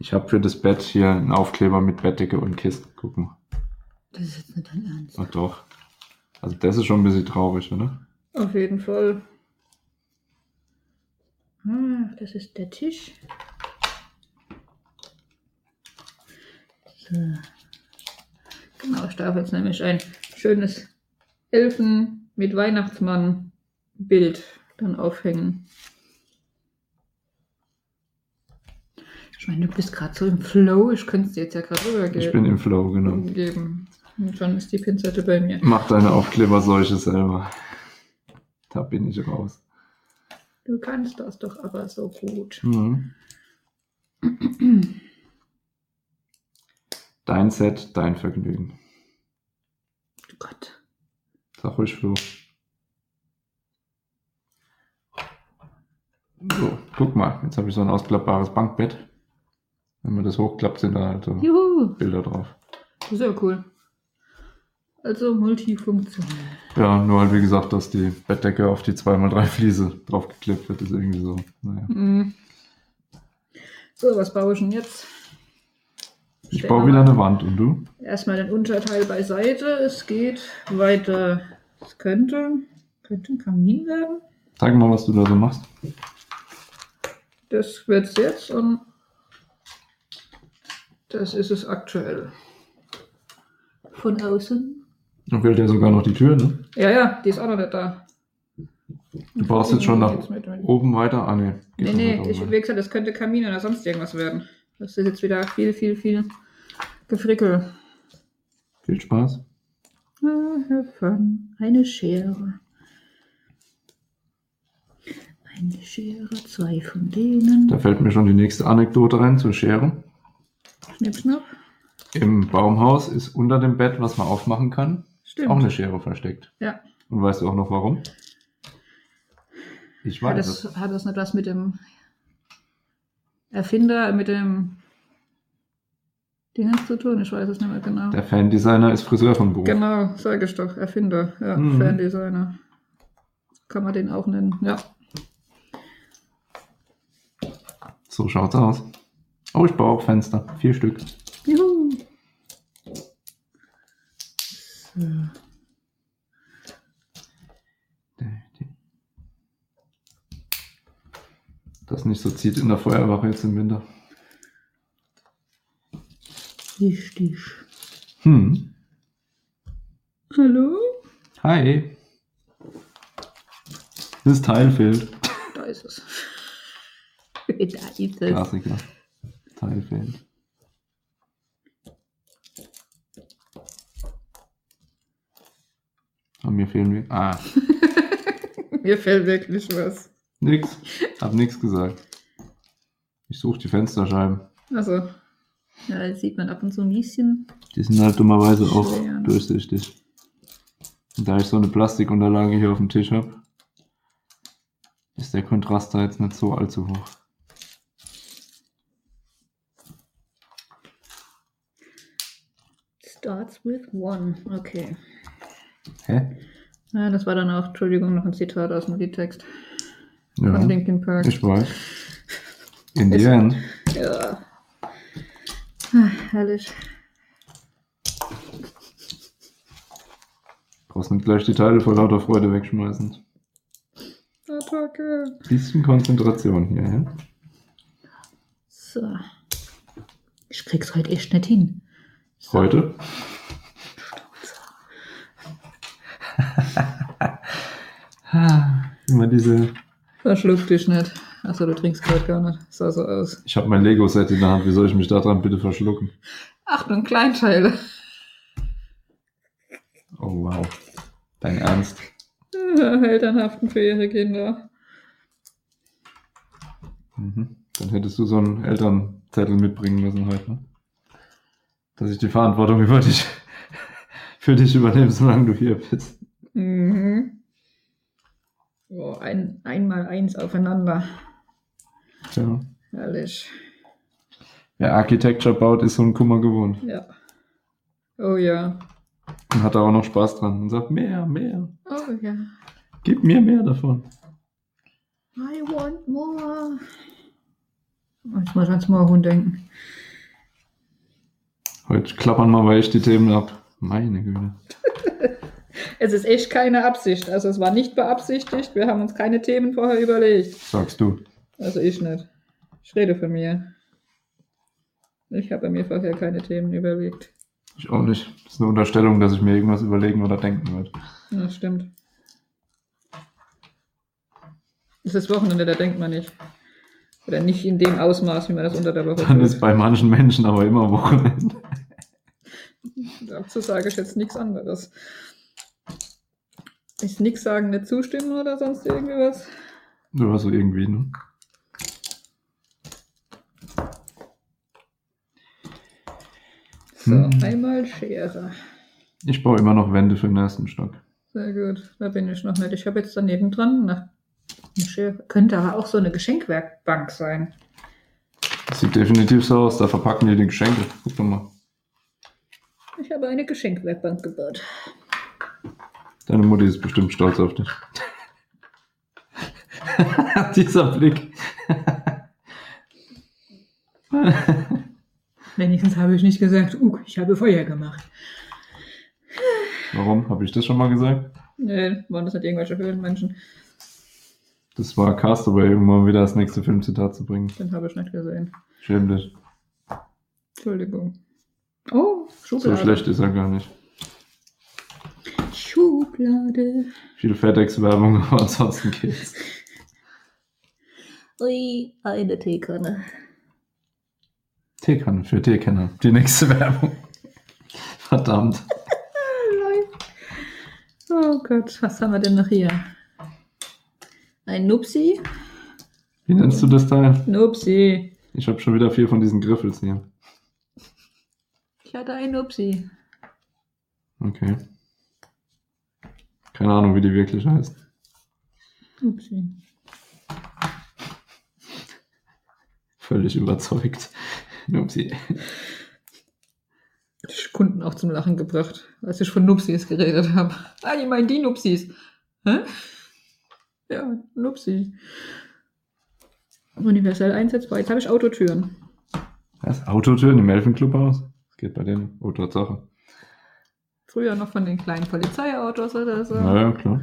Ich habe für das Bett hier einen Aufkleber mit Bettdecke und Kissen. Guck mal. Das ist jetzt nicht dein Ernst. Ach doch. Also das ist schon ein bisschen traurig, oder? Auf jeden Fall. Ah, das ist der Tisch. So. Genau, ich darf jetzt nämlich ein schönes Elfen mit Weihnachtsmann Bild dann aufhängen. Ich meine, du bist gerade so im Flow, ich könnte es dir jetzt ja gerade Ich bin rübergeben. im Flow, genau. Und schon ist die Pinzette bei mir. Mach deine Aufkleber solche selber. Da bin ich raus. Du kannst das doch aber so gut. Mhm. Dein Set, dein Vergnügen. Gott. Sag ruhig, Flo. So, guck mal, jetzt habe ich so ein ausklappbares Bankbett. Wenn man das hochklappt, sind da halt so Juhu. Bilder drauf. Das ist ja cool. Also multifunktional. Ja, nur halt wie gesagt, dass die Bettdecke auf die 2x3 Fliese draufgeklebt wird, ist irgendwie so. Naja. Mhm. So, was baue ich denn jetzt? Ich baue wieder eine Wand und du? Erstmal den Unterteil beiseite. Es geht weiter. Es könnte, könnte ein Kamin werden. Sag mal, was du da so machst. Das wird's jetzt und das ist es aktuell. Von außen? Dann fehlt ja sogar noch die Tür, ne? Ja, ja, die ist auch noch nicht da. Du baust jetzt schon nach Mit, mit. oben weiter? Ah, ne. Nee, nee, ich, wie gesagt, das könnte Kamin oder sonst irgendwas werden. Das ist jetzt wieder viel, viel, viel Gefrickel. Viel Spaß. Von eine Schere. Eine Schere, zwei von denen. Da fällt mir schon die nächste Anekdote ein zur Schere. Schnipp, schnapp. Im Baumhaus ist unter dem Bett, was man aufmachen kann, Stimmt. auch eine Schere versteckt. Ja. Und weißt du auch noch warum? Ich hat, weiß es. das, hat das nicht was mit dem Erfinder, mit dem Dingens zu tun? Ich weiß es nicht mehr genau. Der Fandesigner ist Friseur von Beruf. Genau, sage ich doch. Erfinder, ja, Mhm. Ferndesigner. Kann man den auch nennen, ja. So schaut's aus. Oh, ich baue auch Fenster. Vier Stück. Juhu. Das nicht so zieht in der Feuerwache jetzt im Winter. Richtig. Hm. Hallo? Hi. Das Teil fehlt. Da ist es. da ist es. Klassiker. Teilfeld. Ah, mir fehlen wir. Ah, Mir fällt wirklich was. nix. Hab nix gesagt. Ich suche die Fensterscheiben. Also, ja, das sieht man ab und zu ein bisschen. Die sind halt dummerweise auch Schwer. durchsichtig. Und da ich so eine Plastikunterlage hier auf dem Tisch habe, ist der Kontrast da jetzt nicht so allzu hoch. Starts with one. Okay. Hä? Ja, das war dann auch, Entschuldigung, noch ein Zitat aus dem Liedtext Ja, von Linkin Park. ich weiß. In the end. Ja. Ah, herrlich. Brauchst nicht gleich die Teile vor lauter Freude wegschmeißen. Attacke. Bisschen Konzentration hier, ja? So. Ich krieg's heute echt nicht hin. Heute? Immer diese. Verschluck dich nicht. Achso, du trinkst gerade gar nicht. Sah so aus. Ich habe mein Lego-Set in der Hand, wie soll ich mich daran bitte verschlucken? Achtung, Kleinteile. Oh wow. Dein Ernst? Ah, Eltern haften für ihre Kinder. Mhm. Dann hättest du so einen Elternzettel mitbringen müssen heute, ne? Dass ich die Verantwortung über dich, für dich übernehme, solange du hier bist. Mhm. Oh, ein, einmal eins aufeinander. Ja. Herrlich. Wer Architecture baut, ist so ein Kummer gewohnt. Ja. Oh ja. Und hat da auch noch Spaß dran und sagt, mehr, mehr. Oh ja. Gib mir mehr davon. I want more. Ich muss ans Moorhuhn denken. Heute klappern wir mal echt die Themen ab. Meine Güte. Es ist echt keine Absicht. Also es war nicht beabsichtigt. Wir haben uns keine Themen vorher überlegt. Sagst du. Also ich nicht. Ich rede von mir. Ich habe mir vorher keine Themen überlegt. Ich auch nicht. Das ist eine Unterstellung, dass ich mir irgendwas überlegen oder denken würde. Das stimmt. Es ist Wochenende, da denkt man nicht. Oder nicht in dem Ausmaß, wie man das unter der Woche Dann tut. ist bei manchen Menschen aber immer Wochenende. Dazu sage ich jetzt nichts anderes. Ist nichts sagen, nicht zustimmen oder sonst irgendwas? Du hast so irgendwie, ne? So, Hm. einmal Schere. Ich baue immer noch Wände für den ersten Stock. Sehr gut, da bin ich noch nicht. Ich habe jetzt daneben dran nach eine Schere. Könnte aber auch so eine Geschenkwerkbank sein. Das sieht definitiv so aus. Da verpacken die die Geschenke. Guck doch mal. Ich habe eine Geschenkwerkbank gebaut. Deine Mutti ist bestimmt stolz auf dich. Dieser Blick. Wenigstens habe ich nicht gesagt, uh, ich habe Feuer gemacht. Warum? Habe ich das schon mal gesagt? Nee, waren das nicht irgendwelche Höhlenmenschen? Das war Castaway, um mal wieder das nächste Filmzitat zu bringen. Den habe ich nicht gesehen. Schäm dich. Entschuldigung. Oh, So Schublade. schlecht ist er gar nicht. Schublade. Viel FedEx-Werbung, aber ansonsten geht's. Ui, eine Teekanne. Teekanne für Teekenner. Die nächste Werbung. Verdammt. Oh Gott, was haben wir denn noch hier? Ein Nupsi? Wie nennst du das Teil? Nupsi. Ich habe schon wieder vier von diesen Griffels hier. Ich hatte ein Nupsi. Okay. Keine Ahnung, wie die wirklich heißt. Nupsi. Völlig überzeugt. Nupsi. Ich Kunden auch zum Lachen gebracht, als ich von Nupsis geredet habe. Ah, ich meine die Nupsis. Hä? Ja, Nupsi. Universell einsetzbar. Jetzt habe ich Autotüren. Was? Autotüren im Elfenclub aus? Das geht bei denen. Oh, Tatsache. Früher noch von den kleinen Polizeiautos oder so. Naja, klar.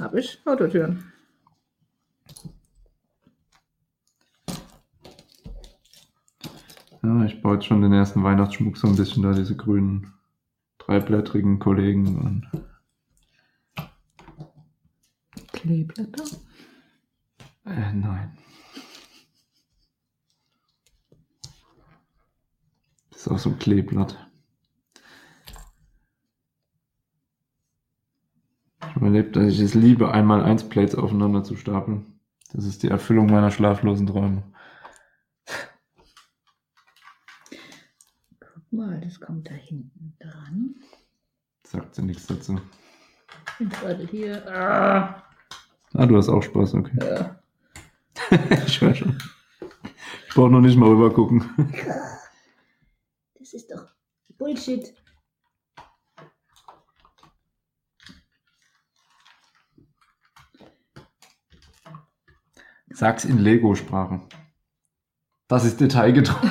Habe ich Autotüren. Ja, ich baue jetzt schon den ersten Weihnachtsschmuck so ein bisschen da, diese grünen, dreiblättrigen Kollegen. Und Kleeblätter. Äh, nein. Ist auf so einem Kleeblatt. Ich habe erlebt, dass ich es liebe, einmal eins Plates aufeinander zu stapeln. Das ist die Erfüllung meiner schlaflosen Träume. Guck mal, das kommt da hinten dran. Sagt sie nichts dazu. Und gerade hier. Ah, Ah, du hast auch Spaß, okay. äh, ich höre schon. Ich brauche noch nicht mal rüber gucken. das ist doch Bullshit. Sag's in Lego-Sprache. Das ist detailgetreu.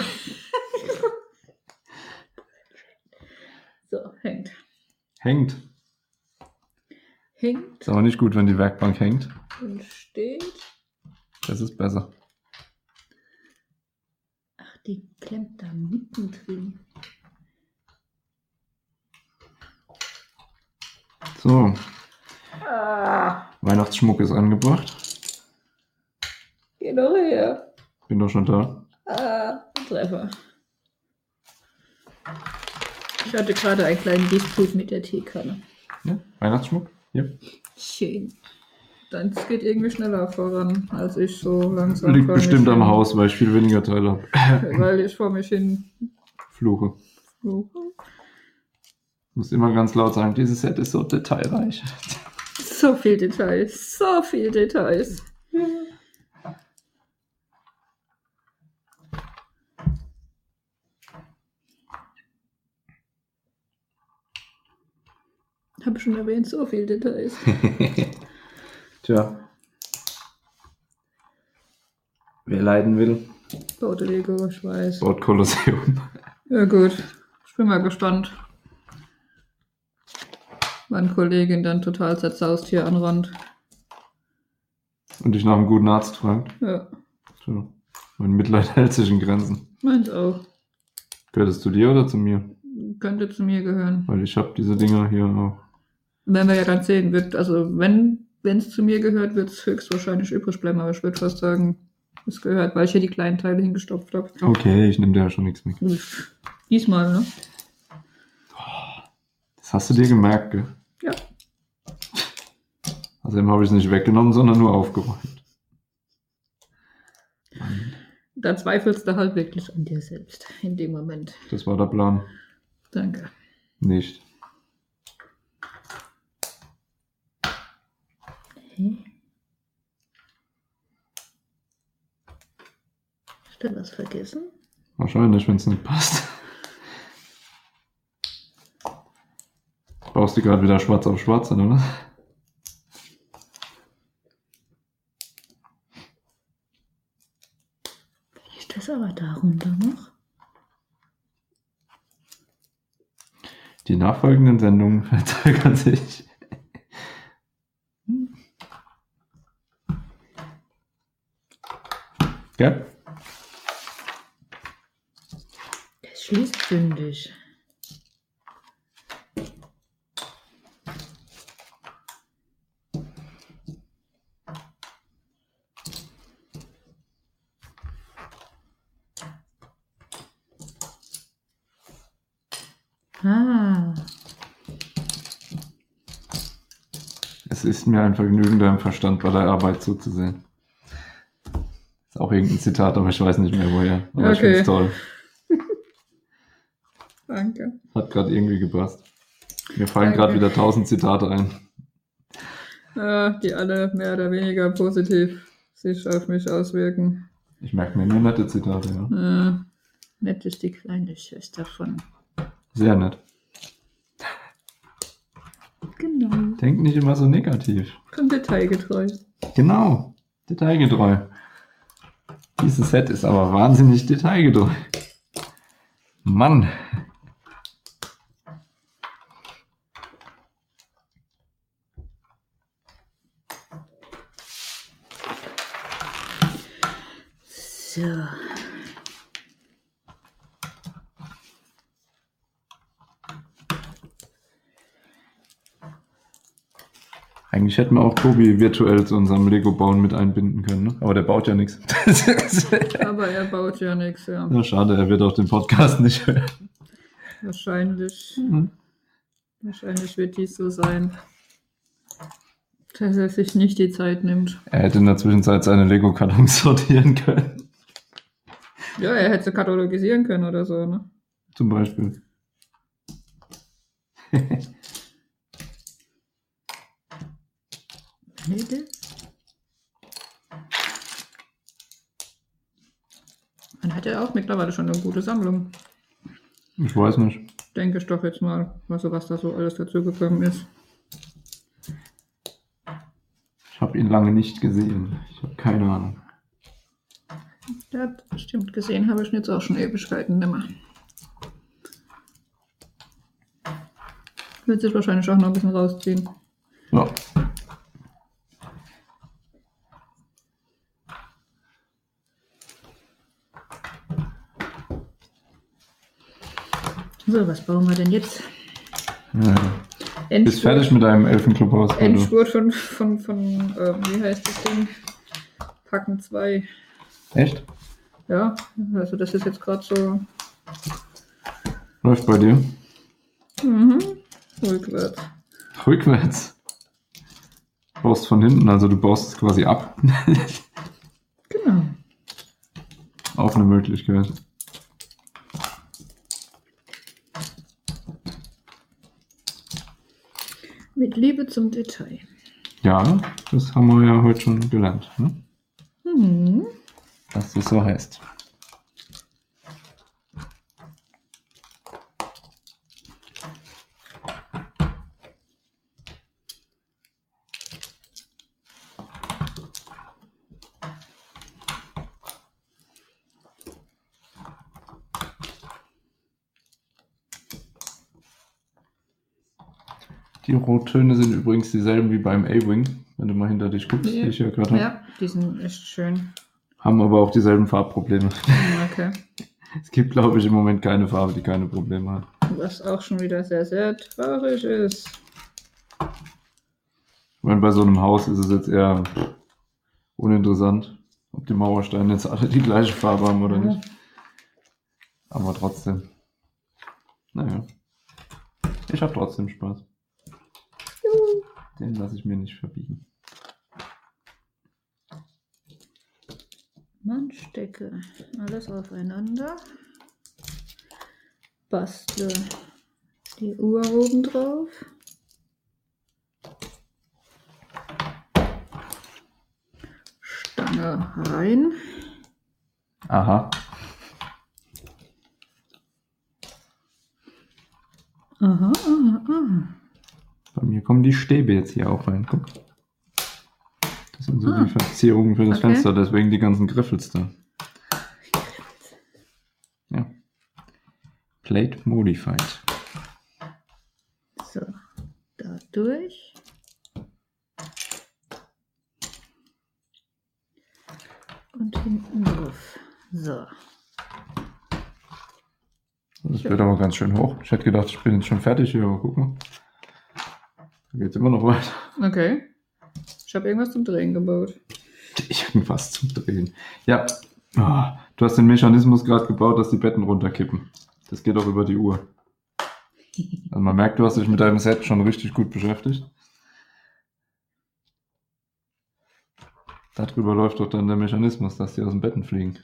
So, hängt. Hängt. Hängt Ist aber nicht gut, wenn die Werkbank hängt. und steht. Das ist besser. Ach, die klemmt da mittendrin. So, Ah, Weihnachtsschmuck ist angebracht. geh doch her. Bin doch schon da. Ah, Treffer. Ich hatte gerade einen kleinen Disput mit der Teekanne. Ja, Weihnachtsschmuck? Ja. Schön. Deins geht irgendwie schneller voran, als ich so langsam. Liegt vor mich bestimmt am hin- Haus, weil ich viel weniger Teile habe. Weil ich vor mich hin. Fluche. Muss immer ganz laut sagen, dieses Set ist so detailreich. So viel Details, so viel Details. Hab schon erwähnt, so viel Details. Tja. Wer leiden will, Baute Lego, ich weiß. baut Kolosseum. Ja gut, ich bin mal gespannt. Wann Kollegin dann total zerzaust hier anrannt. Und dich nach einem guten Arzt fragt. Ja, Tja. Mein Mitleid hält sich in Grenzen. meins auch. Gehört es zu dir oder zu mir? Könnte zu mir gehören. Weil ich habe diese Dinger hier auch. Wenn wir ja dann sehen, wird, also wenn es zu mir gehört, wird es höchstwahrscheinlich übrig bleiben, aber ich würde fast sagen, es gehört, weil ich hier die kleinen Teile hingestopft habe. Okay, ich nehme dir ja schon nichts weg. Diesmal, ne? Das hast du dir gemerkt, gell? Ja. Außerdem habe ich es nicht weggenommen, sondern nur aufgeräumt. Da zweifelst du halt wirklich. An dir selbst, in dem Moment. Das war der Plan. Danke. Nicht. Hast du was vergessen? Wahrscheinlich, wenn es nicht passt. Baust du gerade wieder schwarz auf schwarz an, oder? Ist das aber darunter noch? Die nachfolgenden Sendungen verzögern sich. Gell? Das schließt bündig. Ah, Es ist mir ein Vergnügen, deinem Verstand bei der Arbeit zuzusehen. Ist auch irgendein Zitat, aber ich weiß nicht mehr woher. Aber ich Okay. finde es toll. Danke. Hat gerade irgendwie gepasst. Mir fallen gerade Danke. wieder tausend Zitate ein. Äh, die alle mehr oder weniger positiv sich auf mich auswirken. Ich merke mir nur nette Zitate, ja. Äh, nett ist die kleine Schwester von. Sehr nett. Genau. Denk nicht immer so negativ. komm detailgetreu. Genau. Detailgetreu. Dieses Set ist aber wahnsinnig detailgetreu. Mann. So. Eigentlich hätten wir auch Tobi virtuell zu unserem Lego-Bauen mit einbinden können, ne? Aber der baut ja nichts. Aber er baut ja nichts, ja. Na, schade, er wird auch den Podcast nicht hören. Wahrscheinlich. Wahrscheinlich wird dies so sein. Dass er sich nicht die Zeit nimmt. Er hätte in der Zwischenzeit seine Lego-Kartons sortieren können. Ja, er hätte sie katalogisieren können oder so, ne? Zum Beispiel. Hätte. Man hat ja auch mittlerweile schon eine gute Sammlung. Ich weiß nicht. Denke ich doch jetzt mal, was, was da so alles dazugekommen ist. Ich habe ihn lange nicht gesehen. Ich habe keine Ahnung. Ja, das stimmt. Gesehen habe ich ihn jetzt auch schon Ewigkeiten nimmer. Wird sich wahrscheinlich auch noch ein bisschen rausziehen. Ja. So, was bauen wir denn jetzt? ja. Bist Endspurt- fertig mit deinem Elfenclubhaus. Elf Endspurt von, von, von äh, wie heißt das Ding? Packen 2. Echt? Ja, also das ist jetzt gerade so Läuft bei dir? mhm, rückwärts. Rückwärts. Baust von hinten, also du baust es quasi ab. Genau. Auch eine Möglichkeit. Mit Liebe zum Detail. Ja, das haben wir ja heute schon gelernt, ne? Mhm. dass das so heißt. Die Rottöne sind übrigens dieselben wie beim A-Wing, wenn du mal hinter dich guckst, Ja. die ich ja gerade habe. Ja, die sind echt schön. Haben aber auch dieselben Farbprobleme. Okay. Es gibt, glaube ich, im Moment keine Farbe, die keine Probleme hat. Was auch schon wieder sehr, sehr traurig ist. Ich meine, bei so einem Haus ist es jetzt eher uninteressant, ob die Mauersteine jetzt alle die gleiche Farbe haben oder Ja. nicht. Aber trotzdem. Naja. Ich habe trotzdem Spaß. Den lasse ich mir nicht verbiegen. Man stecke alles aufeinander. Bastle die Uhr oben drauf. Stange rein. Aha. Aha, aha, aha. Bei mir kommen die Stäbe jetzt hier auch rein. Guck. Das sind so Ah. die Verzierungen für das Okay. Fenster, deswegen die ganzen Griffels da. Ja. Plate Modified. So, dadurch. Und hinten drauf. So. Das wird aber ganz schön hoch. Ich hätte gedacht, ich bin jetzt schon fertig hier, aber guck mal. Da geht's immer noch weiter. Okay. Ich habe irgendwas zum Drehen gebaut. Irgendwas zum Drehen. Ja. Ah, du hast den Mechanismus gerade gebaut, dass die Betten runterkippen. Das geht auch über die Uhr. Also man merkt, du hast dich mit deinem Set schon richtig gut beschäftigt. Darüber läuft doch dann der Mechanismus, dass die aus den Betten fliegen.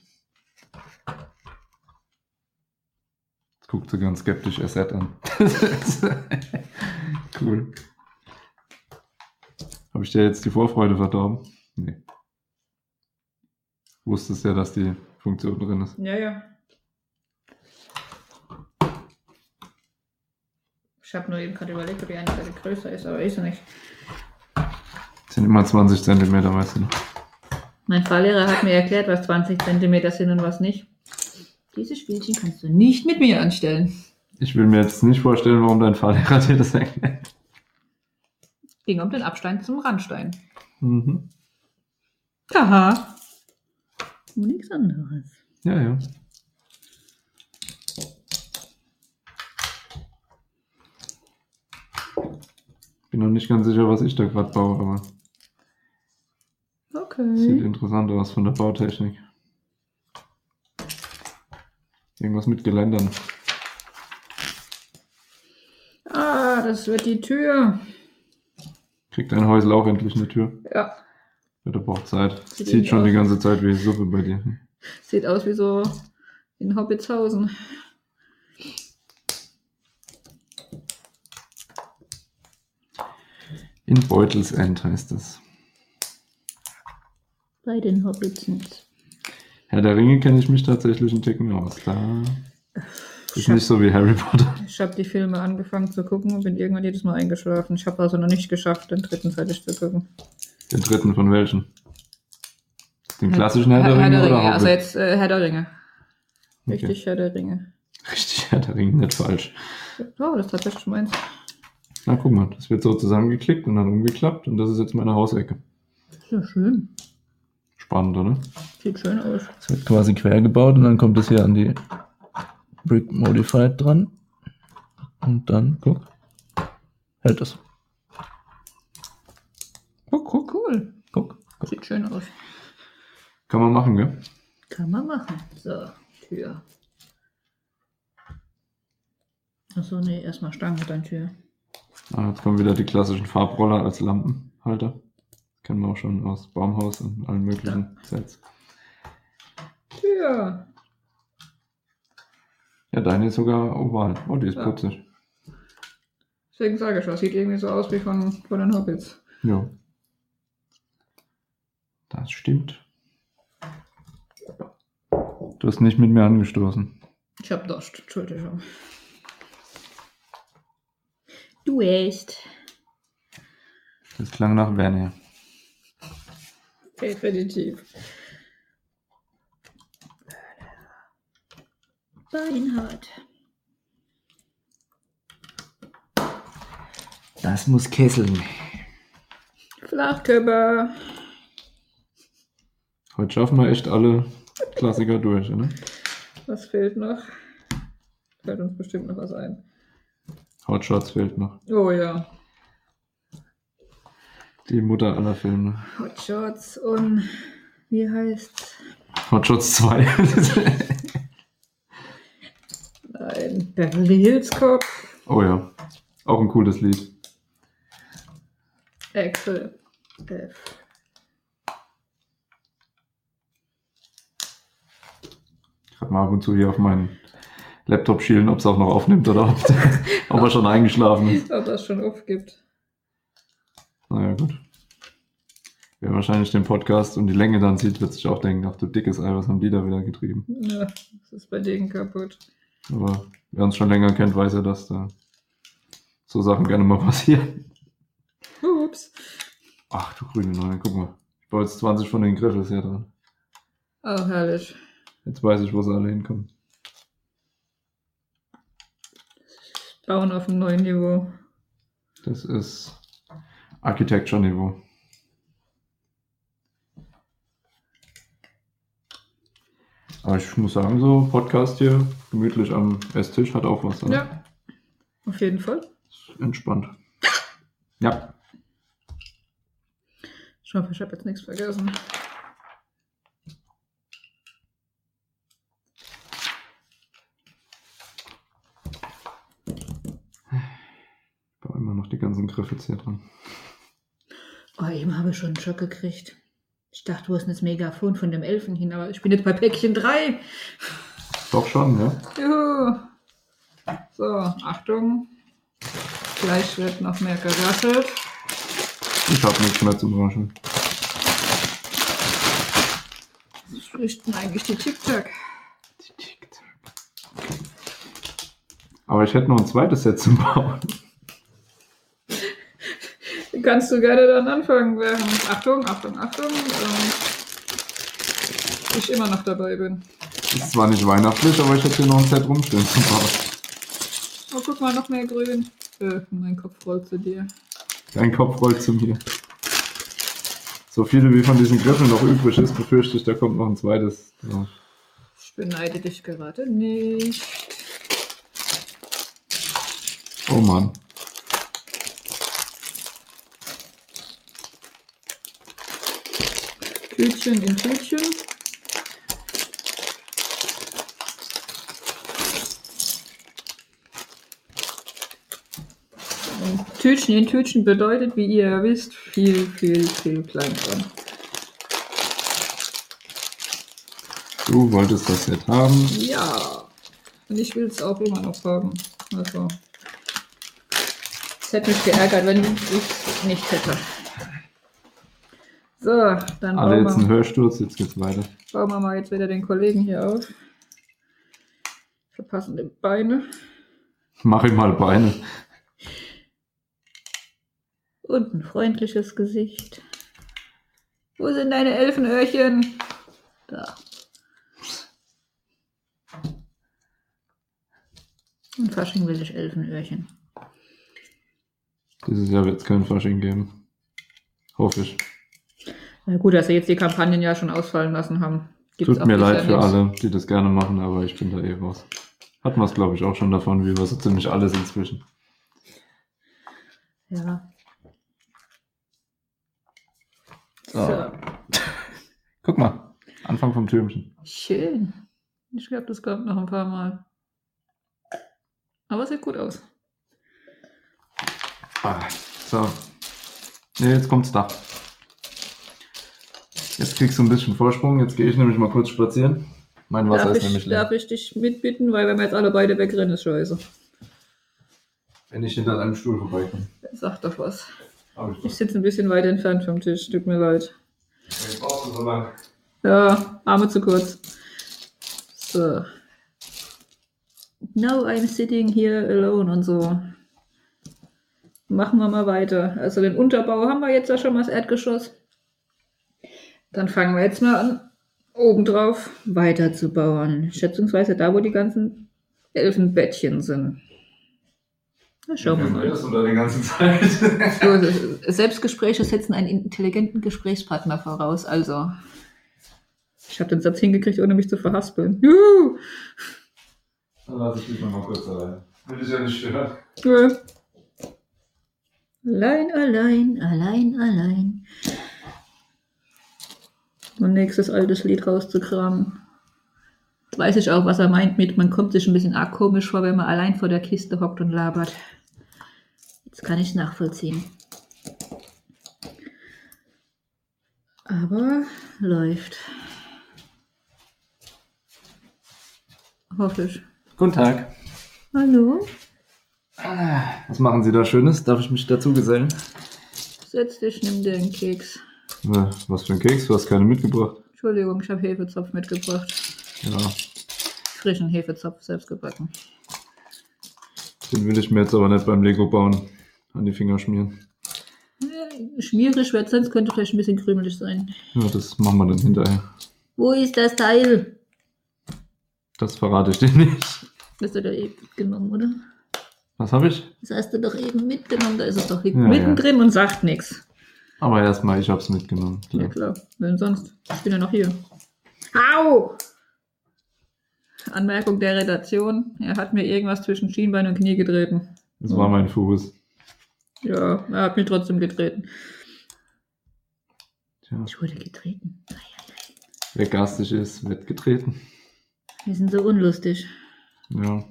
Jetzt guckt sie ganz skeptisch ihr Set an. cool. Habe ich dir jetzt die Vorfreude verdorben? Nee. Wusstest ja, dass die Funktion drin ist. Ja, ja. Ich habe nur eben gerade überlegt, ob die eine Seite größer ist, aber ist sie nicht. Sind immer 20 Zentimeter, weißt du noch. Mein Fahrlehrer hat mir erklärt, was 20 cm sind und was nicht. Dieses Spielchen kannst du nicht. Nicht mit mir anstellen. Ich will mir jetzt nicht vorstellen, warum dein Fahrlehrer dir das erklärt. Ging um den Abstein zum Randstein. Mhm. Haha. Und nichts anderes. Ja, ja. Bin noch nicht ganz sicher, was ich da gerade baue, aber sieht Okay. interessant aus von der Bautechnik. Irgendwas mit Geländern. es Ah, wird die Tür. Kriegt dein Häusel auch endlich eine Tür? Ja, Ja, da braucht Zeit. Es Sieht zieht schon aus. die ganze Zeit wie Suppe bei dir. sieht aus wie so in Hobbitshausen. In Beutelsend heißt es. Bei den Hobbitsens. Herr der Ringe kenne ich mich tatsächlich einen Ticken aus. Da ist nicht so wie Harry Potter. Ich habe die Filme angefangen zu gucken und bin irgendwann jedes Mal eingeschlafen. Ich habe also noch nicht geschafft, den dritten fertig zu gucken. Den dritten von welchen? Den klassischen Herr, der Ringe oder Also Hobbit? jetzt äh, Herr der Ringe. Okay. Richtig, Herr der Ringe. Richtig, Herr der Ringe, nicht falsch. Oh, das ist tatsächlich meins. Na guck mal, das wird so zusammengeklickt und dann umgeklappt und das ist jetzt meine Hausecke. Ja, schön. Spannend, oder? Sieht schön aus. Es wird quasi quer gebaut und dann kommt es hier an die Brick Modified dran. Und dann, guck, hält es. Oh, cool, cool. Guck. Sieht schön aus. Kann man machen, gell? Kann man machen. So, Tür. Achso, nee, erstmal Stange, dann Tür. Ah, jetzt kommen wieder die klassischen Farbroller als Lampenhalter. Kennen wir auch schon aus Baumhaus und allen möglichen Sets. Tür. Ja, deine ist sogar oval. Oh, die ist Ja. putzig. Deswegen sage ich was. Sieht irgendwie so aus wie von, von den Hobbits. Ja. Das stimmt. Du hast nicht mit mir angestoßen. Ich habe Durst. Entschuldigung. Du echt. Das klang nach Werner. Definitiv. Beinhardt. Das muss kesseln. Flachkörper. Heute schaffen wir echt alle Klassiker durch, ne? Was fehlt noch? Fällt uns bestimmt noch was ein. Hotshots fehlt noch. Oh ja. Die Mutter aller Filme. Hot Shots und wie heißt's? Hotshots 2. Nein, Beverly Hills Cop. oh ja. Auch ein cooles Lied. Axel F. Kann mal ab und zu hier auf meinen Laptop schielen, ob es auch noch aufnimmt oder ob, ob er schon eingeschlafen ist. Ob das schon aufgibt. Naja, gut. Wer wahrscheinlich den Podcast und die Länge dann sieht, wird sich auch denken, ach du dickes Ei, was haben die da wieder getrieben? Ja, das ist bei denen kaputt. Aber wer uns schon länger kennt, weiß ja, dass da so Sachen gerne mal passieren. Ups. Ach du grüne Neune, guck mal. Ich baue jetzt 20 von den Griffels hier dran. Oh, herrlich. Jetzt weiß ich, wo sie alle hinkommen. Bauen auf einem neuen Niveau. Das ist Architecture-Niveau. Aber ich muss sagen, so Podcast hier, gemütlich am Esstisch, hat auch was. Also Ja. Auf jeden Fall. Entspannt. Ja, Ich hoffe, ich habe jetzt nichts vergessen. ich baue immer noch die ganzen Griffels hier dran. Oh, eben habe ich schon einen Schock gekriegt. Ich dachte, du hast das Megafon von dem Elfen hin, aber ich bin jetzt bei Päckchen 3. Doch schon, ja? Juhu. So, Achtung. Gleich wird noch mehr geraschelt. Ich habe nichts mehr zum Raschen. Was richten eigentlich die Tic-Tac? Aber ich hätte noch ein zweites Set zum Bauen. Kannst du gerne dann anfangen, während Achtung, Achtung, Achtung, ähm, ich immer noch dabei bin. Ist zwar nicht weihnachtlich, aber ich hätte hier noch ein Set rumstehen zum Bauen. Oh, guck mal, noch mehr grün. Äh, mein Kopf rollt zu dir. Dein Kopf rollt zu mir. So viele wie von diesen Griffen noch übrig ist, befürchte ich, da kommt noch ein zweites. So. Ich beneide dich gerade nicht. Oh Mann. Tütchen in Tütchen. Tütchen in Tütchen bedeutet, wie ihr ja wisst, viel, viel, viel Kleinkram. Du wolltest das jetzt haben. Ja. Und ich will es auch immer noch haben. Also. Es hätte mich geärgert, wenn ich es nicht hätte. So, dann Alle bauen jetzt wir, einen Hörsturz, jetzt geht's weiter. bauen wir mal jetzt wieder den Kollegen hier auf. Verpassen die Beine. Mach ihm mal Beine. Und ein freundliches Gesicht. Wo sind deine Elfenöhrchen? Da. Und Fasching will ich Elfenöhrchen. Dieses Jahr wird es kein Fasching geben. Hoffe ich. Na gut, dass sie jetzt die Kampagnen ja schon ausfallen lassen haben. Tut mir leid für alle. alle, die das gerne machen, aber ich bin da eh raus. Hatten wir es, glaube ich, auch schon davon, wie wir so ziemlich alles inzwischen. Ja. So. So. Guck mal, Anfang vom Türmchen. Schön. Ich glaube, das kommt noch ein paar Mal. Aber sieht gut aus. Ah, so. Nee, jetzt kommt's da. Jetzt kriegst du ein bisschen Vorsprung. Jetzt gehe ich nämlich mal kurz spazieren. Mein Wasser darf, ist nämlich ich, leer. darf ich dich mitbitten, weil wenn wir jetzt alle beide wegrennen, ist scheiße. Wenn ich hinter deinem Stuhl vorbeikomme. Sag doch was. Hab ich Ich sitze ein bisschen weit entfernt vom Tisch, tut mir leid. Jetzt brauchst du so lange. Ja, Arme zu kurz. So. Now I'm sitting here alone und so. Machen wir mal weiter. Also den Unterbau haben wir jetzt ja schon mal das Erdgeschoss. Dann fangen wir jetzt mal an, obendrauf weiterzubauen. Schätzungsweise da, wo die ganzen Elfenbettchen sind. Na, schauen Mhm. wir mal. du da die ganze Zeit? So, Selbstgespräche setzen einen intelligenten Gesprächspartner voraus, also. Ich habe den Satz hingekriegt, ohne mich zu verhaspeln. Juhu! Dann lass ich dich nochmal kurz allein. Will ich ja nicht stören. Nö. Allein, allein, allein, allein. Mein nächstes altes Lied rauszukramen. Jetzt weiß ich auch, was er meint mit, man kommt sich ein bisschen arg komisch vor, wenn man allein vor der Kiste hockt und labert. Jetzt kann ich nachvollziehen. Aber läuft. Hoffe ich. Guten Tag. Hallo? Was machen Sie da Schönes? Darf ich mich dazu gesellen? Setz dich, nimm dir einen Keks. Na, Was für ein Keks? Du hast keine mitgebracht. Entschuldigung, ich habe Hefezopf mitgebracht. Ja, Frischen Hefezopf, selbst gebacken. den will ich mir jetzt aber nicht beim Lego bauen. An die Finger schmieren. Schmierig wird Äh, sonst könnte vielleicht ein bisschen krümelig sein. Ja, das machen wir dann hinterher. Wo ist das Teil? Das verrate ich dir nicht. Das hat er eben genommen, oder? Was habe ich? Das hast du doch eben mitgenommen, da ist es doch liegt Ja, mittendrin und sagt nichts. Aber erstmal, ich hab's mitgenommen. Ja. Klar. klar, wenn sonst. Ich bin ja noch hier. Au! Anmerkung der Redaktion, er hat mir irgendwas zwischen Schienbein und Knie getreten. Das war mein Fuß. Ja, er hat mich trotzdem getreten. Tja, Ich wurde getreten. wer garstig ist, wird getreten. Wir sind so unlustig. Ja.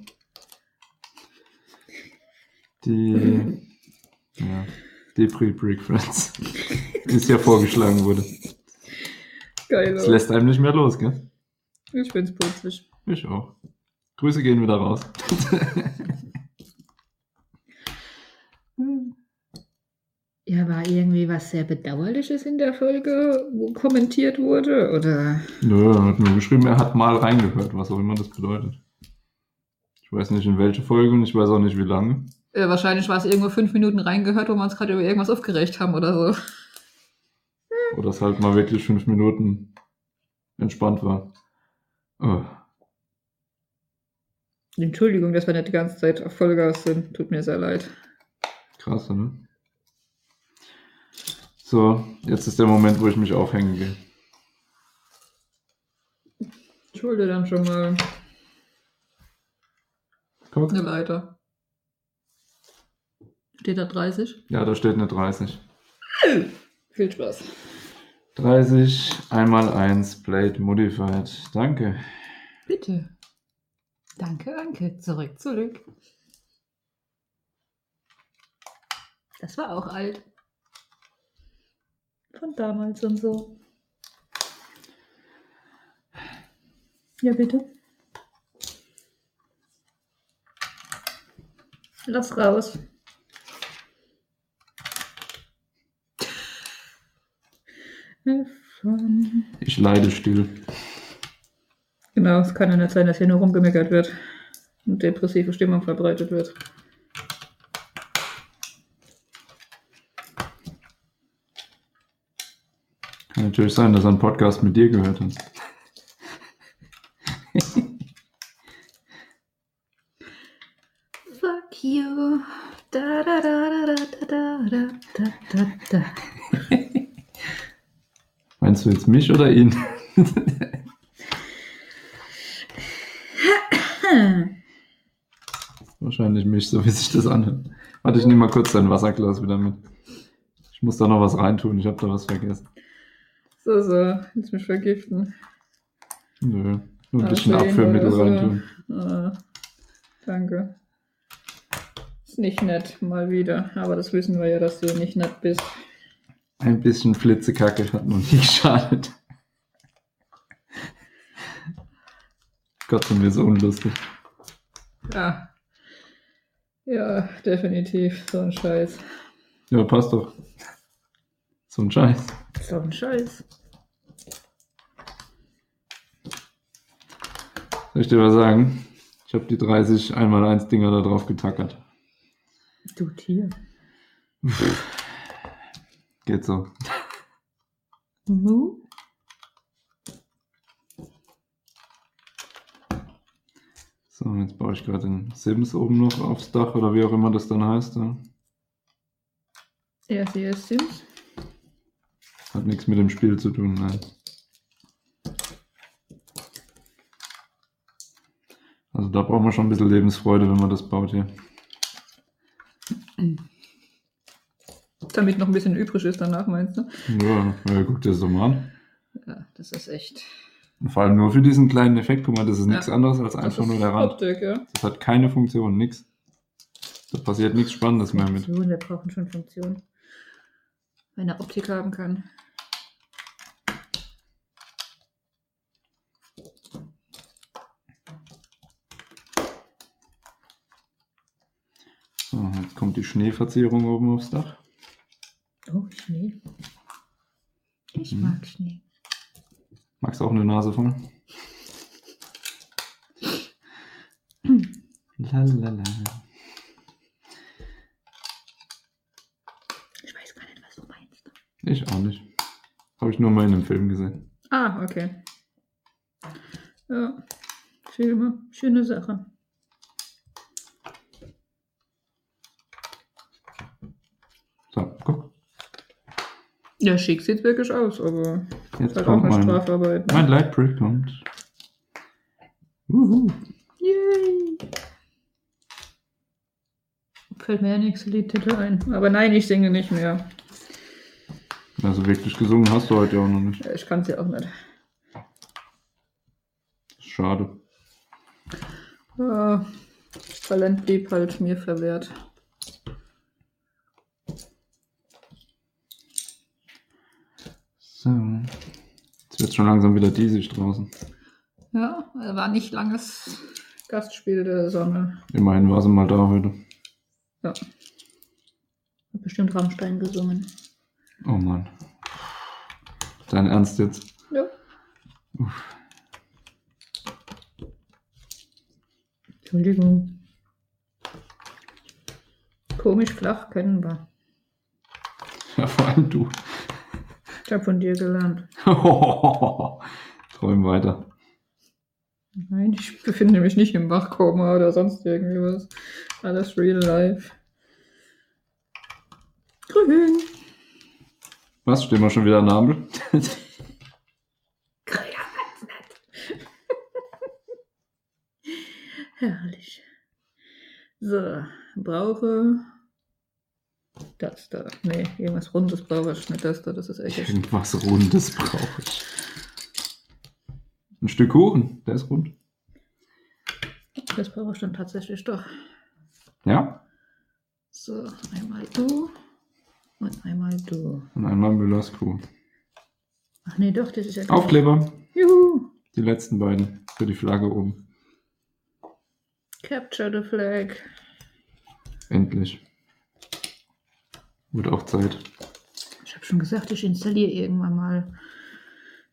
Die. Ja. Depri Brick Friends. Die es ja vorgeschlagen wurde. Geil, Es lässt einem nicht mehr los, gell? ich find's putzig. Ich auch. Grüße gehen wieder raus. Hm. Ja, war irgendwie was sehr Bedauerliches in der Folge, wo kommentiert wurde? Oder Nö, er hat mir geschrieben, er hat mal reingehört, was auch immer das bedeutet. Ich weiß nicht in welche Folge und ich weiß auch nicht wie lange. Äh, wahrscheinlich war es irgendwo fünf Minuten reingehört, wo wir uns gerade über irgendwas aufgeregt haben oder so. Oder es halt mal wirklich fünf Minuten entspannt war. Oh, Entschuldigung, dass wir nicht die ganze Zeit auf Vollgas sind. Tut mir sehr leid. krass, ne? So, jetzt ist der Moment, wo ich mich aufhängen will. Entschuldige dann schon mal. Guck. Eine Leiter. Steht da 30? Ja, da steht eine 30. Viel Spaß. 30, einmal 1, Blade Modified. Danke. Bitte. Danke, Anke. Zurück, zurück. Das war auch alt. Von damals und so. Ja, bitte. Lass raus. Von Ich leide still. Genau, es kann ja nicht sein, dass hier nur rumgemeckert wird und depressive Stimmung verbreitet wird. Kann natürlich sein, dass er einen Podcast mit dir gehört hat. Fuck you. Da, da, da, da, da, da, da, da, da, da. Meinst du jetzt mich oder ihn? Hm. Wahrscheinlich mich, so wie sich das anhört. Warte, ich nehme mal kurz dein Wasserglas wieder mit. Ich muss da noch was reintun, ich habe da was vergessen. So, so, jetzt mich vergiften. Nö, nur ein Ah, bisschen für ihn Abführmittel oder so. reintun. Ah, danke. Ist nicht nett, mal wieder. Aber das wissen wir ja, dass du nicht nett bist. Ein bisschen Flitzekacke hat noch nie geschadet. Gott, sind wir so unlustig. Ja. Ah. Ja, definitiv. So ein Scheiß. Ja, passt doch. So ein Scheiß. So ein Scheiß. Soll ich dir mal sagen? Ich habe die 30 1x1-Dinger da drauf getackert. Du Tier. Geht so. Hm? Mu? So, jetzt baue ich gerade den Sims oben noch aufs Dach oder wie auch immer das dann heißt. Ja. Ja, sie ist Sims. Hat nichts mit dem Spiel zu tun, nein. Also da braucht man schon ein bisschen Lebensfreude, wenn man das baut hier. Damit noch ein bisschen übrig ist danach, meinst du? Ja, ja guck dir das doch mal an. Ja, das ist echt. Und vor allem nur für diesen kleinen Effekt, guck mal, das ist nichts Ja. anderes als das einfach ist nur der Rand. Optik, ja. Das hat keine Funktion, nix. Da passiert nichts Spannendes mehr mit. Funktion, wir brauchen schon Funktion. Wenn er Optik haben kann. So, jetzt kommt die Schneeverzierung oben aufs Dach. Oh, Schnee. Ich Mhm. mag Schnee. Magst du auch eine Nase voll? Hm. Lalala. Ich weiß gar nicht, was du meinst. Ich auch nicht. Habe ich nur mal in einem Film gesehen. Ah, okay. Ja, Filme, schöne Sache. So, guck. Ja, schick sieht wirklich aus, aber Jetzt halt auch kommt eine mein, Strafarbeit. ne? mein Lightbrick kommt. Uhu. Yay! Fällt mir der nächste Liedtitel ein. Aber nein, ich singe nicht mehr. Also wirklich gesungen hast du heute ja auch noch nicht. Ja, Ich kann es ja auch nicht. Schade. Ah, das Talent blieb halt mir verwehrt. So. Jetzt wird schon langsam wieder diesig draußen. Ja, er war nicht langes. Gastspiel der Sonne. Immerhin war sie mal da heute. Ja. Hat bestimmt Rammstein gesungen. Oh Mann. Dein Ernst jetzt? Ja. Entschuldigung. Komisch flach kennen wir. Ja, vor allem du. Ich habe von dir gelernt. Träum weiter. Nein, ich befinde mich nicht im Wachkoma oder sonst irgendwie was. Alles real life. Grün. Was? Stehen wir schon wieder an Abel? Herrlich. So, brauche das da. Nee, irgendwas Rundes brauche ich nicht das da. Das ist echt. Irgendwas Rundes brauche ich. Ein Stück Kuchen, der ist rund. Das brauche ich dann tatsächlich doch. Ja? So, einmal du. Und einmal du. Und einmal Müllers Kuh. Ach nee, doch, das ist ja. Aufkleber, Juhu! die letzten beiden für die Flagge um. oben. Capture the flag. Endlich. Wird auch Zeit. Ich habe schon gesagt, ich installiere irgendwann mal.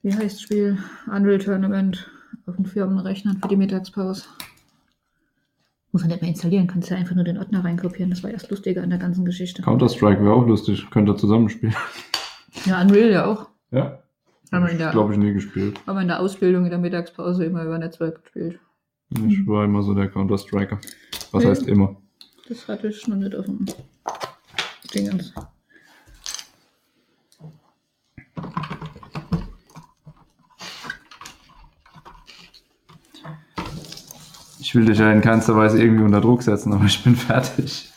Wie heißt das Spiel? Unreal Tournament auf den Firmenrechnern für die Mittagspause. Muss man nicht mehr installieren, kannst ja einfach nur den Ordner reinkopieren. Das war erst lustiger an der ganzen Geschichte. Counter-Strike wäre auch lustig. Könnt ihr zusammenspielen. Ja, Unreal ja auch. Ja. Haben wir in der, Glaube ich nie gespielt. haben wir in der Ausbildung in der Mittagspause immer über Netzwerk gespielt. Mhm. Ich war immer so der Counter-Striker. Was Nee. heißt immer? Das hatte ich noch nicht auf dem Dingens. Ich will dich ja in keinster Weise irgendwie unter Druck setzen, aber ich bin fertig.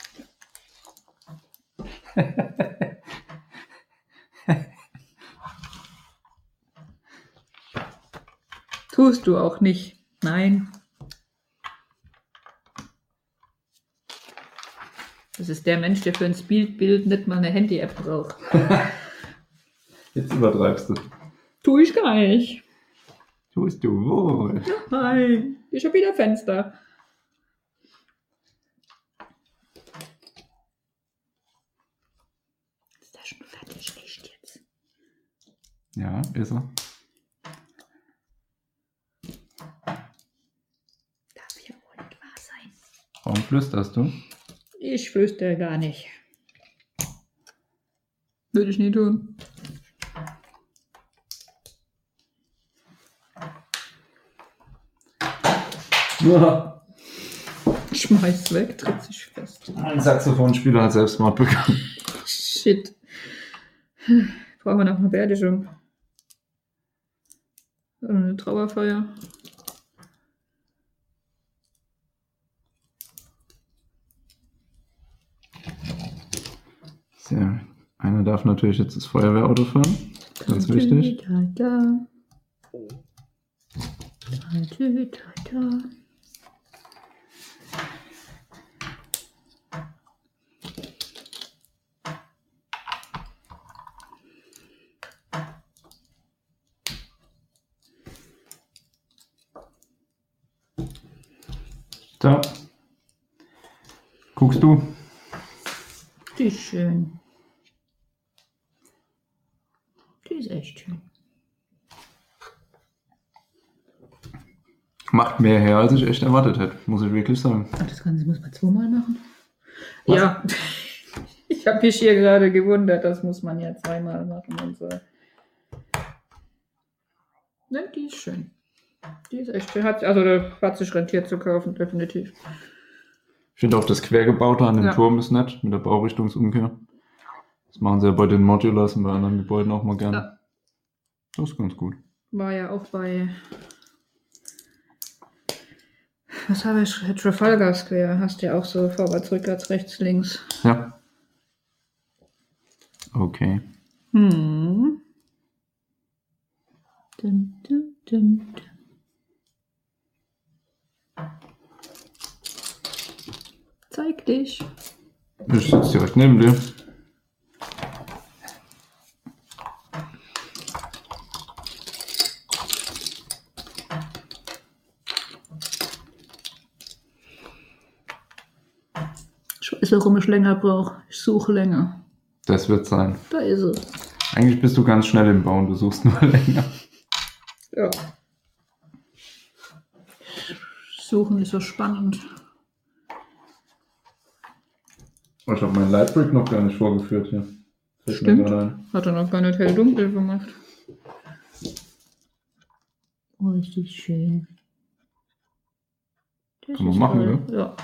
Tust du auch nicht. Nein. Das ist der Mensch, der für ein Spielbild nicht mal eine Handy-App braucht. Jetzt übertreibst du. Tu ich gar nicht. Tust du wohl. Nein. Ich habe wieder Fenster. Ist der schon fertig? Echt jetzt? Ja, ist er. Darf ja wohl nicht wahr sein. Warum flüsterst du? Ich flüstere gar nicht. Würde ich nie tun. Schmeißt weg, tritt sich fest. Ein Saxophonspieler hat Selbstmord begangen. Shit. Brauchen wir noch eine Beerdigung? Oder eine Trauerfeier? Sehr. Einer darf natürlich jetzt das Feuerwehrauto fahren. Ganz wichtig. Da, da. Da, da, da, da. Da. Guckst du? Die ist schön. Die ist echt schön. Macht mehr her, als ich echt erwartet hätte, muss ich wirklich sagen. Ach, das Ganze muss man zweimal machen? Was? Ja. Ich habe mich hier gerade gewundert, das muss man ja zweimal machen und so. Ne, die ist schön. Die ist echt schön. Hat, also da hat sich rentiert zu kaufen, definitiv. Ich finde auch das Quergebaute an dem Ja. Turm ist nett, mit der Baurichtungsumkehr. Das machen sie ja bei den Modulars und bei anderen Gebäuden auch mal gerne. Ja. Das ist ganz gut. War ja auch bei. Was habe ich? Trafalgar Square. Hast ja auch so vorwärts, rückwärts, rechts, links. Ja. Okay. Hm. Dum, dum, dum, dum. Zeig dich. Ich sitze direkt neben dir. Ich weiß, warum ich länger brauche. Ich suche länger. Das wird sein. Da ist es. Eigentlich bist du ganz schnell im Bauen, du suchst nur länger. Ja. Suchen ist so spannend. Oh, Ich habe meinen Lightbrick noch gar nicht vorgeführt hier. Fällt mir Stimmt. gerade ein. Hat er noch gar nicht hell dunkel gemacht. Oh, ist das schön. Das Kann man ist machen, toll. Ja.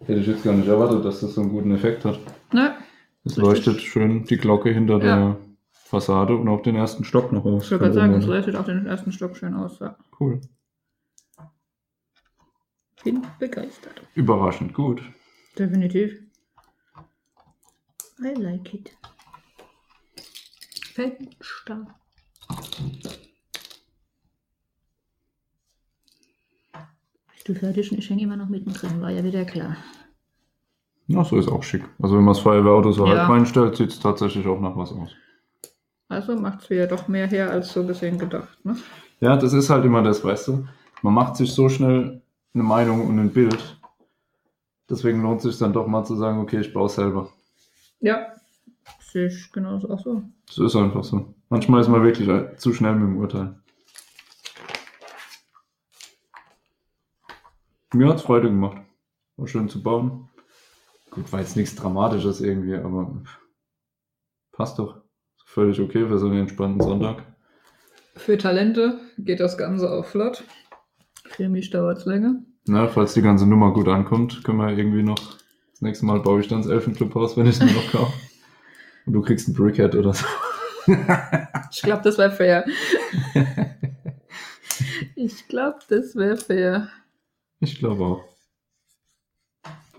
Hätte ich jetzt gar nicht erwartet, dass das so einen guten Effekt hat. Ne? Es Richtig. leuchtet schön die Glocke hinter Ja. der Fassade und auch den ersten Stock noch auf. Ich wollte gerade sagen, es leuchtet auch den ersten Stock schön aus. Ja. Cool. Bin begeistert. Überraschend gut. Definitiv. I like it. Fenster. Bist du fertig? Ich hänge immer noch mittendrin, war ja wieder klar. Ja, so ist auch schick. Also wenn man das Feuerwehrauto so Ja. halb reinstellt, sieht es tatsächlich auch nach was aus. Also macht's wieder doch mehr her als so gesehen gedacht, ne? Ja, das ist halt immer das, weißt du. Man macht sich so schnell eine Meinung und ein Bild. Deswegen lohnt es sich dann doch mal zu sagen, okay, ich baue selber. Ja. Sehe ich genauso auch so. Das ist einfach so. Manchmal ist man wirklich äh, zu schnell mit dem Urteil. Mir hat's Freude gemacht. War schön zu bauen. Gut, war jetzt nichts Dramatisches irgendwie, aber passt doch. Völlig okay für so einen entspannten Sonntag. Für Talente geht das Ganze auch flott. Für mich dauert's länger. Na, falls die ganze Nummer gut ankommt, können wir irgendwie noch. Das nächste Mal baue ich dann das Elfenclubhaus, wenn ich es mir noch kaufe. Und du kriegst ein Brickhead oder so. Ich glaube, das wäre fair. ich glaube, das wäre fair. Ich glaube auch.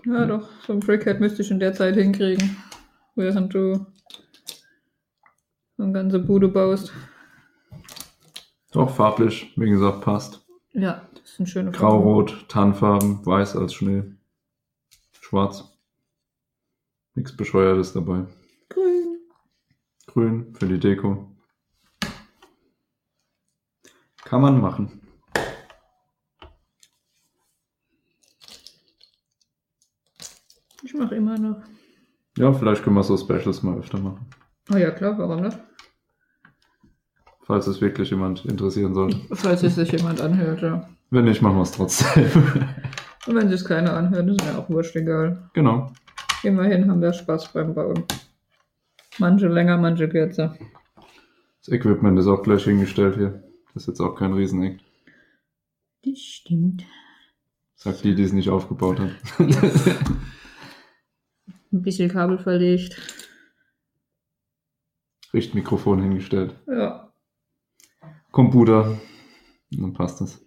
Ja, doch, so ein Brickhead müsste ich in der Zeit hinkriegen. Während du so eine ganze Bude baust. Auch farblich, wie gesagt, passt. Ja, das ist ein schöner Grau-Rot, Tarnfarben, weiß als Schnee. Schwarz. Nichts Bescheuertes dabei. Grün. Grün für die Deko. Kann man machen. Ich mache immer noch. Ja, vielleicht können wir so Specials mal öfter machen. Oh ja, klar, warum nicht? Falls es wirklich jemand interessieren sollte. Falls es sich jemand anhört, ja. Wenn nicht, machen wir es trotzdem. Und wenn sich keiner anhört, ist mir auch wurscht egal. genau. Immerhin haben wir Spaß beim Bauen. Manche länger, manche kürzer. Das Equipment ist auch gleich hingestellt hier. Das ist jetzt auch kein Rieseneck. Das stimmt. Sagt die, die es nicht aufgebaut hat. Ein bisschen Kabel verlegt. Richtmikrofon hingestellt. Ja. Computer. Und Dann passt das.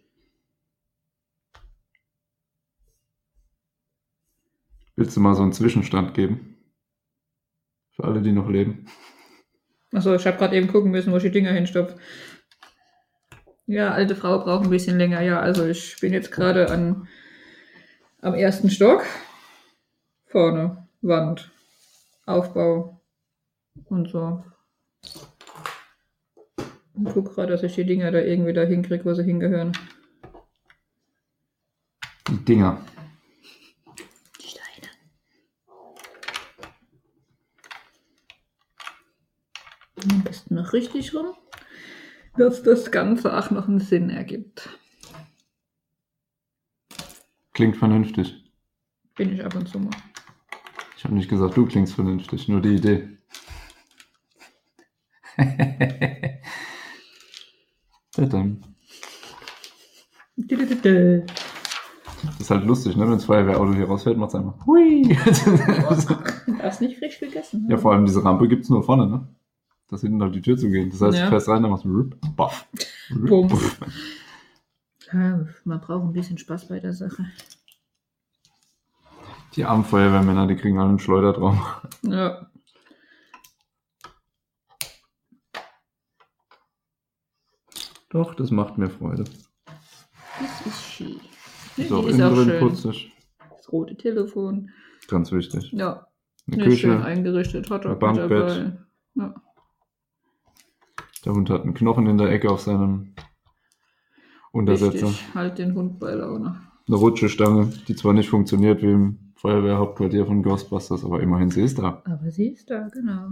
Willst du mal so einen Zwischenstand geben? Für alle, die noch leben. Achso, ich habe gerade eben gucken müssen, wo ich die Dinger hinstopfe. Ja, alte Frau braucht ein bisschen länger. Ja, also ich bin jetzt gerade an, am ersten Stock. Vorne, Wand, Aufbau und so. Und guck gerade, dass ich die Dinger da irgendwie da hinkriege, wo sie hingehören. Die Dinger. Steine. Am besten noch richtig rum. Dass das Ganze auch noch einen Sinn ergibt. Klingt vernünftig. Bin ich ab und zu mal. Ich habe nicht gesagt, du klingst vernünftig, nur die Idee. Tadam. Diddidididä. Das ist halt lustig, ne? Wenn das Feuerwehrauto hier rausfällt, macht's einfach. Hui! Du darfst nicht frisch gegessen. ja, vor allem diese Rampe gibt's nur vorne, ne? Dass hinten auf die Tür zu gehen. Das heißt, Ja. du fährst rein, dann machst du Rip, Buff. Rip, Bums. buff. Ja, man braucht ein bisschen Spaß bei der Sache. Die armen Feuerwehrmänner, die kriegen alle einen Schleudertraum. Ja. Doch, das macht mir Freude. Das ist schön. Ist die auch ist innen auch drin schön. putzig. Das rote Telefon. Ganz wichtig. Ja, Eine ja schön Küche. eingerichtet. Hotdog Ein mit Bankbett. dabei. Ja. Der Hund hat einen Knochen in der Ecke auf seinem Untersetzer. Wichtig. Halt den Hund bei Laune. Eine Rutschestange, die zwar nicht funktioniert wie im Feuerwehrhauptquartier von Ghostbusters, aber immerhin sie ist da. Aber sie ist da, genau.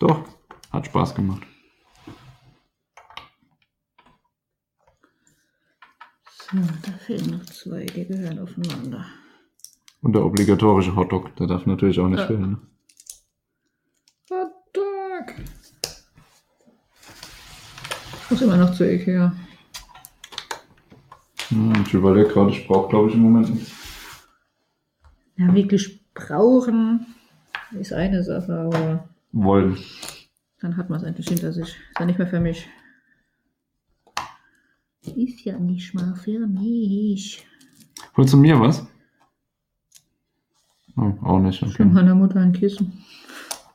Doch, hat Spaß gemacht. So, da fehlen noch zwei, die gehören aufeinander. Und der obligatorische Hotdog, der darf natürlich auch nicht Ja. fehlen. Ne? Hotdog! Ich muss immer noch zu Ikea. Hm, ich überlege gerade, ich brauche glaube ich im Moment nichts. Ja, wirklich brauchen ist eine Sache, aber Wollen. dann hat man es endlich hinter sich. Ist ja nicht mehr für mich. Ist ja nicht mal für mich. Holst du mir was? Oh, auch nicht, Von Mhm. okay. meiner Mutter ein Kissen.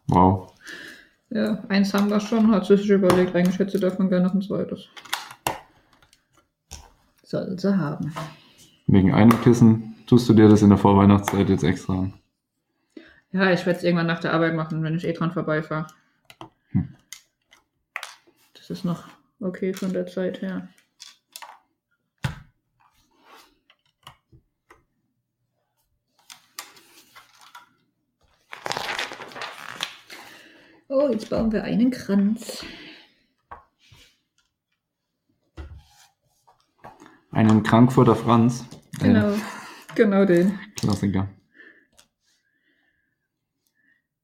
Wow. Ja, eins haben wir schon. Hat sie sich überlegt. Eigentlich hätte sie davon gerne noch ein zweites. soll sie haben. Wegen Einerkissen tust du dir das in der Vorweihnachtszeit jetzt extra an. Ja, ich werde es irgendwann nach der Arbeit machen, wenn ich eh dran vorbeifahre. Hm. Das ist noch okay von der Zeit her. Oh, jetzt bauen wir einen Kranz. Einen Frankfurter Franz. Genau, genau den. Äh, Klassiker.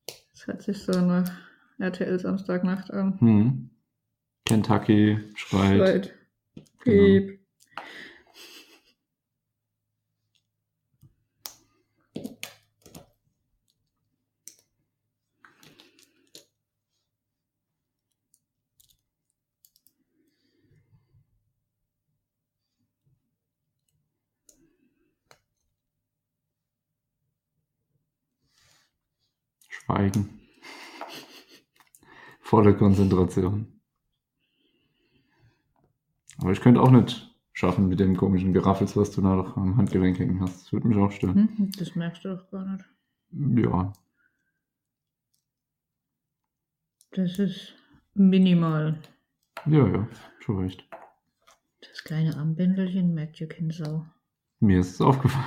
Das hat sich so eine RTL Samstagnacht an. Hm. Kentucky schreit. Right. Halt. Genau. Piep. Schweigen. Volle Konzentration. Aber ich könnte auch nicht schaffen mit dem komischen Geraffels, was du da noch am Handgelenk hängen hast. Das würde mich auch stören. Hm? Das merkst du doch gar nicht. Ja. Das ist Minimal. Ja, ja. Schon recht. das kleine Armbändelchen, merkt ihr keine Sau. Mir ist es aufgefallen.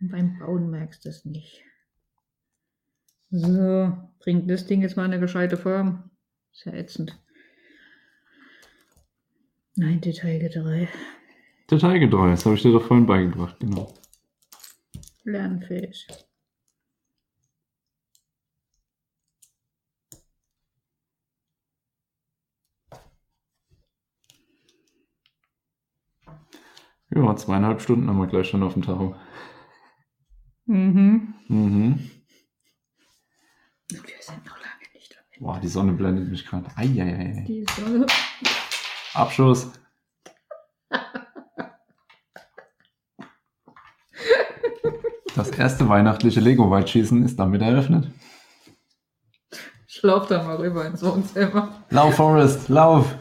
Und beim Bauen merkst du es nicht. So, Bringt das Ding jetzt mal in eine gescheite Form. ist ja ätzend. Nein, Detailgetreu. Detailgetreu, das habe ich dir doch vorhin beigebracht, genau. Lernfähig. Ja, zweieinhalb Stunden haben wir gleich schon auf dem Tacho. Mhm. Mhm. Und wir sind noch lange nicht am Ende. Boah, die Sonne blendet mich gerade. Eieiei. Die Sonne. Abschuss. Das erste weihnachtliche Lego-Weitschießen ist damit eröffnet. Ich lauf da mal rüber ins Wohnzimmer. Lauf, Forrest, lauf!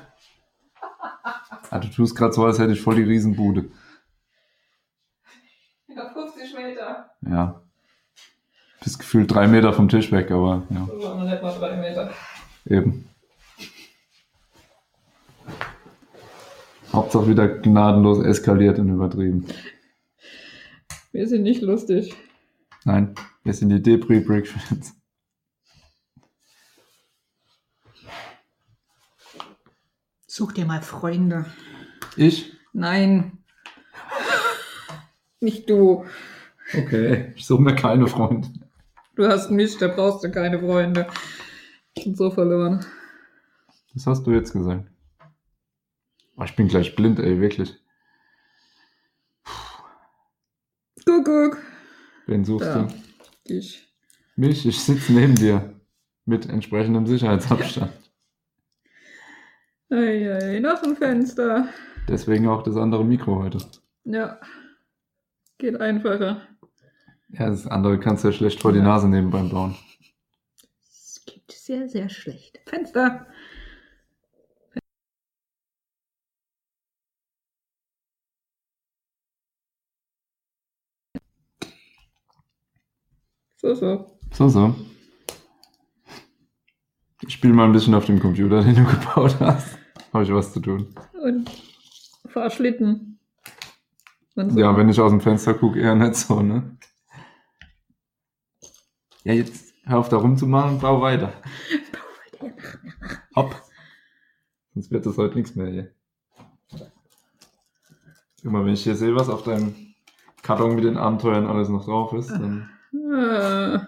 Ah, du tust gerade so, als hätte ich voll die Riesenbude. Ja, 50 Meter. Ja. Bist gefühlt drei Meter vom Tisch weg, aber ja, Das waren nicht mal drei Meter. eben. Hauptsache wieder gnadenlos eskaliert und übertrieben. Wir sind nicht lustig. Nein, wir sind die Debris-Brick-Fans. Such dir mal Freunde. Ich? Nein. nicht du. Okay, ich suche mir keine Freunde. Du hast mich, da brauchst du keine Freunde. Ich bin so verloren. Das hast du jetzt gesagt. Oh, ich bin gleich blind, ey, wirklich. Guck, guck. Wen suchst Da. du? Ich. Mich, ich sitze neben dir. Mit entsprechendem Sicherheitsabstand. Ei, ei, noch ein Fenster. Deswegen auch das andere Mikro heute. Ja. Geht einfacher. Ja, das andere kannst du ja schlecht vor die Ja. Nase nehmen beim Bauen. Es gibt sehr, sehr schlecht. Fenster. So, so. So, so. Ich spiele mal ein bisschen auf dem Computer, den du gebaut hast. Habe ich was zu tun. Und fahr Schlitten. Und so. Ja, wenn ich aus dem Fenster gucke, eher nicht so, ne? Ja, jetzt hör auf da rumzumachen, bau weiter. Hopp. Sonst wird das heute nichts mehr hier. Immer wenn ich hier sehe, was auf deinem Karton mit den Abenteuern alles noch drauf ist, dann Ah,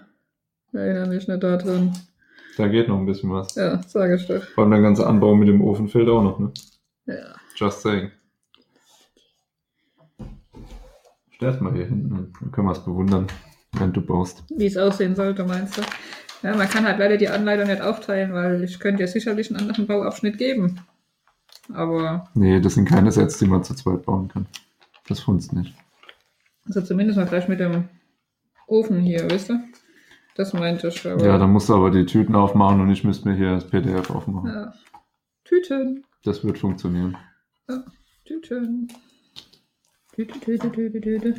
erinnere mich nicht daran. da geht noch ein bisschen was. Ja, sage ich doch. Vor allem der ganze Anbau mit dem Ofen fehlt auch noch, ne? Ja. Just saying. Stell mal hier hinten, dann können wir es bewundern, wenn du baust. wie es aussehen sollte, meinst du? Ja, man kann halt leider die Anleitung nicht aufteilen, weil ich könnte ja sicherlich einen anderen Bauabschnitt geben. Aber, Nee, das sind keine Sets, die man zu zweit bauen kann. Das funzt nicht. also zumindest mal gleich mit dem Ofen hier, weißt du? Das meinte ich. Aber, Ja, dann musst du aber die Tüten aufmachen und ich müsste mir hier das PDF aufmachen. ja. Tüten. Das wird funktionieren. Tüten. Tüte, Tüte, Tüte, Tüte.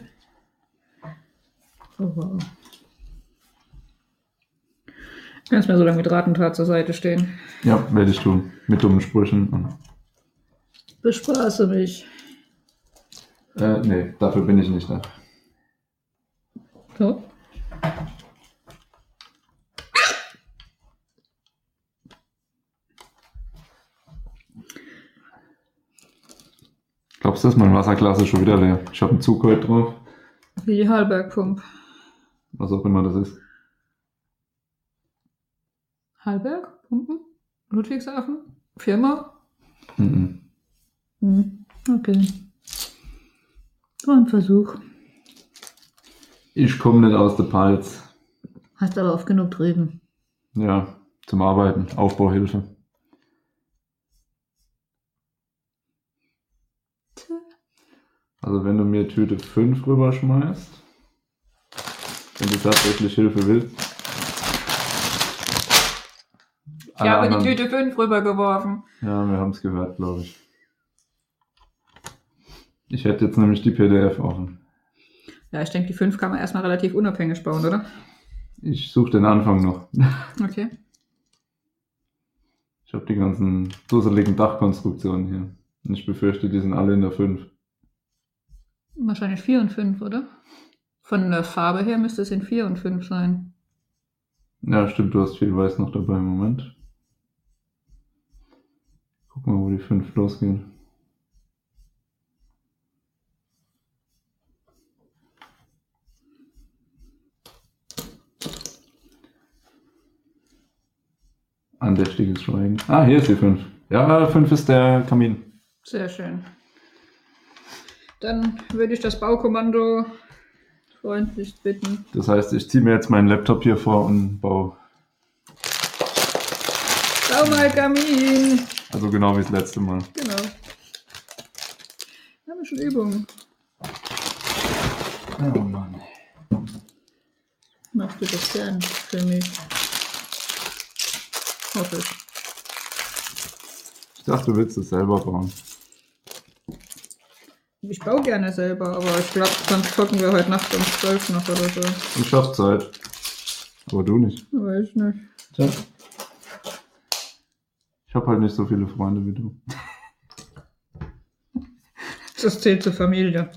Oh wow. Kannst mir so lange mit Ratentat zur Seite stehen. Ja, werde ich tun. Mit dummen Sprüchen. Und, Bespaße mich. äh, nee, dafür bin ich nicht da. So. Glaubst du, ist mein Wasserglas ist schon wieder leer? Ich habe einen Zug heute drauf, Wie die Halberg-Pump. was auch immer das ist. Halberg? Pumpen? Ludwigshafen? Firma? Mhm. Hm. Okay. War ein Versuch. Ich komme nicht aus der Palz. Hast aber oft genug drüben. Ja, zum Arbeiten, Aufbauhilfe. Also wenn du mir Tüte 5 rüberschmeißt, wenn du tatsächlich Hilfe willst. Ich habe die anderen- Tüte 5 rübergeworfen. Ja, wir haben es gehört, glaube ich. Ich hätte jetzt nämlich die PDF offen. Ja, ich denke, die 5 kann man erstmal relativ unabhängig bauen, oder? Ich suche den Anfang noch. Okay. Ich habe die ganzen dusseligen Dachkonstruktionen hier. Und ich befürchte, die sind alle in der 5. Wahrscheinlich 4 und 5, oder? Von der Farbe her müsste es in 4 und 5 sein. Ja, stimmt, du hast viel Weiß noch dabei im Moment. Guck mal, wo die 5 losgeht. Andächtiges Schweigen. Ah, hier ist die 5. Ja, 5 ist der Kamin. Sehr schön. Dann würde ich das Baukommando freundlich bitten. Das heißt, ich ziehe mir jetzt meinen Laptop hier vor und baue. Bau mal Kamin! Also genau wie das letzte Mal. Genau. Wir haben schon Übungen. Oh Mann. Machst du das gern für mich? Hoffe ich. Ich dachte, du willst es selber bauen. Ich baue gerne selber, aber ich glaube, sonst zocken wir heute Nacht um 12 noch oder so. Ich schaff's halt. Aber du nicht. Weiß nicht. Tja. Ich habe halt nicht so viele Freunde wie du. Das zählt zur Familie.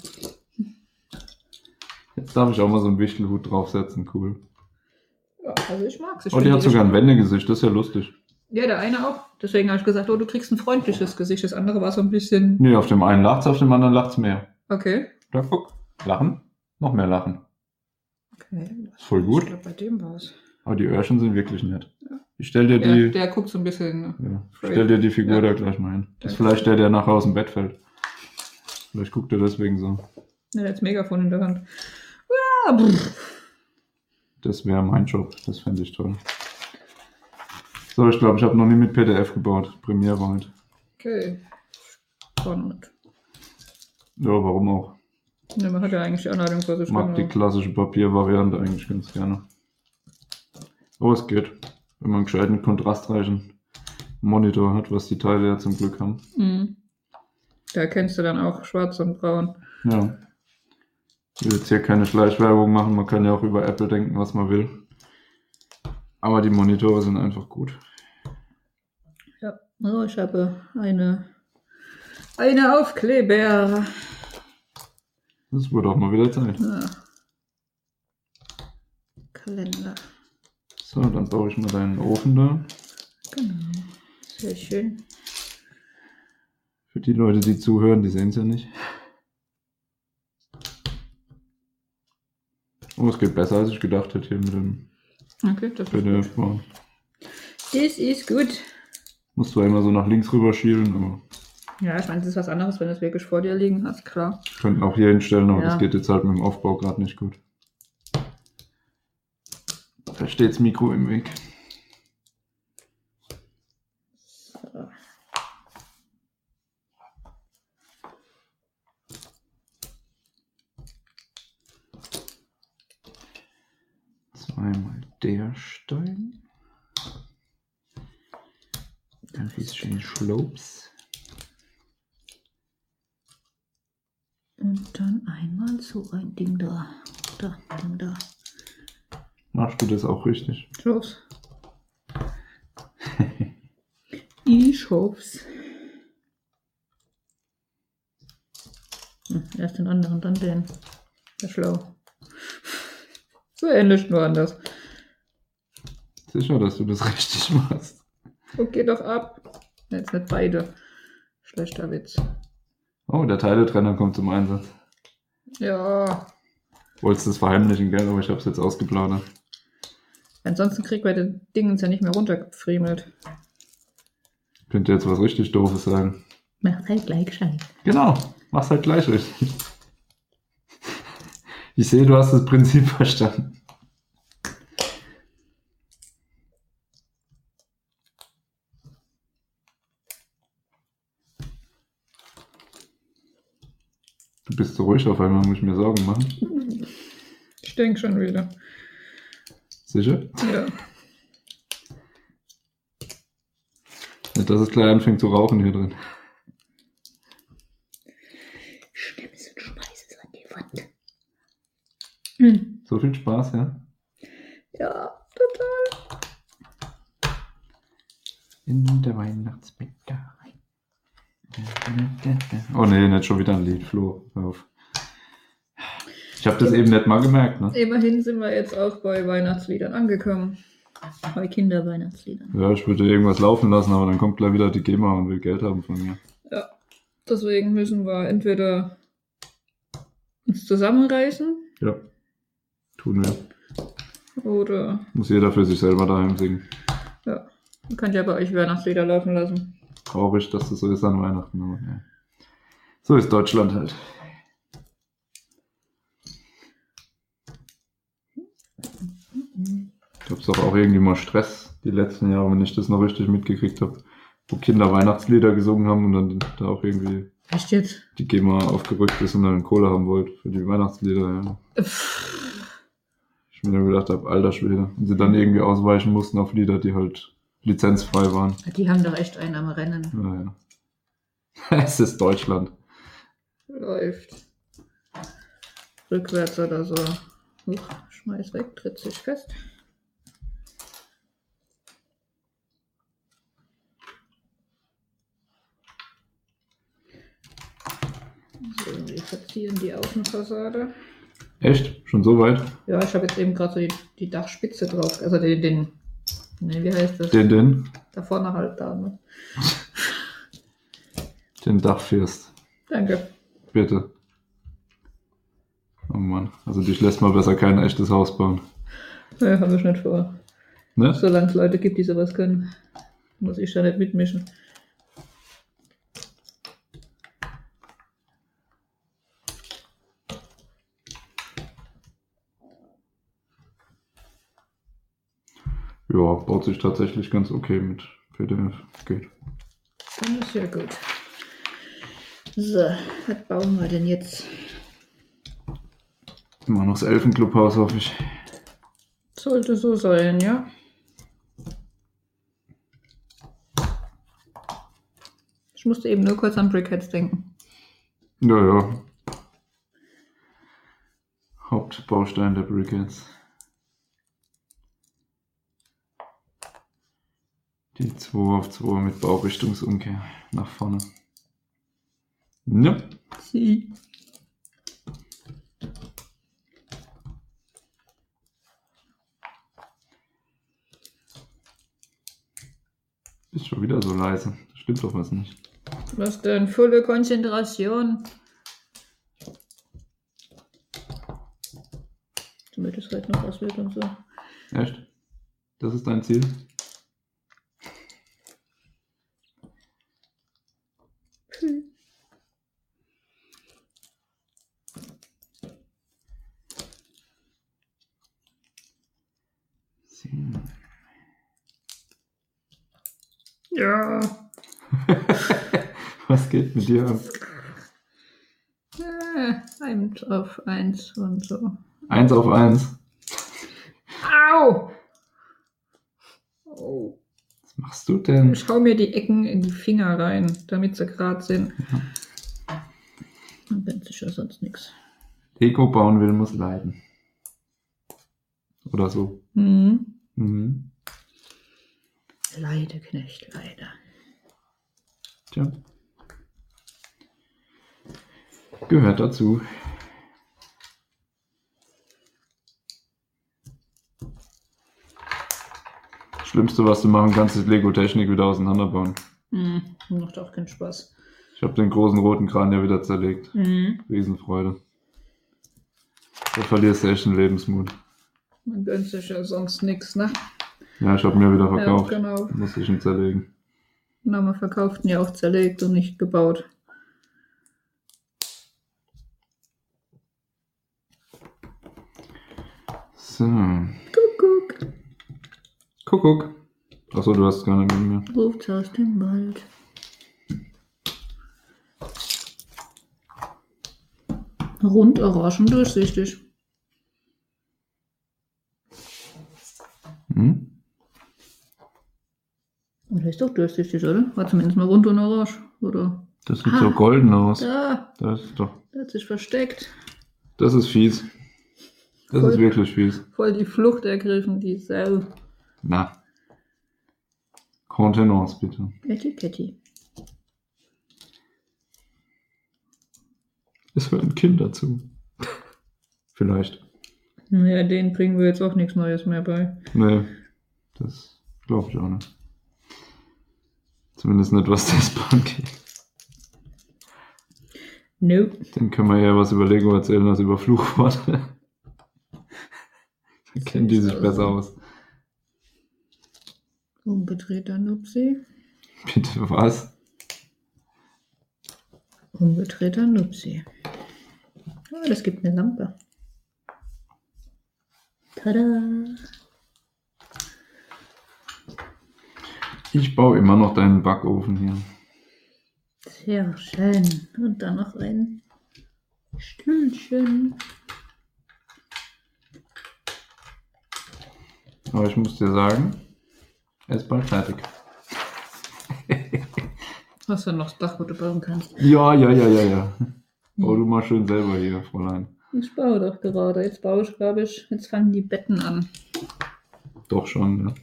Jetzt darf ich auch mal so einen Wichtelhut draufsetzen, cool. Ja, also ich mag's. Ich Oh, die find hat sogar ein richtig- Wendegesicht, das ist ja lustig. Ja, der eine auch. Deswegen habe ich gesagt, oh, du kriegst ein freundliches Gesicht. Das andere war so ein bisschen. Nee, auf dem einen lacht's, auf dem anderen lacht's mehr. Okay. Da guck. Lachen? Noch mehr lachen. okay. Ist voll gut. Ich glaub, bei dem war's. Aber die Öhrchen sind wirklich nett. Ich stell dir Der, die, der guckt so ein bisschen. ne? ja, ich stell dir die Figur Ja. da gleich mal hin. Das ist Danke. vielleicht der, der nachher aus dem Bett fällt. Vielleicht guckt er deswegen so. Ja, der hat das Megafon in der Hand. Ah, brr. Das wäre mein Job. Das fände ich toll. So, ich glaube, ich habe noch nie mit PDF gebaut. Premiere war halt. okay. Spannend. Ja, warum auch? Ne, man hat ja eigentlich die Anleitung vor sich. Ich mag die genau. klassische Papiervariante eigentlich ganz gerne. Aber es geht. Wenn man einen gescheiten, kontrastreichen Monitor hat, was die Teile ja zum Glück haben. Mhm. Da erkennst du dann auch schwarz und braun. Ja. Ich will jetzt hier keine Schleichwerbung machen. Man kann ja auch über Apple denken, was man will. Aber die Monitore sind einfach gut. Oh, ich habe eine. Eine Aufkleber. Das wurde auch mal wieder Zeit. Ja. Kalender. So, dann baue ich mal deinen Ofen da. Genau. Sehr schön. Für die Leute, die zuhören, die sehen es ja nicht. Oh, es geht besser, als ich gedacht hätte hier mit dem Okay, das ist gut. PDF. bauen. Das ist gut. Muss zwar immer so nach links rüber schielen, aber Ja, ich meine, das ist was anderes, wenn du es wirklich vor dir liegen hast, klar. ich könnte ihn auch hier hinstellen, aber Ja. das geht jetzt halt mit dem Aufbau gerade nicht gut. Da steht das Mikro im Weg. Zweimal der Stein. Ein bisschen Schlopes. Und dann einmal so ein Ding da. Da, Ding da. Machst du das auch richtig? Ich hoff's. ich hoff's. Hm, erst den anderen, dann den. Ja, schlau. So ähnlich nur anders. Sicher, dass du das richtig machst. Okay, doch ab. Jetzt nicht beide. Schlechter Witz. Oh, der Teiletrenner kommt zum Einsatz. Ja. Wolltest es verheimlichen, gell? Aber ich hab's jetzt ausgeplaudert. Ansonsten kriegt man den Dingens ja nicht mehr runtergefriemelt. Könnt ihr jetzt was richtig Doofes sagen? Macht halt gleich Schein. Genau, mach's halt gleich richtig. Ich sehe, du hast das Prinzip verstanden. Du bist so ruhig auf einmal, muss ich mir Sorgen machen. Ich denke schon wieder. Sicher? Ja. Nicht, dass es gleich anfängt zu rauchen hier drin. Schnimm es und schmeiß es an die Wand. Hm. So viel Spaß, ja? Ja, total. In der Weihnachtsbäckerei. Oh nee, nicht schon wieder ein Lied, Flo. Hör auf. Ich habe das eben nicht mal gemerkt, ne? Immerhin sind wir jetzt auch bei Weihnachtsliedern angekommen. Bei Kinderweihnachtsliedern. Ja, ich würde irgendwas laufen lassen, aber dann kommt gleich wieder die GEMA und will Geld haben von mir. Deswegen müssen wir entweder uns zusammenreißen Ja. Tun wir. oder Muss jeder für sich selber daheim singen. ihr könnt ja bei euch Weihnachtslieder laufen lassen. Traurig, dass das so ist an Weihnachten, aber ja. So ist Deutschland halt. Gab es doch auch irgendwie mal Stress die letzten Jahre, wenn ich das noch richtig mitgekriegt habe, wo Kinder Weihnachtslieder gesungen haben und dann da auch irgendwie Echt jetzt? die GEMA aufgerückt ist und dann Kohle haben wollte für die Weihnachtslieder. Ja. Ich mir dann gedacht habe, alter Schwede. Und sie dann irgendwie ausweichen mussten auf Lieder, die halt lizenzfrei waren. Die haben doch echt einen am Rennen. Naja. es ist Deutschland. Läuft. Rückwärts oder so. Huch, schmeiß weg, tritt sich fest. So, wir verzieren die Außenfassade. Echt? Schon so weit? Ja, ich habe jetzt eben gerade so die, die Dachspitze drauf, also den, den, nee, wie heißt das? Den, den, Da vorne halt da, ne? den Dachfirst. Danke. Bitte. Oh Mann. Also dich lässt mal besser kein echtes Haus bauen. Ja, haben wir schon nicht vor. Ne? Solange es Leute gibt, die sowas können, muss ich da nicht mitmischen. Ja, baut sich tatsächlich ganz okay mit PDF. Geht. Dann ist ja gut. So, was bauen wir denn jetzt? Immer noch das Elfenclubhaus, hoffe ich. Sollte so sein, ja? Ich musste eben nur kurz an Brickheads denken. Ja, ja. Hauptbaustein der Brickheads. Die 2 auf 2 mit Baurichtungsumkehr nach vorne. Ja. Sie. Ist schon wieder so leise. Stimmt doch was nicht. Was denn? Volle Konzentration. Damit es halt noch was wird und so. Echt? Das ist dein Ziel? Hm. Ziel. Ja. Was geht mit dir? ab? Äh, eins auf eins und so. Eins auf eins. Au! Oh. Was machst du denn? Ich hau mir die Ecken in die Finger rein, damit sie gerade sind. Und bin tut sich ja sonst nichts. Deko bauen will, muss leiden. Oder so. Mhm. Mhm. Leide, Knecht, leider. Tja. Gehört dazu. Schlimmste, was du machen kannst, ist Lego-Technik wieder auseinanderbauen. Mhm. Macht auch keinen Spaß. Ich habe den großen roten Kran ja wieder zerlegt. Mhm. Riesenfreude. Da verlierst du echt den Lebensmut. Man gönnt sich ja sonst nichts, ne? Ja, ich habe mir wieder Ja, verkauft. genau. Muss ich ihn zerlegen. Name verkauften ja auch zerlegt und nicht gebaut. So. Guck, guck. Kuckuck. Achso, du hast keine Mühe mehr. Ruft aus dem Wald. Rund, orangen, durchsichtig. Hm? Oder ist doch durchsichtig, oder? War zumindest mal rund und orange, oder? Das sieht Ah. so golden aus. Da, Das ist doch. da hat sich versteckt. Das ist fies. Das Voll. ist wirklich fies. Voll die Flucht ergriffen, die Sau. Na. Contenance, bitte. Etiketti. Es hört ein Kind dazu. Vielleicht. Naja, denen bringen wir jetzt auch nichts Neues mehr bei. Nee. Das glaube ich auch nicht. Zumindest nicht, was das angeht. Nope. Dann können wir eher was über Lego erzählen als über Fluchworte. Dann kennen die sich besser aus. Umgedrehter Nupsi. Bitte was? Umgedrehter Nupsi. Ah, das gibt eine Lampe. Tada! Ich baue immer noch deinen Backofen hier. Sehr schön. Und dann noch ein Stühlchen. Aber ich muss dir sagen, er ist bald fertig. Hast du noch das Dach, wo du bauen kannst? Ja, ja, ja, ja, ja. Hm. Bau Oh, du mal schön selber hier, Fräulein. Ich baue doch gerade. Jetzt baue ich, glaube ich, jetzt fangen die Betten an. Doch schon, ja.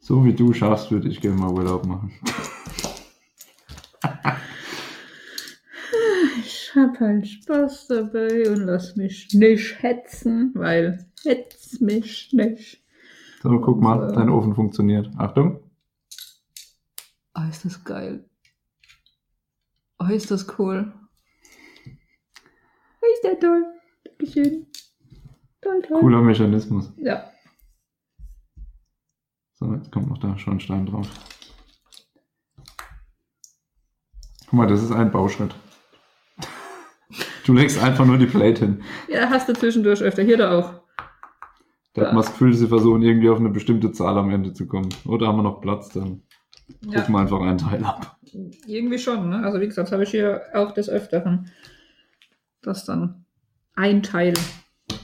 So wie du schaffst, würde ich gerne mal Urlaub machen. Ich hab halt Spaß dabei und lass mich nicht hetzen, weil hetz mich nicht. So, guck mal, dein Ofen funktioniert. Achtung. Oh, ist das geil. Oh, ist das cool. Oh, ist der toll. Dankeschön. Toll, toll. Cooler Mechanismus. Ja. So, jetzt kommt noch da Schornstein drauf. Guck mal, das ist ein Bauschritt. Du legst einfach nur die Plate hin. Ja, hast du zwischendurch öfter. Hier da auch. Da hat man das Gefühl, sie versuchen irgendwie auf eine bestimmte Zahl am Ende zu kommen. Oder haben wir noch Platz, dann Ja, gucken wir einfach einen Teil ab. irgendwie schon. Ne? Also wie gesagt, habe ich hier auch des Öfteren. Das dann ein Teil Wo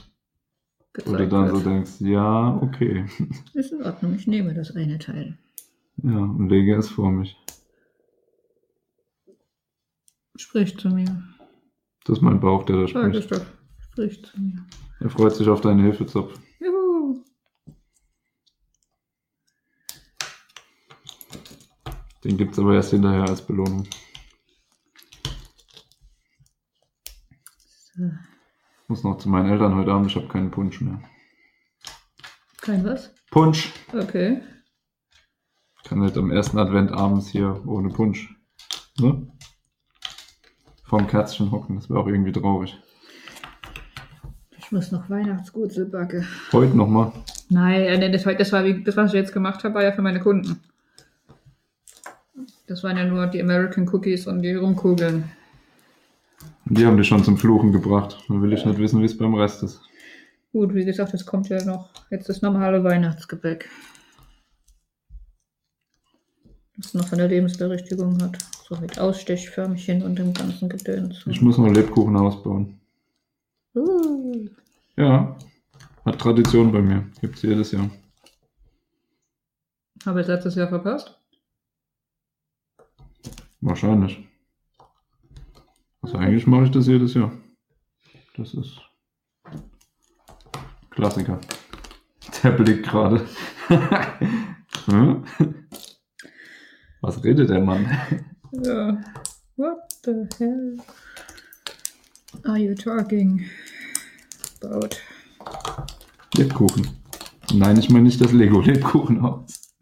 gezeigt du dann so wird. denkst, ja, okay. Ist in Ordnung. Ich nehme das eine Teil. Ja, und lege es vor mich. Sprich zu mir. Das ist mein Bauch, der da Sag ich spricht. doch. Sprich zu mir. Er freut sich auf deinen Hilfezopf. Juhu. Den gibt's aber erst hinterher als Belohnung. So. Muss noch zu meinen Eltern heute Abend, ich habe keinen Punsch mehr. Kein was? Punsch! Okay. kann halt am ersten Advent abends hier ohne Punsch, ne? Vorm Kerzchen hocken, das wäre auch irgendwie traurig. Ich muss noch Weihnachtsgutsel backen. Heute nochmal. Nein, äh, nee, das, war, das, war, wie- das, was ich jetzt gemacht habe, war ja für meine Kunden. Das waren ja nur die American Cookies und die Rumkugeln. Die haben dich schon zum Fluchen gebracht. Dann will ich nicht wissen, wie es beim Rest ist. Gut, wie gesagt, es kommt ja noch jetzt das normale Weihnachtsgebäck. Das noch eine Lebensberichtigung hat. So mit Ausstechförmchen und dem ganzen Gedöns. Ich muss noch Lebkuchen ausbauen. Uh, Ja, hat Tradition bei mir. Gibt's jedes Jahr. Habe ich letztes Jahr verpasst? Wahrscheinlich. Also eigentlich mache ich das jedes Jahr. Das ist Klassiker. Der Blick gerade. Hm? Was redet der Mann? Ja. What the hell are you talking about? Lebkuchen. Nein, ich meine nicht das Lego-Lebkuchenhaus.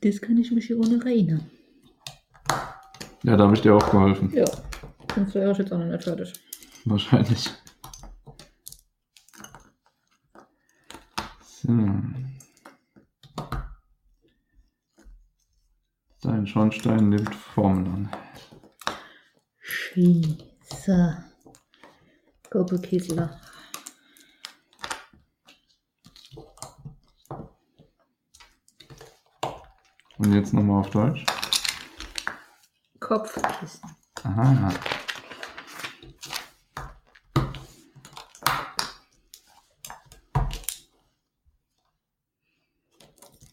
Das kann ich mich hier ohne erinnern. Ja, da habe ich dir auch geholfen. Ja. Sonst wäre ich jetzt auch noch nicht fertig. Wahrscheinlich. So. Dein Schornstein nimmt Formen an. Scheiße. Gobelkiesler. Und jetzt nochmal auf Deutsch. Kopfkissen. Aha.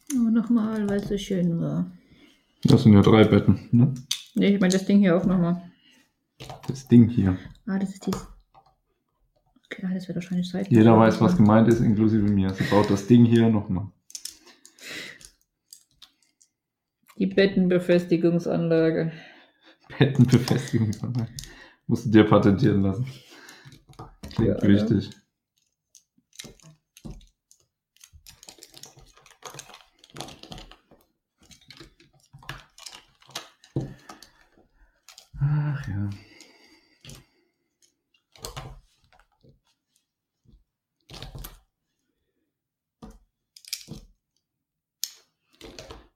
Oh, Nur nochmal, weil es so schön war. Das sind ja drei Betten, ne? Nee, ich meine das Ding hier auch nochmal. Das Ding hier. Ah, das ist dies. Okay, ah, das wird wahrscheinlich Zeit. Jeder weiß, was gemeint ist, inklusive mir. Sie baut das Ding hier nochmal. Die Bettenbefestigungsanlage. Bettenbefestigung. dabei. Musst du dir patentieren lassen. Klingt Ja, ja. wichtig. Ach ja.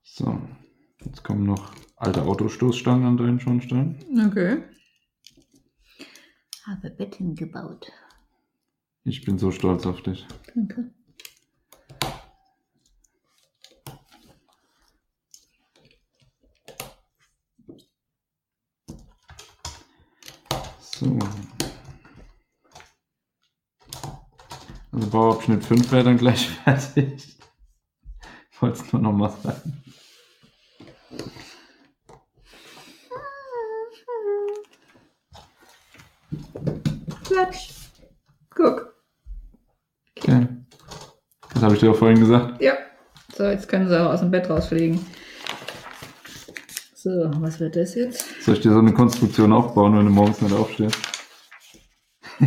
So, jetzt kommen noch alte Autostoßstangen an deinen Schornstein. Okay. Habe Betten gebaut. Ich bin so stolz auf dich. Danke. So. Also Bauabschnitt 5 wäre dann gleich fertig. Ich wollte es nur nochmal sagen. Klatsch. Guck. Okay. Das habe ich dir auch vorhin gesagt. Ja. So, jetzt können sie auch aus dem Bett rausfliegen. So, was wird das jetzt? Soll ich dir so eine Konstruktion aufbauen, wenn du morgens nicht aufstehst?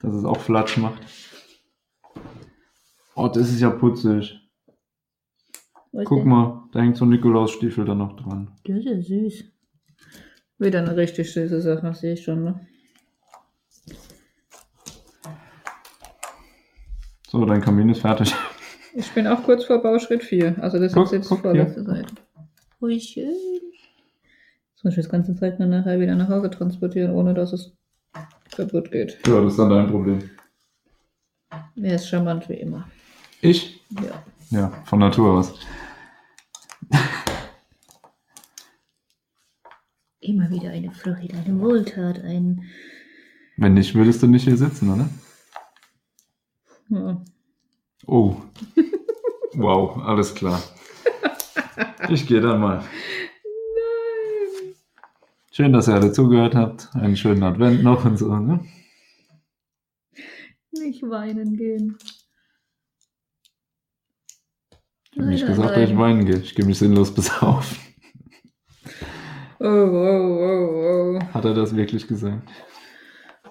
Dass es auch Flatsch macht. Oh, das ist ja putzig. Was Guck denn? mal, da hängt so ein Nikolausstiefel da noch dran. Das ist ja süß. Wieder eine richtig süße Sache, sehe ich schon. Ne? So, dein Kamin ist fertig. Ich bin auch kurz vor Bauschritt 4. Also das Guck, ist jetzt guck vorletzte Seite. Wie schön. Das muss ich das ganze Zeit nur nachher wieder nach Hause transportieren, ohne dass es kaputt geht. Ja, das ist dann dein Problem. Er ist charmant wie immer. Ich? Ja. Ja, von Natur aus. Immer wieder eine Freude, eine Wohltat, ein. Wenn nicht, würdest du nicht hier sitzen, oder? ja. Oh. Wow, alles klar. Ich gehe dann mal. Schön, dass ihr alle zugehört habt. Einen schönen Advent noch und so, ne? Nicht weinen gehen. Ich habe nicht gesagt, dass ich weinen gehe. Ich gehe mich sinnlos besaufen. Oh, oh, oh, oh. Hat er das wirklich gesagt?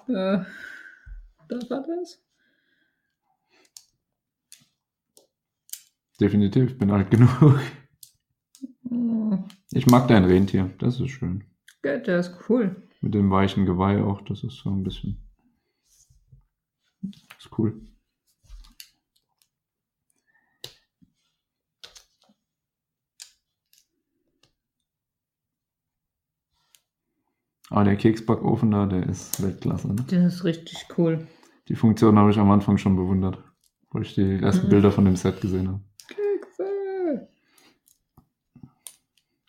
Äh, das war das? Definitiv, ich bin alt genug. Oh, Ich mag dein Rentier, das ist schön. Gott, der ist cool. Mit dem weichen Geweih auch, das ist so ein bisschen. Ist cool. Ah, der Keksbackofen da, der ist Weltklasse. Ne? Der ist richtig cool. Die Funktion habe ich am Anfang schon bewundert, wo ich die ersten Mhm. Bilder von dem Set gesehen habe. Kekse.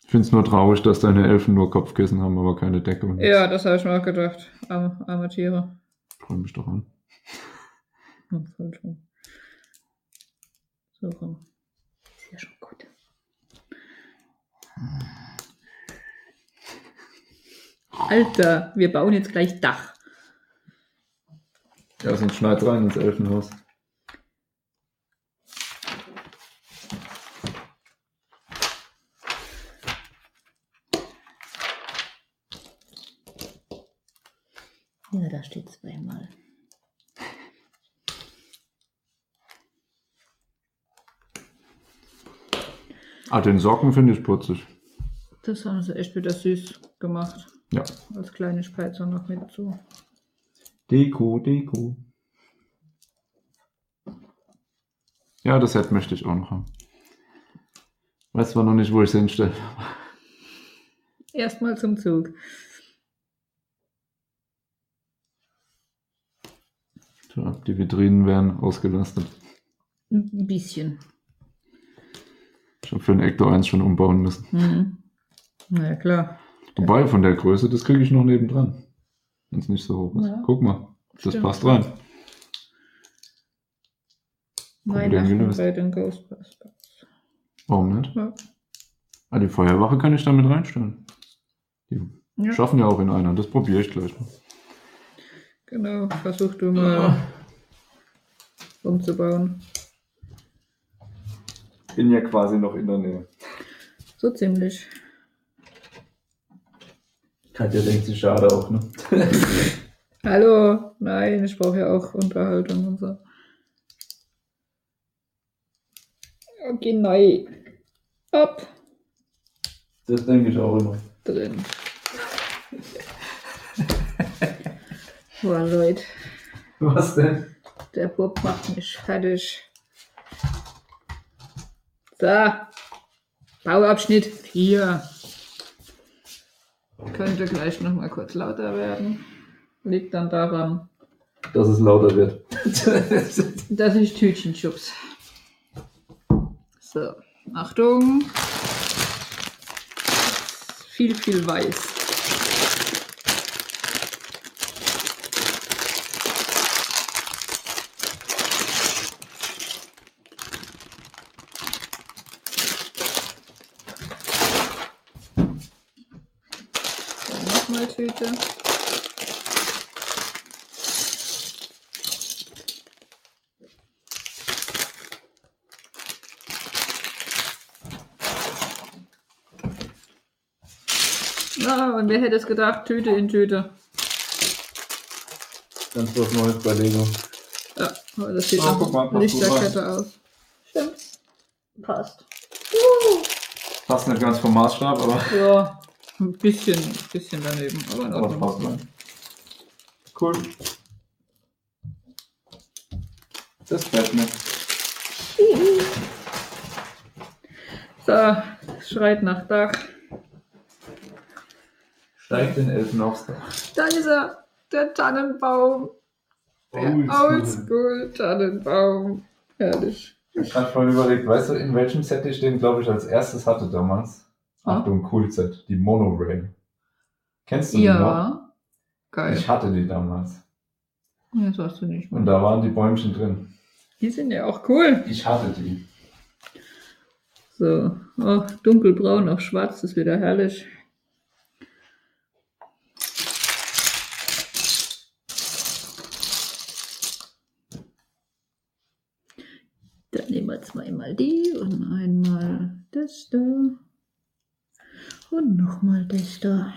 Ich finde es nur traurig, dass deine Elfen nur Kopfkissen haben, aber keine Decke. Und Ja, das habe ich mir auch gedacht. Arme, arme Tiere. Ich freue mich doch an. Hm, falsch rum. So rum. Ist ja schon gut. Alter, wir bauen jetzt gleich Dach. Ja, sonst schneid rein ins Elfenhaus. Ja, da steht zweimal. Ah, den Socken finde ich putzig. Das haben sie echt wieder süß gemacht. Ja. Als kleine Speizer noch mit zu. Deko, Deko. Ja, das Set möchte ich auch noch haben. Weiß zwar noch nicht, wo ich es hinstelle. Erstmal zum Zug. Tja, Die Vitrinen werden ausgelastet. Ein bisschen. Ich habe für den Ecto 1 schon umbauen müssen. Mhm. Na ja, klar. Wobei, von der Größe, das kriege ich noch nebendran. Wenn es nicht so hoch ist. Ja. Guck mal, das Stimmt. passt rein. Problem Weihnachten gelöst. bei den Ghostbusters. Warum nicht? Ja. Ah, die Feuerwache kann ich damit reinstellen. Die Ja. schaffen ja auch in einer. Das probiere ich gleich mal. Genau, versuch du mal umzubauen. Bin ja quasi noch in der Nähe. So ziemlich. Katja denkt sich schade auch, ne? Hallo, nein, ich brauche ja auch Unterhaltung und so. Okay, neu. Hopp, Das denke ich auch immer. drin. Boah, Leute, Was denn? der Bub macht mich fertig. So, Bauabschnitt 4. Könnte gleich nochmal kurz lauter werden. Liegt dann daran, Dass es lauter wird. dass ich Tütchen schubs. So, Achtung. Viel, viel weiß. Dann nochmal Tüte. Na, Ah, und wer hätte es gedacht? Tüte in Tüte. Ganz was Neues bei Lego. Ja, aber das sieht Ah, guck mal, nach passt gut Lichterkette aus. Stimmt. Passt. Passt nicht ganz vom Maßstab, aber, Ja, ein bisschen, ein bisschen daneben, aber in aber passt Ordnung. rein. Cool. Das fällt mir. ne? So, schreit nach Dach. Steigt den Elfen aufs Dach. Da ist er, der Tannenbaum. Der Oldschool-Tannenbaum. Herrlich. Ich habe mal überlegt, weißt du, in welchem Set ich den, glaube ich, als erstes hatte damals? Ah. Achtung, cool Set, die Monorail. Kennst du die noch? Ja, geil. Ich hatte die damals. Ja, Das hast du nicht Und mehr. da waren die Bäumchen drin. Die sind ja auch cool. Ich hatte die. So, auch dunkelbraun auf schwarz ist wieder herrlich. Dann nehmen wir zweimal die und einmal das da. Und nochmal das da.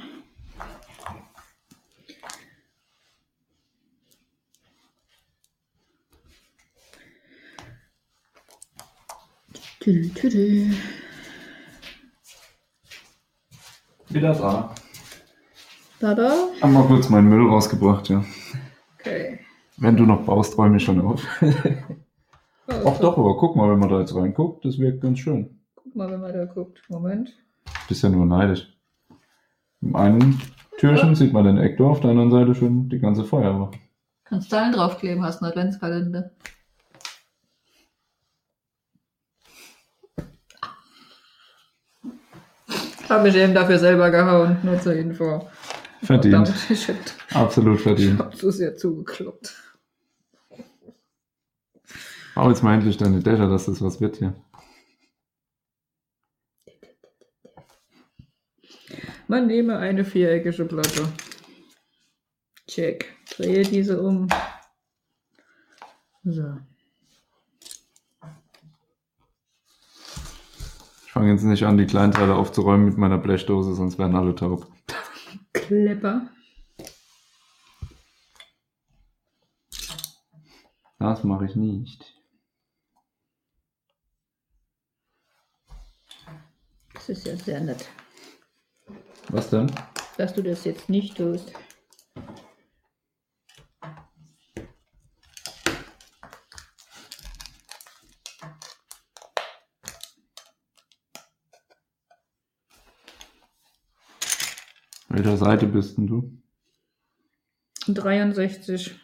Tü, tü, tü. Wie das war. Tada. Hab mal kurz meinen Müll rausgebracht, ja. Okay. Wenn du noch baust, räume ich schon auf. Also, Ach doch, aber guck mal, wenn man da jetzt reinguckt, das wirkt ganz schön. Guck mal, wenn man da guckt. Moment. Bist ja nur neidisch. Im einen Türchen sieht man den Ektor, auf der anderen Seite schon die ganze Feuerwache. Kannst Zahlen draufkleben, hast einen Adventskalender. Hab mich eben dafür selber gehauen, nur zur Info. Verdient. Verdammt, ich hab, Absolut ich verdient. hab zu sehr zugekloppt. Bau jetzt mal endlich deine Data, dass das was wird hier. Man nehme eine viereckige Platte. Check. Drehe diese um. So. Ich fange jetzt nicht an, die Kleinteile aufzuräumen mit meiner Blechdose, sonst werden alle taub. Klepper. Das mache ich nicht. Das ist ja sehr nett, Was denn? dass du das jetzt nicht tust. Welcher Seite bist denn du? 63.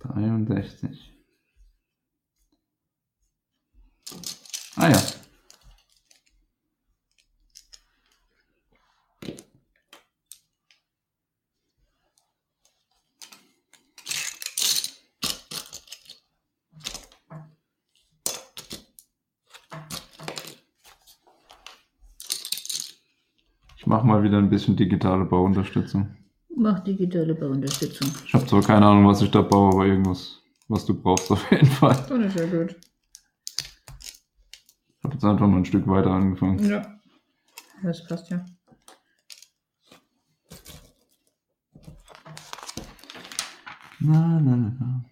Dreiundsechzig. Ah ja. Ich mache mal wieder ein bisschen digitale Bauunterstützung. Mach digitale Bauunterstützung. Ich habe zwar keine Ahnung, was ich da baue, aber irgendwas, was du brauchst auf jeden Fall. Das ist ja gut. Ich habe jetzt einfach mal ein Stück weiter angefangen. Ja. Das passt ja. Na, na, na, na.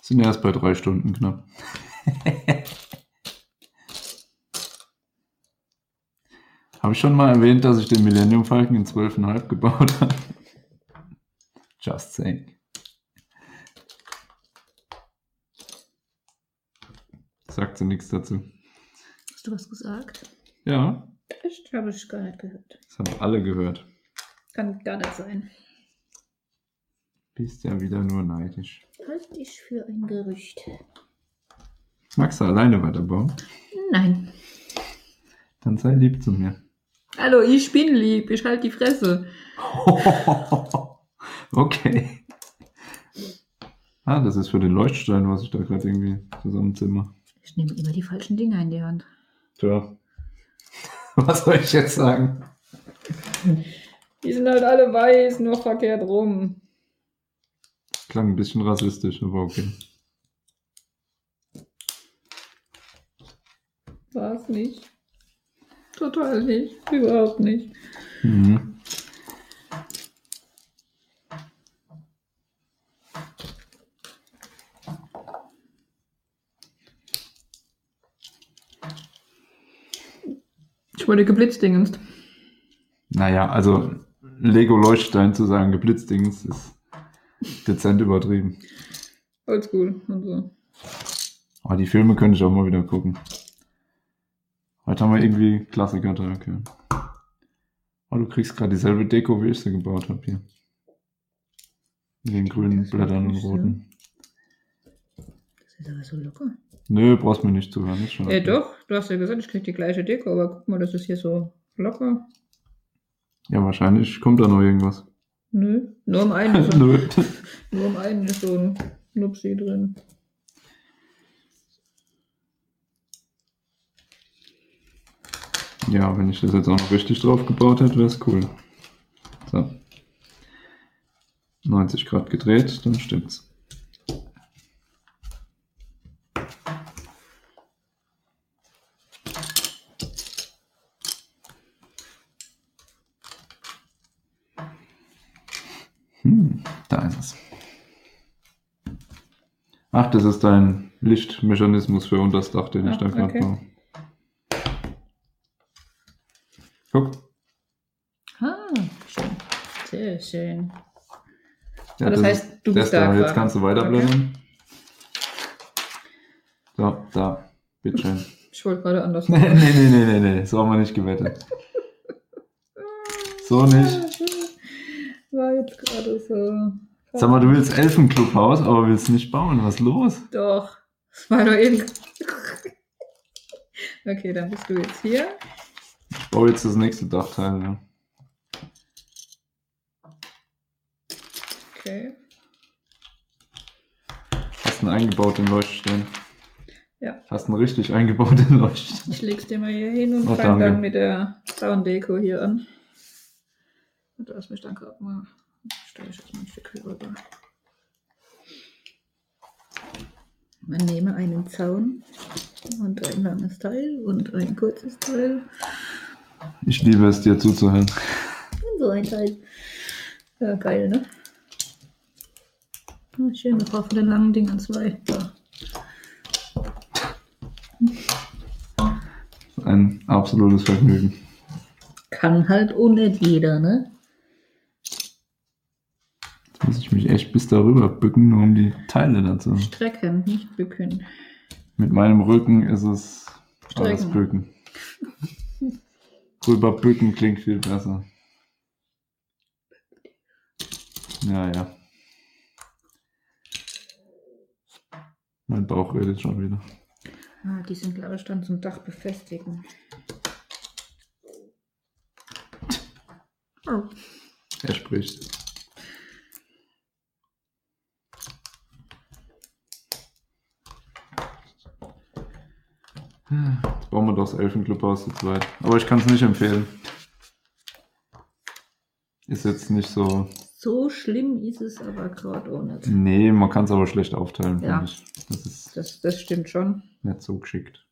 Sind erst bei drei Stunden knapp. habe ich schon mal erwähnt, dass ich den Millennium Falcon in 12,5 gebaut habe? Just saying. Sagt sie nichts dazu. Hast du was gesagt? Ja, Echt? Habe ich gar nicht gehört. das haben alle gehört. Kann gar nicht sein. Bist ja wieder nur neidisch. Halte ich Halt für ein Gerücht. Magst du alleine weiterbauen? Nein. Dann sei lieb zu mir. Hallo, ich bin lieb. Ich halte die Fresse. okay. Ah, das ist für den Leuchtstein, was ich da gerade irgendwie zusammenzimmer. Ich nehme immer die falschen Dinge in die Hand. Tja. Was soll ich jetzt sagen? Die sind halt alle weiß, nur verkehrt rum. Klang ein bisschen rassistisch, aber okay. War es nicht. Total nicht. Überhaupt nicht. Mhm. Ich wurde geblitzdingenst. Naja, also Lego Leuchtstein zu sagen, geblitzdings, ist dezent übertrieben. Oldschool und so. Aber die Filme könnte ich auch mal wieder gucken. Heute haben wir irgendwie Klassiker-Tag, ja. Oh, du kriegst gerade dieselbe Deko, wie ich sie gebaut habe hier. Mit den grünen Das war Blättern und nicht so. roten. Das ist aber so locker. Nö, brauchst mir nicht zuhören. Ist schon ne? Ja, okay. doch. Du hast ja gesagt, ich krieg die gleiche Deko, aber guck mal, das ist hier so locker. Ja, wahrscheinlich kommt da noch irgendwas. Nö. Nur um einen ist, Nö. nur um einen ist so ein Nupsi drin. Ja, wenn ich das jetzt auch noch richtig drauf gebaut hätte, wäre es cool. So. 90 Grad gedreht, dann stimmt's. Hm, da ist es. Ach, das ist dein Lichtmechanismus für unters Dach, den ich Ah, da gerade okay. baue. Guck. Ah, schön. Sehr schön. Ja, Aber das ist- heißt, du das bist da. da Jetzt quasi. kannst du weiterblättern. So, da. Bitteschön. Ich wollte gerade anders. nee, nee, nee, nee, nee, nee. So haben wir nicht gewettet. So nicht. Ah, War jetzt gerade so. Sag mal, du willst Elfenclubhaus, aber willst nicht bauen. Was ist los? Doch. Es war doch eben. Okay, dann bist du jetzt hier. Ich baue jetzt das nächste Dachteil, ne? Okay. Hast einen eingebauten Leuchtstern. Ja. Hast einen richtig eingebauten Leuchtstern. Ich leg's dir mal hier hin und Oh, fang danke. dann mit der Sounddeko hier an. Und du hast mich dann gerade mal. Stelle ich jetzt mal ein Stück hier rüber. Man nehme einen Zaun und ein langes Teil und ein kurzes Teil Ich liebe es, dir zuzuhören. und so ein Teil. Ja, geil, ne? Ah, Schön, wir brauchen den langen Dingern zwei. Da. Ein absolutes Vergnügen. Kann halt ohne jeder, ne? Jetzt muss ich mich echt bis darüber bücken, nur um die Teile dazu. Strecken, nicht bücken. Mit meinem Rücken ist es alles Strecken. bücken. Rüber bücken klingt viel besser. Ja, ja. Mein Bauch redet schon wieder. Ah, die sind, glaube ich, dann zum Dach befestigen. Oh. Er spricht. Jetzt bauen wir doch das Elfenclubhaus zu zweit. Aber ich kann es nicht empfehlen. Ist jetzt nicht so. So schlimm ist es aber gerade auch nicht. Nee, man kann es aber schlecht aufteilen, Ja. finde ich. Das ist Das, das stimmt schon. nicht so geschickt.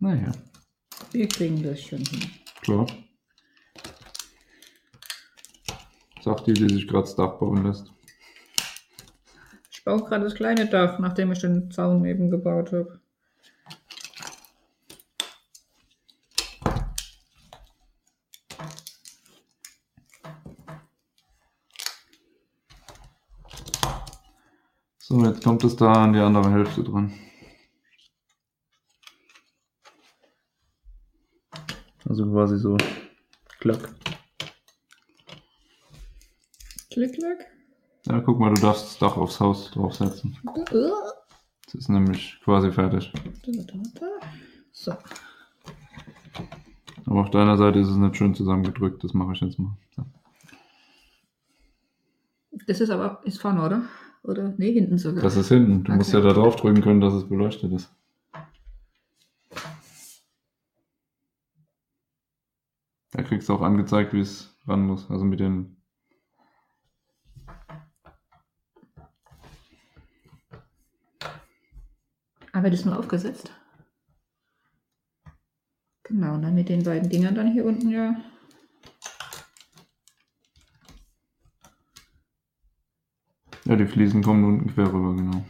Naja, Wir kriegen das schon hin. klar. Sagt die, die sich gerade das Dach bauen lässt. Ich baue gerade das kleine Dach, nachdem ich den Zaun eben gebaut habe. So, jetzt kommt es da an die andere Hälfte dran. Also quasi so. Klack. Klick, klick. Ja, guck mal, du darfst das Dach aufs Haus draufsetzen. Äh, Es ist nämlich quasi fertig. So. Aber auf deiner Seite ist es nicht schön zusammengedrückt, das mache ich jetzt mal. Ja. Das ist aber ist vorne, oder? Oder? Nee, hinten sogar. Das ist hinten. Du Okay. musst ja da drauf drücken können, dass es beleuchtet ist. Da kriegst du auch angezeigt, wie es ran muss. Also mit den. Aber das nur aufgesetzt. Genau, und dann mit den beiden Dingern dann hier unten ja. Ja, die Fliesen kommen unten quer rüber, genau.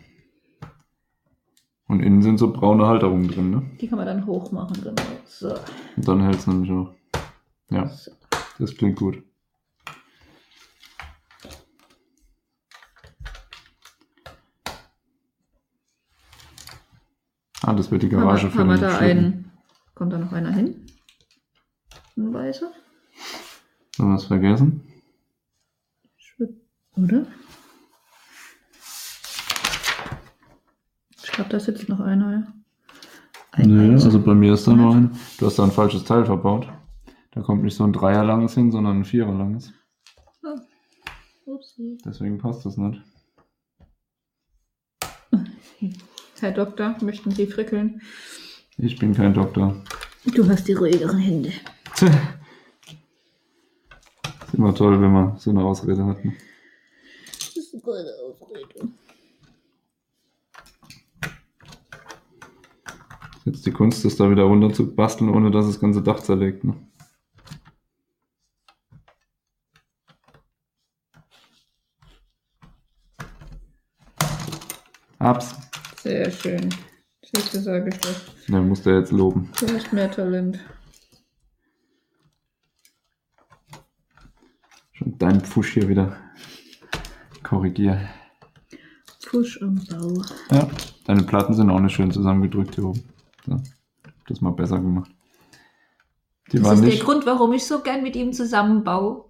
Und innen sind so braune Halterungen drin, ne? Die kann man dann hoch machen, genau. So. Und dann hält es nämlich auch. Ja, das klingt gut. Ah, das wird die Garage haben wir, haben wir den da Schlitten. einen. Kommt da noch einer hin? Ein weißer? Haben wir es vergessen? Ich würd- Oder? Ich glaube, da sitzt noch einer, ja. Nö, also bei mir ist da nur ein. Du hast da ein falsches Teil verbaut. Da kommt nicht so ein Dreierlanges hin, sondern ein Viererlanges. Upsi. Deswegen passt das nicht. Hm. Herr Doktor, möchten Sie frickeln? Ich bin kein Doktor. Du hast die ruhigeren Hände. ist immer toll, wenn man so eine Ausrede hat. Ne? Das ist eine gute Aufregung. Ist Jetzt die Kunst, das da wieder runter zu basteln, ohne dass das ganze Dach zerlegt. Ne? Abs. Sehr schön. Siehst du, sage ich doch. Ja, muss der jetzt loben. Du hast mehr Talent. Schon dein Pfusch hier wieder korrigieren. Push und Bau. Ja, deine Platten sind auch nicht schön zusammengedrückt hier oben. So, hab das mal besser gemacht. Die Das waren ist nicht. der Grund, warum ich so gern mit ihm zusammenbaue.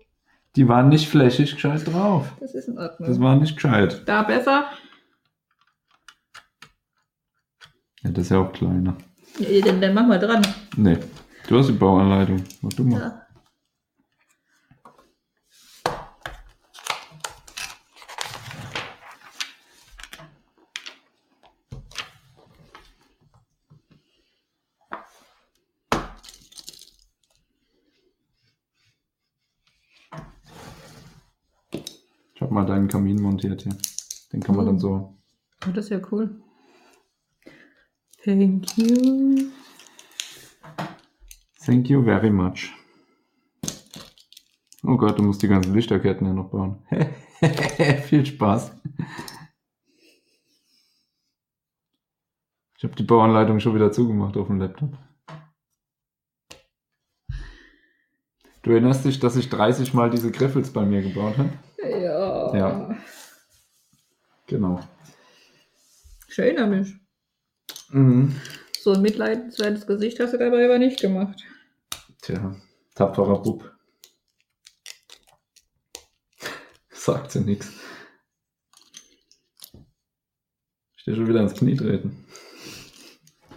Die waren nicht flächig gescheit drauf. Das ist in Ordnung. Das war nicht gescheit. da besser. Ja, das ist ja auch kleiner. Ja, dann, dann mach mal dran. Nee. Du hast die Bauanleitung. Mach du mal. Ja. Ich habe mal deinen Kamin montiert hier. Den kann man Mhm. Oh. dann so. Oh, das ist ja cool. Thank you. Thank you very much. Oh Gott, du musst die ganzen Lichterketten ja noch bauen. Viel Spaß. Ich habe die Bauanleitung schon wieder zugemacht auf dem Laptop. Du erinnerst dich, dass ich 30 Mal diese Griffels bei mir gebaut habe? Ja. Ja. Genau. Ich erinnere mich. Mhm. So ein mitleidenswertes Gesicht hast du dabei aber nicht gemacht. Tja, tapferer Bub. Sagt sie nix. Ich dir schon wieder ins Knie treten.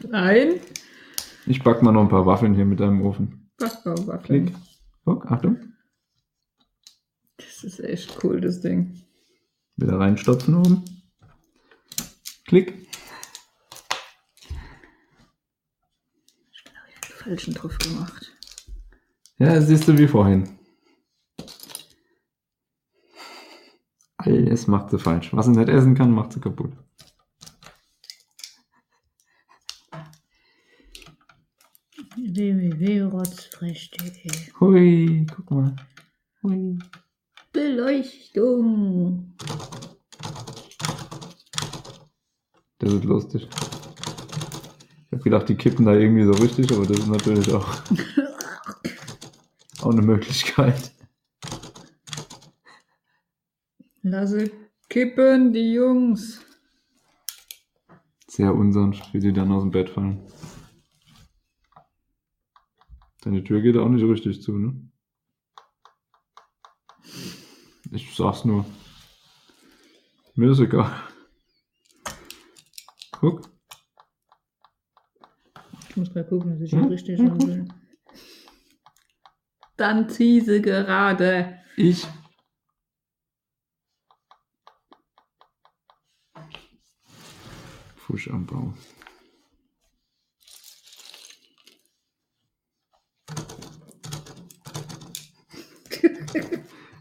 Nein. Ich back mal noch ein paar Waffeln hier mit deinem Ofen. Klick. Backbaumwaffeln. Guck, Achtung. Das ist echt cool, das Ding. Wieder reinstopfen oben. Klick. Falschen drauf gemacht. Ja, siehst du wie vorhin. Alles macht sie falsch. Was sie nicht essen kann, macht sie kaputt. www.rotzfresh.de Hui, guck mal. Hui. Beleuchtung. Das ist lustig. Ich habe gedacht, die kippen da irgendwie so richtig, aber das ist natürlich auch, auch eine Möglichkeit. Lasse kippen die Jungs. Sehr unsanft, wie die dann aus dem Bett fallen. Deine Tür geht auch nicht richtig zu, ne? Ich sag's nur. Mir ist egal. Guck. Ich muss mal gucken, dass ich Hm? das richtig haben will. Dann zieh sie gerade. Ich. Fusch am Bau.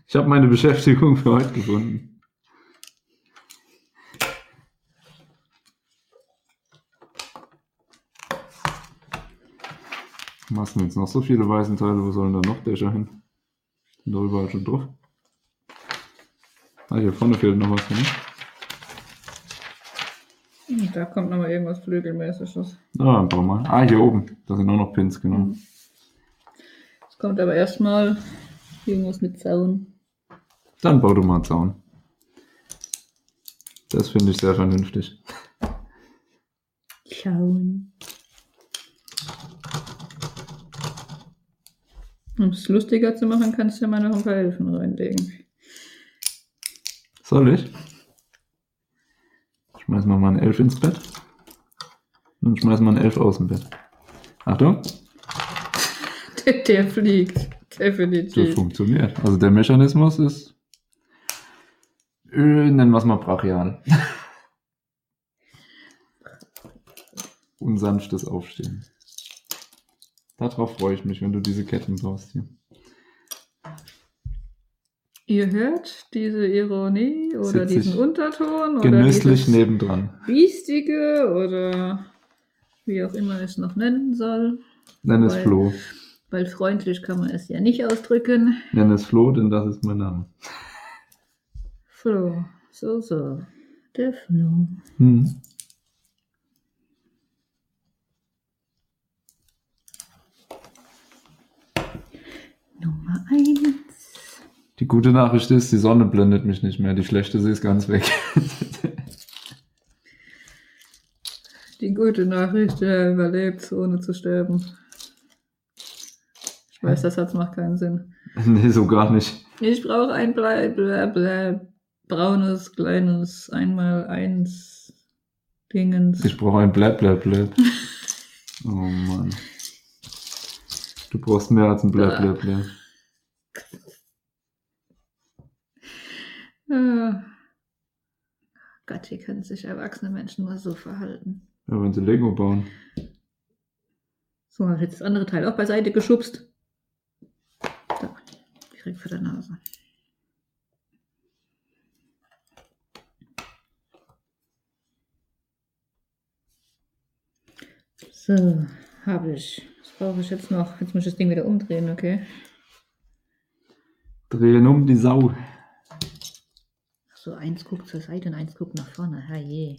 Ich habe meine Beschäftigung für heute gefunden. Machst du jetzt noch so viele weißen Teile? Wo sollen da noch Dächer hin? Sind doch überall schon drauf. Ah, hier vorne fehlt noch was, ne? Da kommt nochmal irgendwas Flügelmäßiges. Ah, ein paar Mal. Ah, hier oben. Da sind auch noch Pins, genau. Mhm. Es kommt aber erstmal irgendwas mit Zaun. Dann bau du mal einen Zaun. Das finde ich sehr vernünftig. Schauen. Um es lustiger zu machen, kannst du ja mal noch ein paar Hilfen reinlegen. Soll ich? Schmeißen wir mal einen Elf ins Bett. Dann schmeißen wir einen Elf aus dem Bett. Achtung, Der, der fliegt. das Definitiv. funktioniert. Also der Mechanismus ist. Äh, nennen wir es mal brachial. Unsanftes Aufstehen. Darauf freue ich mich, wenn du diese Ketten baust hier. Ihr hört diese Ironie oder Sitzig. diesen Unterton oder Genüsslich dieses nebendran. Biestige oder wie auch immer es noch nennen soll. Nenn es Weil- Flo. Weil freundlich kann man es ja nicht ausdrücken. Nenn es Flo, denn das ist mein Name. Flo. So, so. Der Flo. Hm. Nummer 1. Die gute Nachricht ist, die Sonne blendet mich nicht mehr. Die schlechte, sie ist ganz weg. Die gute Nachricht, er überlebt, ohne zu sterben. Ich weiß, das Satz macht keinen Sinn. nee, so gar nicht. Ich brauche ein blei, blä, blä, braunes, kleines, einmal eins Dingens. Ich brauche ein Blab, Blab, Blab. Oh Mann. Du brauchst mehr als ein Blab, Blab, Blab. Äh. Gott, wie können sich erwachsene Menschen nur so verhalten? Ja, wenn sie Lego bauen. So, jetzt das andere Teil auch beiseite geschubst. So, direkt vor der Nase. So, habe ich. Was brauche ich jetzt noch? Jetzt muss ich das Ding wieder umdrehen, okay? Drehen um die Sau. Ach So, eins guckt zur Seite und eins guckt nach vorne. Herrje.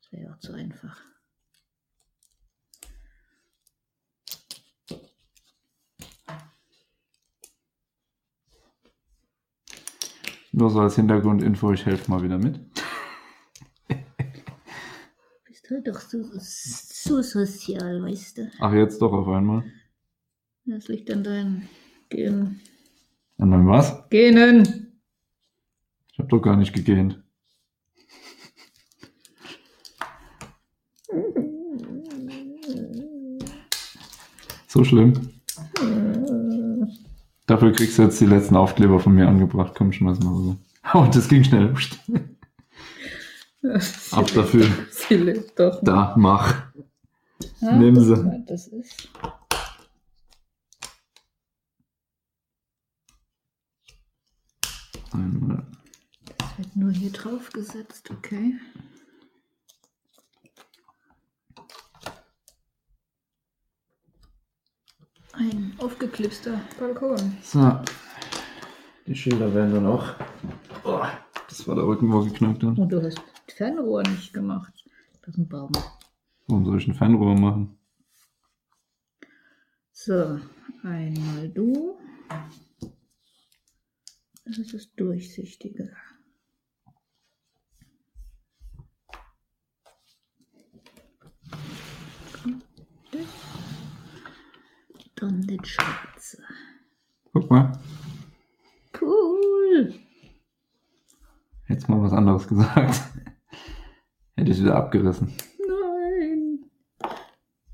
Das wäre ja auch zu einfach. Nur so als Hintergrundinfo, ich helfe mal wieder mit. Bist du doch so, so sozial, weißt du? Ach, jetzt doch auf einmal. Das liegt an deinen Genen. An meinem was? Genen! Ich habe doch gar nicht gegähnt. So schlimm. Dafür kriegst du jetzt die letzten Aufkleber von mir angebracht. Komm, schmeiß mal rüber. Oh, das ging schnell. Psst. Ab dafür. Sie lebt doch. Da, mach. Ah, Nimm guck sie. mal, Das ist. Einmal. Das wird nur hier drauf gesetzt, okay. Ein aufgeklipster Balkon. So. Die Schilder werden dann auch. Oh, das war der Rücken, wo geknackt hat. Und du hast das Fernrohr nicht gemacht. Das ist ein Baum. Warum soll ich ein Fernrohr machen? So, einmal du. Das ist das Durchsichtige. Dann den Schwarze. Guck mal. Cool. Jetzt mal was anderes gesagt. Hätte ich wieder abgerissen. Nein.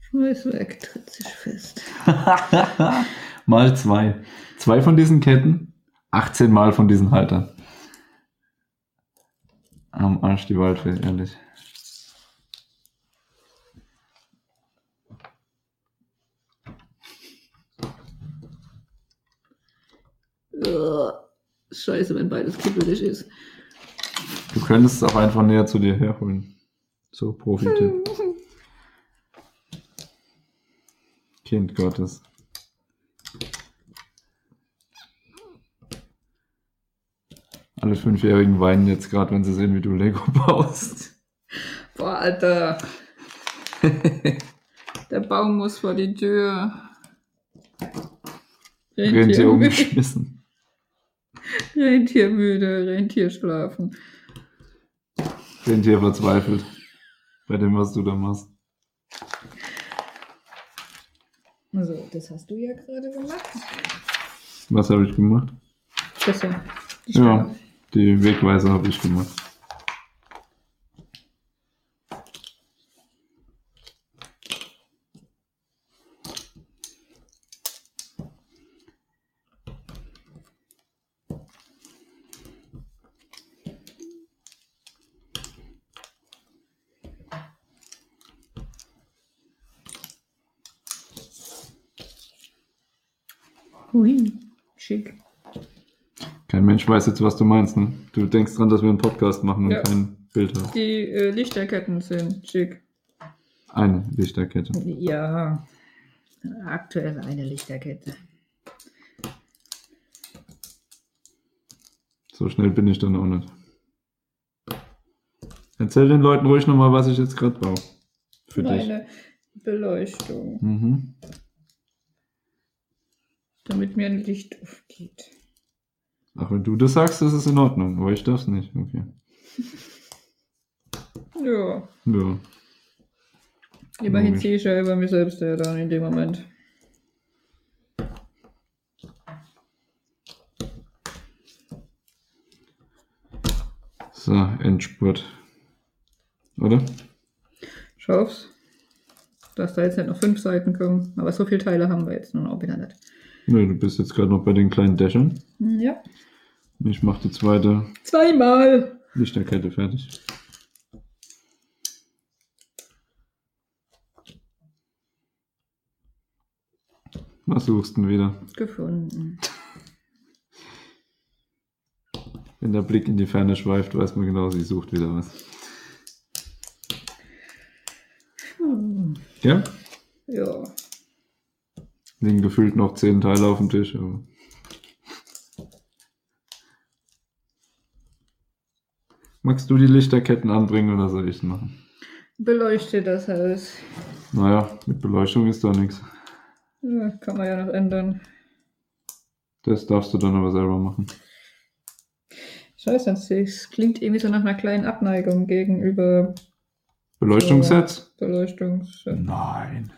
Schmeiß weg, tritt sich fest. mal zwei. Zwei von diesen Ketten, 18 Mal von diesen Haltern. Am Arsch die Waldfee, ehrlich. Ja. Scheiße, wenn beides kippelig ist. Du könntest es auch einfach näher zu dir herholen. So, Profi-Tipp. kind Gottes. Alle Fünfjährigen weinen jetzt gerade, wenn sie sehen, wie du Lego baust. Boah, Alter. Der Baum muss vor die Tür. Rentier Rentiermüde, umgeschmissen. Rentiermüde, Rentier schlafen. Rentier verzweifelt. Bei dem, was du da machst. Also, das hast du ja gerade gemacht. Was habe ich gemacht? Das ja. Die Ja, die Wegweiser habe ich gemacht. Hui, schick. Kein Mensch weiß jetzt, was du meinst, ne? Du denkst dran, dass wir einen Podcast machen und Ja. kein Bild haben. Die äh, Lichterketten sind schick. Eine Lichterkette. Ja, aktuell eine Lichterkette. So schnell bin ich dann auch nicht. Erzähl den Leuten ruhig nochmal, was ich jetzt gerade baue. Für dich. Meine Beleuchtung, Mhm. damit mir ein Licht aufgeht. Ach, wenn du das sagst, ist es in Ordnung. Aber ich darf es nicht. Okay. Ja, Ja. immerhin Logisch. ziehe ich ja über mich selbst her dann in dem Moment. So, Endspurt. Oder? Schaff's. Dass da jetzt nicht noch fünf Seiten kommen. Aber so viele Teile haben wir jetzt nun auch wieder nicht. Hm, Nö, du bist jetzt gerade noch bei den kleinen Dächern. Ja. Ich mache die zweite Zweimal. Lichterkette fertig. Was suchst du denn wieder? Gefunden. Wenn der Blick in die Ferne schweift, weiß man genau, sie sucht wieder was. Hm. Ja? Ja. Liegen gefühlt noch zehn Teile auf dem Tisch. Aber Magst du die Lichterketten anbringen oder soll ich es machen? Beleuchte das Haus. Naja, mit Beleuchtung ist da nichts. Ja, kann man ja noch ändern. Das darfst du dann aber selber machen. Scheiße, es klingt irgendwie so nach einer kleinen Abneigung gegenüber Beleuchtungssets? Beleuchtungs... Nein.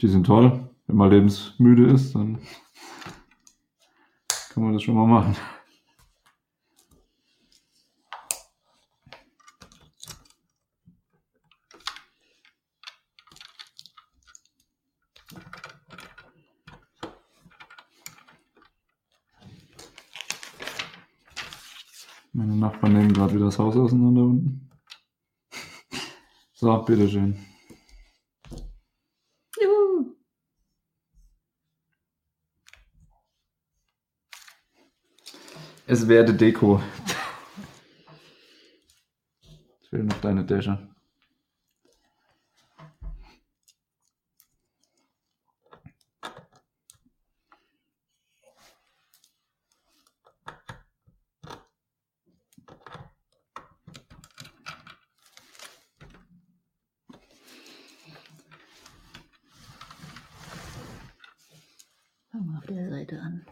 Die sind toll. Wenn man lebensmüde ist, dann kann man das schon mal machen. Meine Nachbarn nehmen gerade wieder das Haus auseinander unten. So, bitteschön. Juhu. Es werde Deko. Ich will noch deine Dächer. Fangen wir auf der Seite an.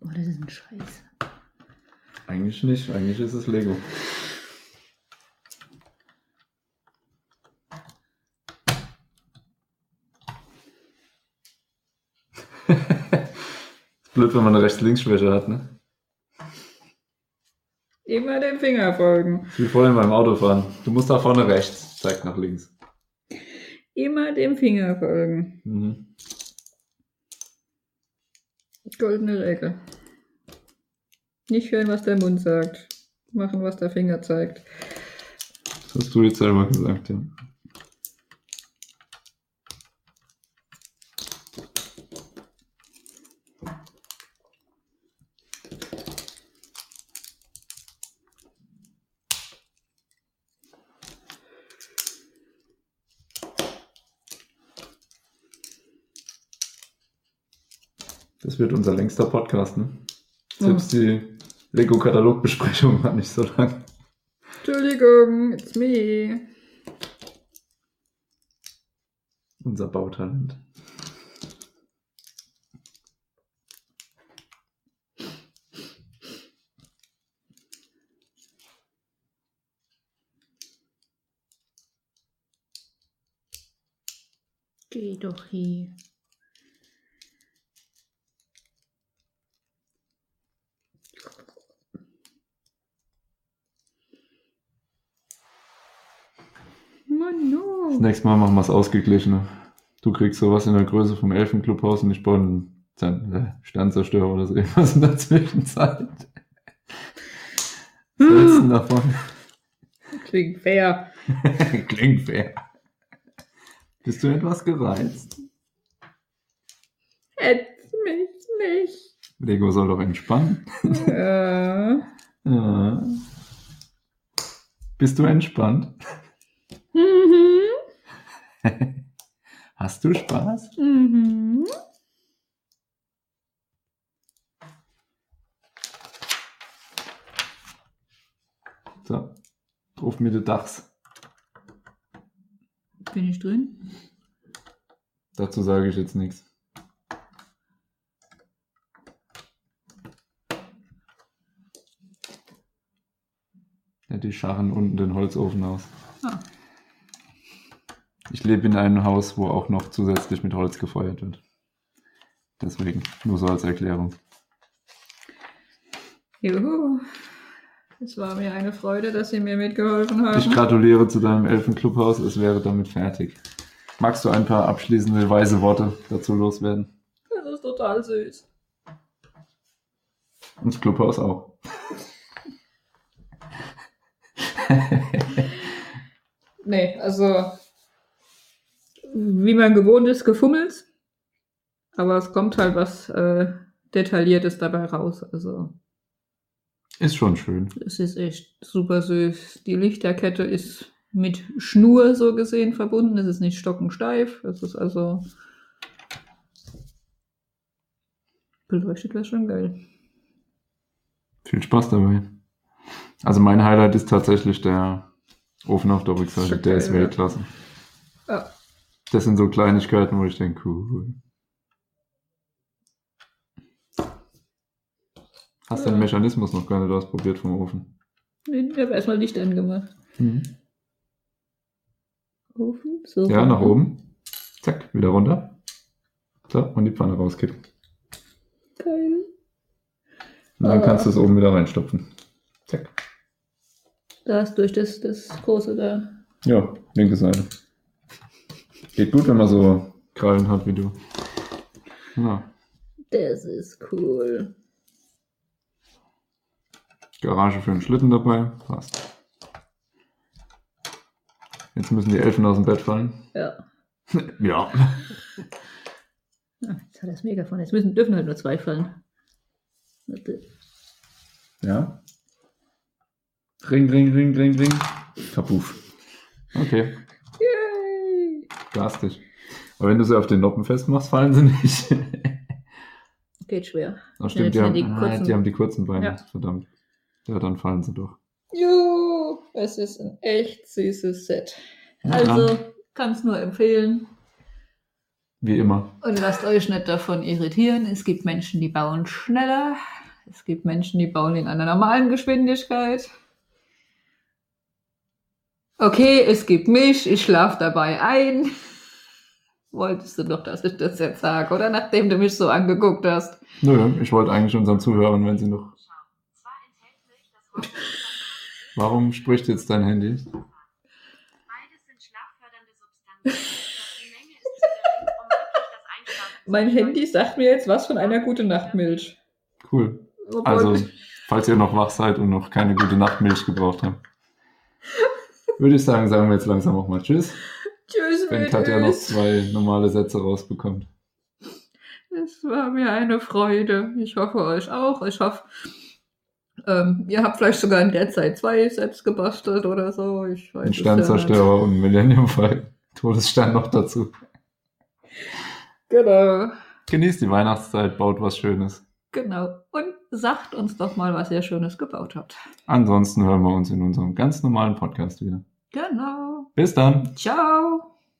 Oh, das ist ein Scheiß. Eigentlich nicht, eigentlich ist es Lego. ist blöd, wenn man eine Rechts-Links-Schwäche hat, ne? Immer dem Finger folgen. Wie vorhin beim Autofahren. Du musst da vorne rechts, zeigt nach links. Immer dem Finger folgen. Mhm. Goldene Regel. Nicht hören, was der Mund sagt. Machen, was der Finger zeigt. Das hast du jetzt selber gesagt, ja. Das wird unser längster Podcast, ne? Selbst die Lego-Katalogbesprechung war nicht so lang. Entschuldigung, it's me. Unser Bautalent. Geh doch hier. Mann, Das no. nächste Mal machen wir es ausgeglichener. Du kriegst sowas in der Größe vom Elfenclubhaus und ich baue einen Zern- äh, Sternzerstörer oder so irgendwas in der Zwischenzeit. Was hältst du davon? Klingt fair. Klingt fair. Bist du etwas gereizt? Hetz mich nicht. Lego soll doch entspannen. äh, Ja. Bist du entspannt? mhm, Hast du Spaß? mhm. So, ruf mir die Dachs. Bin ich drin? Dazu sage ich jetzt nichts. Ja, die scharren unten den Holzofen aus. Ah. Ich lebe in einem Haus, wo auch noch zusätzlich mit Holz gefeuert wird. Deswegen, nur so als Erklärung. Juhu. Es war mir eine Freude, dass Sie mir mitgeholfen haben. Ich gratuliere zu deinem Elfenclubhaus. Es wäre damit fertig. Magst du ein paar abschließende weise Worte dazu loswerden? das ist total süß. Und das Clubhaus auch. Nee, also wie man gewohnt ist, gefummelt. Aber es kommt halt was äh, Detailliertes dabei raus. Also Ist schon schön. es ist echt super süß. Die Lichterkette ist mit Schnur so gesehen verbunden. Es ist nicht stockensteif. Es ist also beleuchtet wäre schon geil. Viel Spaß dabei. Also mein Highlight ist tatsächlich der Ofen auf der Rückseite. Schon Der geil, ist oder? Weltklasse. Ja. Das sind so Kleinigkeiten, wo ich denke, cool. Hast Ja. den Mechanismus noch gar nicht ausprobiert vom Ofen? Ich habe erstmal Licht angemacht. Ofen? So. Ja, nach oben. Zack, wieder runter. So, und die Pfanne rauskippen. Geil. Und dann Ah. kannst du es oben wieder reinstopfen. Zack. Da ist durch das, das große da. Ja, linke Seite. Geht gut, wenn man so Krallen hat wie du. Na, Das ist cool. Garage für einen Schlitten dabei. Passt. Jetzt müssen die Elfen aus dem Bett fallen. Ja. Ja. Ah, Jetzt hat er das Megafon. Jetzt müssen, dürfen halt nur zwei fallen. Warte. Ja. Ring, ring, ring, ring, ring. Kapuff. Okay, Yay! plastisch. Aber wenn du sie auf den Noppen festmachst, fallen sie nicht. Geht schwer. Ach stimmt, die Ja, haben, jetzt sind die ah, kurzen. die haben die kurzen Beine. Ja. Verdammt. Ja, dann fallen sie doch. Jo, es ist ein echt süßes Set. Also, kann es nur empfehlen. Wie immer. Und lasst euch nicht davon irritieren. Es gibt Menschen, die bauen schneller. Es gibt Menschen, die bauen in einer normalen Geschwindigkeit. Okay, es gibt mich. Ich schlafe dabei ein. Wolltest du doch, dass ich das jetzt sage, oder? Nachdem du mich so angeguckt hast. Nö, ich wollte eigentlich unseren Zuhörern, wenn sie noch. Warum spricht jetzt dein Handy? Beides sind schlaffördernde Substanzen. Doch die Menge ist zu gering, um wirklich das Einschlafen zu bedeuten. sagt mir jetzt was von einer Gute-Nacht-Milch. Cool. Also, falls ihr noch wach seid und noch keine gute Nachtmilch gebraucht habt, würde ich sagen, sagen wir jetzt langsam auch mal Tschüss. tschüss, Wenn Katja noch zwei normale Sätze rausbekommt. Es war mir eine Freude. Ich hoffe euch auch. Ich hoffe, ähm, ihr habt vielleicht sogar in der Zeit zwei selbst gebastelt oder so. Ich weiß Ein es ja nicht. Sternzerstörer und Millennium Falcon. Todesstern noch dazu. Genau. Genießt die Weihnachtszeit, baut was Schönes. Genau. Und sagt uns doch mal, was ihr Schönes gebaut habt. Ansonsten hören wir uns in unserem ganz normalen Podcast wieder. Genau. Bis dann! Ciao.